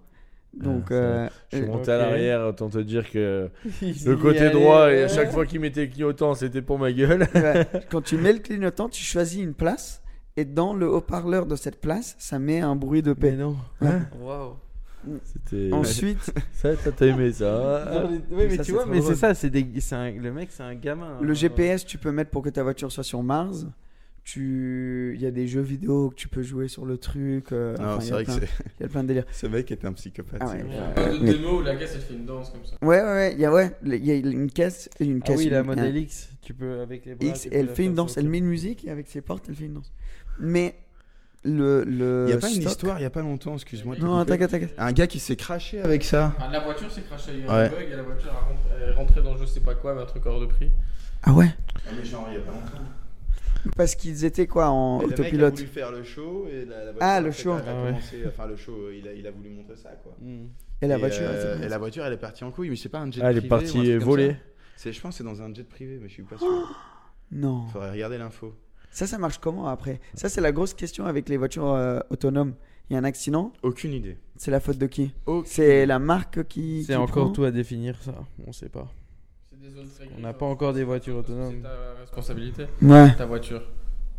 [SPEAKER 6] Donc,
[SPEAKER 8] Ah, ça,
[SPEAKER 6] euh,
[SPEAKER 8] Je suis
[SPEAKER 6] euh,
[SPEAKER 8] monté à
[SPEAKER 7] ok.
[SPEAKER 8] l'arrière, autant te dire que
[SPEAKER 7] Ils
[SPEAKER 8] le
[SPEAKER 7] y
[SPEAKER 8] côté
[SPEAKER 7] allaient,
[SPEAKER 8] droit, et à
[SPEAKER 7] ouais.
[SPEAKER 8] chaque fois qu'il mettait clignotant, c'était pour ma gueule.
[SPEAKER 6] ouais, quand tu mets le clignotant, tu choisis une place. Et dans le haut-parleur de cette place, ça met un bruit de
[SPEAKER 7] Mais
[SPEAKER 6] paix.
[SPEAKER 7] non.
[SPEAKER 9] Waouh.
[SPEAKER 8] C'était.
[SPEAKER 6] Ensuite,
[SPEAKER 8] Ça, ça, t'as aimé ça. hein
[SPEAKER 7] Euh, Oui,
[SPEAKER 6] mais
[SPEAKER 7] mais
[SPEAKER 6] ça,
[SPEAKER 7] tu
[SPEAKER 6] c'est
[SPEAKER 7] vois,
[SPEAKER 6] trop
[SPEAKER 7] mais c'est
[SPEAKER 6] drôle.
[SPEAKER 7] ça, c'est des- c'est un- le mec, c'est un gamin. hein.
[SPEAKER 6] le GPS, tu peux mettre pour que ta voiture soit sur Mars. Tu... Il y a des jeux vidéo que tu peux jouer sur le truc. euh,
[SPEAKER 3] Non,
[SPEAKER 6] enfin, il y
[SPEAKER 3] c'est
[SPEAKER 6] a
[SPEAKER 3] vrai que
[SPEAKER 6] plein-
[SPEAKER 3] c'est-
[SPEAKER 6] il y a plein de délires.
[SPEAKER 3] ce mec était un psychopathe.
[SPEAKER 6] Ah
[SPEAKER 3] c'est
[SPEAKER 6] ouais,
[SPEAKER 3] vrai.
[SPEAKER 6] euh,
[SPEAKER 9] Une
[SPEAKER 6] mais-
[SPEAKER 9] démo où la caisse elle fait une danse comme ça.
[SPEAKER 6] Ouais, ouais, ouais, il y a, ouais, il y a une caisse, une
[SPEAKER 7] Ah
[SPEAKER 6] caisse.
[SPEAKER 7] oui, la
[SPEAKER 6] une-
[SPEAKER 7] modèle
[SPEAKER 6] un-
[SPEAKER 7] X, tu peux avec les bras.
[SPEAKER 6] X,
[SPEAKER 7] tu peux
[SPEAKER 6] elle
[SPEAKER 7] la
[SPEAKER 6] fait une
[SPEAKER 7] faire
[SPEAKER 6] danse, elle
[SPEAKER 7] sauter.
[SPEAKER 6] met une musique et avec ses portes, elle fait une danse. Mais le. le
[SPEAKER 3] Il y a pas une
[SPEAKER 6] stock-
[SPEAKER 3] histoire, il y a pas longtemps, excuse-moi. de te
[SPEAKER 6] Euh, Non,
[SPEAKER 3] couper.
[SPEAKER 6] t'inquiète, t'inquiète.
[SPEAKER 3] Un gars qui s'est craché avec ça.
[SPEAKER 9] Ah, la voiture s'est crashée, il y a eu
[SPEAKER 3] Ouais.
[SPEAKER 9] un bug et la voiture a rentré- est rentrée dans je sais pas quoi, mais un truc hors de prix.
[SPEAKER 6] Ah ouais
[SPEAKER 3] mais genre, il y a pas longtemps.
[SPEAKER 6] Parce qu'ils étaient quoi en
[SPEAKER 3] Le mec a
[SPEAKER 6] autopilote
[SPEAKER 3] voulu faire le show et la, la voiture
[SPEAKER 6] Ah,
[SPEAKER 3] a
[SPEAKER 6] le
[SPEAKER 3] fait-
[SPEAKER 6] show.
[SPEAKER 3] a- a
[SPEAKER 7] Ah ouais.
[SPEAKER 3] commencé- Enfin, le show, il a, il a voulu montrer ça, quoi.
[SPEAKER 7] Mm.
[SPEAKER 6] Et la
[SPEAKER 3] Et,
[SPEAKER 6] voiture. elle
[SPEAKER 3] euh,
[SPEAKER 6] s'est-
[SPEAKER 3] et la voiture, elle est partie en couille, mais je sais pas, un jet
[SPEAKER 8] Ah, elle
[SPEAKER 3] privé.
[SPEAKER 8] est
[SPEAKER 3] ou un truc
[SPEAKER 8] partie
[SPEAKER 3] comme ça.
[SPEAKER 8] voler.
[SPEAKER 3] C'est, je pense, que c'est dans un jet privé, mais je suis pas sûr.
[SPEAKER 6] Non.
[SPEAKER 3] Faudrait regarder l'info.
[SPEAKER 6] Ça, ça marche comment après Ça, c'est la grosse question avec les voitures euh, autonomes. Il y a un accident,
[SPEAKER 3] Aucune idée.
[SPEAKER 6] c'est la faute de qui
[SPEAKER 3] Aucune
[SPEAKER 6] C'est la marque qui.
[SPEAKER 7] C'est
[SPEAKER 6] qui
[SPEAKER 7] encore
[SPEAKER 6] prend
[SPEAKER 7] tout à définir, ça. On sait pas.
[SPEAKER 9] C'est des zones très
[SPEAKER 7] On
[SPEAKER 9] grises,
[SPEAKER 7] n'a
[SPEAKER 9] hein,
[SPEAKER 7] pas encore des voitures
[SPEAKER 9] parce que
[SPEAKER 7] autonomes.
[SPEAKER 9] C'est ta responsabilité,
[SPEAKER 6] Ouais,
[SPEAKER 9] ta voiture.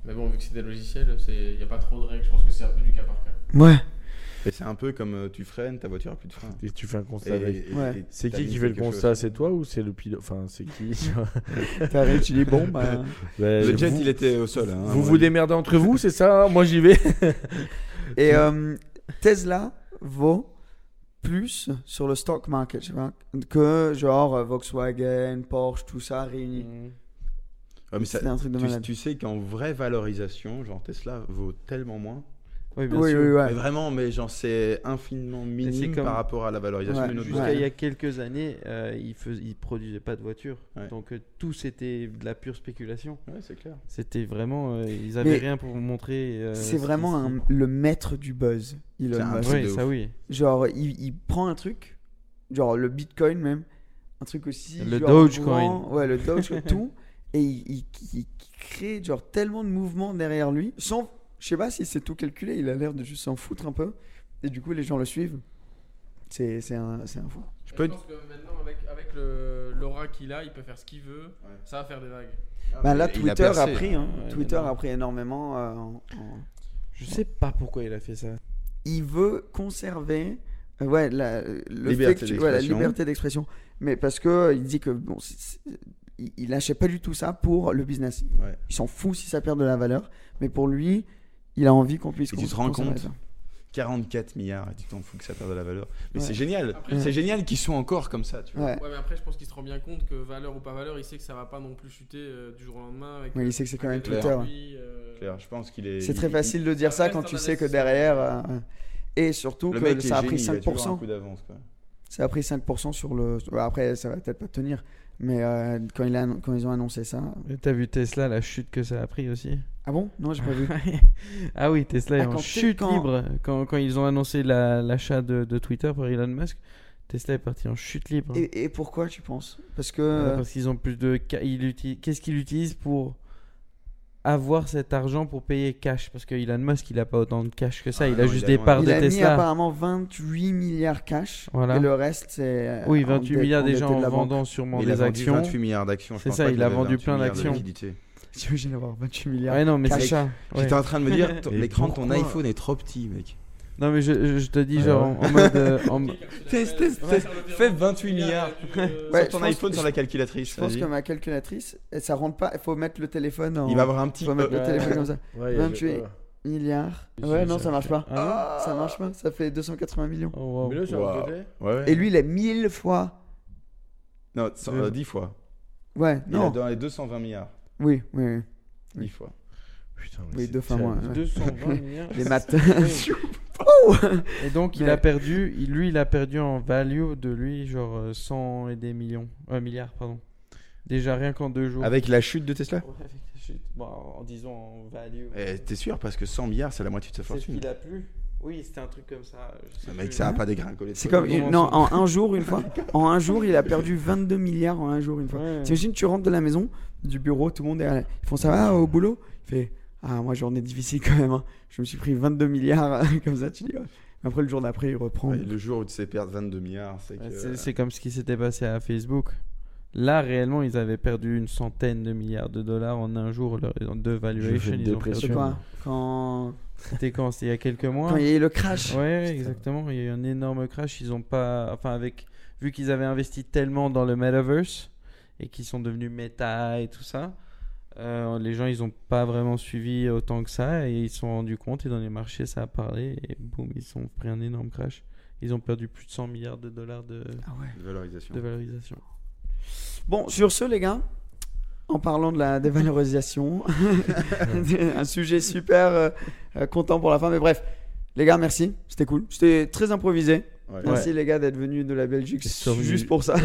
[SPEAKER 9] Mais bon, vu que c'est des logiciels, il n'y a pas trop de règles, je pense que c'est un peu du cas par cas.
[SPEAKER 6] ouais.
[SPEAKER 3] Et c'est un peu comme euh, tu freines, ta voiture a plus de frein.
[SPEAKER 8] Et tu fais un constat
[SPEAKER 3] Et-
[SPEAKER 8] avec.
[SPEAKER 3] et-
[SPEAKER 6] Ouais.
[SPEAKER 3] et
[SPEAKER 8] C'est qui
[SPEAKER 3] t'amuses
[SPEAKER 8] qui fait le
[SPEAKER 3] quelque chose.
[SPEAKER 8] constat C'est toi ou c'est le pilote Enfin, c'est qui
[SPEAKER 6] T'arrives, tu dis bon, bah.
[SPEAKER 8] Ouais,
[SPEAKER 3] Le jet,
[SPEAKER 8] vous-
[SPEAKER 3] il était au sol. hein, à
[SPEAKER 8] Vous
[SPEAKER 3] mon
[SPEAKER 8] vous
[SPEAKER 3] avis.
[SPEAKER 8] démerdez entre vous, c'est ça hein Moi j'y vais.
[SPEAKER 6] Et euh, Tesla vaut plus sur le stock market je sais pas, que genre euh, Volkswagen, Porsche, tout ça
[SPEAKER 7] Hmm.
[SPEAKER 6] réuni.
[SPEAKER 3] Ouais, Ah, mais ça-
[SPEAKER 6] C'est un truc de
[SPEAKER 3] tu,
[SPEAKER 6] malade.
[SPEAKER 3] tu sais qu'en vraie valorisation, genre Tesla vaut tellement moins.
[SPEAKER 7] Oui, bien
[SPEAKER 6] Oui,
[SPEAKER 7] sûr.
[SPEAKER 6] oui,
[SPEAKER 3] Mais
[SPEAKER 6] ouais.
[SPEAKER 3] vraiment, mais genre c'est infiniment minime
[SPEAKER 7] comme-
[SPEAKER 3] par rapport à la valorisation
[SPEAKER 6] Ouais.
[SPEAKER 3] d'une autre
[SPEAKER 7] Jusqu'à
[SPEAKER 3] voiture.
[SPEAKER 7] il y a quelques années, euh, ils fais- ils produisaient pas de voitures.
[SPEAKER 3] Ouais.
[SPEAKER 7] Donc euh, tout c'était de la pure spéculation.
[SPEAKER 3] Ouais, c'est clair.
[SPEAKER 7] C'était vraiment, euh, ils avaient
[SPEAKER 6] Mais
[SPEAKER 7] rien pour vous montrer. euh,
[SPEAKER 6] C'est
[SPEAKER 7] ce
[SPEAKER 6] vraiment
[SPEAKER 7] qu'ils-
[SPEAKER 6] un- le maître du buzz,
[SPEAKER 3] Ah bah C'est
[SPEAKER 6] Elon
[SPEAKER 3] un
[SPEAKER 6] Musk.
[SPEAKER 3] truc
[SPEAKER 7] Oui,
[SPEAKER 3] de
[SPEAKER 7] ça
[SPEAKER 3] ouf.
[SPEAKER 7] oui.
[SPEAKER 6] Genre, il, il prend un truc, genre le Bitcoin même, un truc aussi.
[SPEAKER 7] Le
[SPEAKER 6] genre
[SPEAKER 7] Dogecoin.
[SPEAKER 6] grand, Ouais, le Dogecoin, tout. Et il, il- il crée genre tellement de mouvements derrière lui. Sans, je sais pas si c'est tout calculé, il a l'air de juste s'en foutre un peu. Et du coup, les gens le suivent. C'est c'est un, c'est un fou.
[SPEAKER 3] Je
[SPEAKER 9] Et
[SPEAKER 3] peux.
[SPEAKER 9] Je pense que maintenant, avec, avec le- l'aura qu'il a, il peut faire ce qu'il veut, ça va faire des vagues.
[SPEAKER 6] Bah, là,
[SPEAKER 3] Ah, Il a
[SPEAKER 6] Twitter a,
[SPEAKER 3] percé.
[SPEAKER 6] pris. hein.
[SPEAKER 7] Ouais,
[SPEAKER 6] Twitter
[SPEAKER 7] mais non.
[SPEAKER 6] a pris énormément. euh, en- en-
[SPEAKER 7] Je sais pas pourquoi il a fait ça.
[SPEAKER 6] il veut conserver euh, ouais, la, le
[SPEAKER 3] Liberté
[SPEAKER 6] fait que tu- ouais, la
[SPEAKER 3] d'expression.
[SPEAKER 6] liberté d'expression. Mais parce que euh, il dit que bon, c'est- c'est- il- il n'achète pas du tout ça pour le business.
[SPEAKER 3] Ouais.
[SPEAKER 6] Il s'en fout si ça perd de la valeur, mais pour lui, il a envie qu'on puisse.
[SPEAKER 3] Et tu te
[SPEAKER 6] cons-
[SPEAKER 3] rends
[SPEAKER 6] conserver
[SPEAKER 3] compte
[SPEAKER 6] ça.
[SPEAKER 3] 44 milliards, et tu t'en fous que ça perde de la valeur. Mais
[SPEAKER 6] Ouais.
[SPEAKER 3] c'est génial,
[SPEAKER 9] Après,
[SPEAKER 3] c'est génial qu'ils soient encore comme ça, tu vois.
[SPEAKER 6] Ouais.
[SPEAKER 9] Ouais, mais après, je pense qu'il se rend bien compte que valeur ou pas valeur, il sait que ça va pas non plus chuter euh, du jour au lendemain. Avec,
[SPEAKER 6] Ouais, il sait que c'est quand même
[SPEAKER 9] avec
[SPEAKER 6] Twitter.
[SPEAKER 9] lui, euh,
[SPEAKER 3] Claire, je pense qu'il est.
[SPEAKER 6] C'est très
[SPEAKER 3] il-
[SPEAKER 6] facile de dire ça
[SPEAKER 9] Après,
[SPEAKER 6] quand
[SPEAKER 9] c'est
[SPEAKER 6] tu
[SPEAKER 9] un
[SPEAKER 6] sais que
[SPEAKER 9] investisseur.
[SPEAKER 6] derrière. euh, et surtout
[SPEAKER 3] il- Le
[SPEAKER 6] que
[SPEAKER 3] mec est
[SPEAKER 6] euh, ça a
[SPEAKER 3] génie,
[SPEAKER 6] pris
[SPEAKER 3] il a toujours un
[SPEAKER 6] 5%.
[SPEAKER 3] coup d'avance, quoi.
[SPEAKER 6] Ça a pris 5% sur le. ouais, Après, ça va peut-être pas tenir. Mais euh, quand, il a, quand ils ont annoncé ça.
[SPEAKER 7] Mais T'as vu Tesla, la chute que ça a pris aussi.
[SPEAKER 6] Ah bon Non, j'ai pas vu.
[SPEAKER 7] ah oui, Tesla
[SPEAKER 6] Ah,
[SPEAKER 7] est
[SPEAKER 6] quand
[SPEAKER 7] en
[SPEAKER 6] t'es-
[SPEAKER 7] chute
[SPEAKER 6] quand-
[SPEAKER 7] libre. Quand, quand ils ont annoncé la- l'achat de, de Twitter par Elon Musk, Tesla est parti en chute libre.
[SPEAKER 6] Et, et pourquoi tu penses Parce que.
[SPEAKER 3] Euh,
[SPEAKER 7] Voilà, Parce qu'ils ont plus de. ca- ils uti- Qu'est-ce qu'ils utilisent pour avoir cet argent pour payer cash Parce que Elon Musk, il a pas autant de cash que ça.
[SPEAKER 3] Ah
[SPEAKER 7] il
[SPEAKER 3] non,
[SPEAKER 7] a
[SPEAKER 3] il
[SPEAKER 7] juste
[SPEAKER 3] a
[SPEAKER 7] des
[SPEAKER 3] moins.
[SPEAKER 7] parts
[SPEAKER 6] Il
[SPEAKER 7] de
[SPEAKER 6] a mis
[SPEAKER 7] Tesla.
[SPEAKER 6] apparemment 28 milliards cash.
[SPEAKER 7] Voilà.
[SPEAKER 6] Et le reste, c'est. euh,
[SPEAKER 7] Oui,
[SPEAKER 6] en
[SPEAKER 3] Ah,
[SPEAKER 7] 28
[SPEAKER 6] dette-
[SPEAKER 7] milliards déjà
[SPEAKER 6] endetté
[SPEAKER 7] en
[SPEAKER 6] de la banque.
[SPEAKER 7] vendant sûrement
[SPEAKER 3] Il a
[SPEAKER 7] des
[SPEAKER 3] vendu
[SPEAKER 7] actions.
[SPEAKER 3] 28 milliards d'actions. je
[SPEAKER 7] C'est
[SPEAKER 3] pense
[SPEAKER 7] ça,
[SPEAKER 3] pas
[SPEAKER 7] il
[SPEAKER 3] qu'il
[SPEAKER 7] a
[SPEAKER 3] avait
[SPEAKER 7] vendu
[SPEAKER 3] 28
[SPEAKER 7] plein
[SPEAKER 3] milliards de
[SPEAKER 7] d'actions.
[SPEAKER 3] liquidités.
[SPEAKER 6] Tu imagines d'avoir 28 milliards.
[SPEAKER 7] Ouais, non, mais
[SPEAKER 6] cash.
[SPEAKER 7] c'est ça. ouais.
[SPEAKER 3] J'étais en train de me dire, ton-
[SPEAKER 8] Mais
[SPEAKER 3] l'écran de ton
[SPEAKER 8] pourquoi
[SPEAKER 3] iPhone est trop petit, mec.
[SPEAKER 7] Non, mais je, je- je te dis,
[SPEAKER 8] Ouais,
[SPEAKER 7] genre, en mode. euh, en-
[SPEAKER 3] Teste, teste, teste. Fais 28 milliards.
[SPEAKER 6] Ouais,
[SPEAKER 3] Sors ton
[SPEAKER 6] je pense-
[SPEAKER 3] iPhone sur la calculatrice.
[SPEAKER 6] Je pense
[SPEAKER 3] vas-y.
[SPEAKER 6] que ma calculatrice, et ça rentre pas. Il faut mettre le téléphone en.
[SPEAKER 3] Il va avoir un petit.
[SPEAKER 6] faut mettre le
[SPEAKER 8] Ouais.
[SPEAKER 6] téléphone comme ça.
[SPEAKER 8] Ouais,
[SPEAKER 6] 28. Milliards.
[SPEAKER 8] Je
[SPEAKER 6] Ouais,
[SPEAKER 8] sais,
[SPEAKER 6] non,
[SPEAKER 8] ça-
[SPEAKER 6] ça marche pas.
[SPEAKER 7] Ah
[SPEAKER 6] ça marche pas. Ça fait 280 millions.
[SPEAKER 7] oh, wow.
[SPEAKER 8] Mais là, sur
[SPEAKER 3] Ah Wow.
[SPEAKER 8] le côté.
[SPEAKER 3] Ouais, ouais.
[SPEAKER 6] Et lui, il est 1000 fois.
[SPEAKER 3] Non, cent- euh, 10 fois.
[SPEAKER 6] Ouais,
[SPEAKER 3] Il est
[SPEAKER 6] non.
[SPEAKER 3] dans les 220 milliards.
[SPEAKER 6] Oui, oui, oui.
[SPEAKER 3] 10 fois.
[SPEAKER 11] Putain,
[SPEAKER 6] Oui, deux fois moins. ouais.
[SPEAKER 7] 220 milliards.
[SPEAKER 6] Les maths.
[SPEAKER 7] Oui.
[SPEAKER 6] Oh
[SPEAKER 7] Et donc il
[SPEAKER 6] Mais-
[SPEAKER 7] a perdu, il- lui il a perdu en value de lui genre euh, 100 et des millions, euh, milliards pardon. Déjà rien qu'en deux jours.
[SPEAKER 3] Avec la chute de Tesla
[SPEAKER 7] Ouais, avec la chute. Bon, en disant en value.
[SPEAKER 3] Eh, T'es sûr Parce que 100 milliards, c'est la moitié de sa
[SPEAKER 7] C'est ce
[SPEAKER 3] fortune.
[SPEAKER 7] qu'il a plu. Oui, c'était un truc comme ça. je sais
[SPEAKER 3] Le Ah, mec,
[SPEAKER 7] plus.
[SPEAKER 3] ça a pas dégringolé. de
[SPEAKER 6] C'est
[SPEAKER 3] folie.
[SPEAKER 6] comme une- non en un jour une fois. En un jour, il a perdu 22 milliards en un jour une fois.
[SPEAKER 7] Ouais.
[SPEAKER 6] T'imagines, tu rentres de la maison, du bureau, tout le monde est à la- ils font ça va au boulot. Il fait ah moi journée difficile quand même. hein. Je me suis pris 22 milliards comme ça. Tu dis ouais. Mais après le jour d'après, il reprend.
[SPEAKER 3] Ouais, le jour où tu sais perdre 22 milliards, c'est que.
[SPEAKER 7] Ouais, c'est- C'est comme ce qui s'était passé à Facebook. Là réellement ils avaient perdu une centaine de milliards de dollars en un jour leur- de valuation. Ils ont
[SPEAKER 6] C'est
[SPEAKER 7] perdu.
[SPEAKER 6] quoi quand
[SPEAKER 7] C'était quand C'était il y a quelques mois.
[SPEAKER 6] quand il y a eu le crash.
[SPEAKER 7] Ouais, ouais, exactement. Il y a eu un énorme crash. Ils ont pas, enfin avec, vu qu'ils avaient investi tellement dans le metaverse et qu'ils sont devenus Meta et tout ça, euh, les gens ils ont pas vraiment suivi autant que ça et ils se sont rendus compte et dans les marchés ça a parlé et boum ils ont pris un énorme crash. Ils ont perdu plus de 100 milliards de dollars de,
[SPEAKER 6] Ah ouais.
[SPEAKER 3] de euh, Valorisation.
[SPEAKER 7] de valorisation.
[SPEAKER 6] Bon, sur ce, les gars, en parlant de la dévalorisation, un sujet super euh, euh, content pour la fin, mais bref. Les gars, merci, c'était cool. C'était très improvisé.
[SPEAKER 3] Ouais.
[SPEAKER 6] Merci les gars d'être venus de la Belgique
[SPEAKER 7] survenu.
[SPEAKER 6] juste pour ça.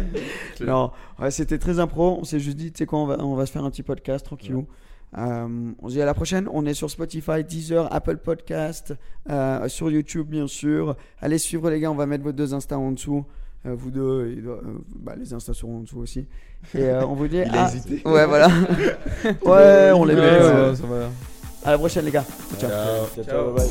[SPEAKER 6] non, ouais, c'était très impro. On s'est juste dit, tu sais quoi, on va, on va se faire un petit podcast tranquillou. Euh, on se dit à la prochaine. On est sur Spotify, Deezer, Apple Podcast, euh, sur YouTube bien sûr. Allez suivre les gars, on va mettre vos deux Insta en dessous. Euh, vous deux, il doit- euh, bah, les Insta seront en dessous aussi. Et euh, on vous dit.
[SPEAKER 3] Il a
[SPEAKER 6] à-
[SPEAKER 3] hésité.
[SPEAKER 6] Ouais, voilà. ouais, on les met.
[SPEAKER 7] Ouais,
[SPEAKER 6] ouais.
[SPEAKER 7] ouais, ça va.
[SPEAKER 6] À la prochaine, les gars. Ciao.
[SPEAKER 8] Euh, Ciao, bye bye.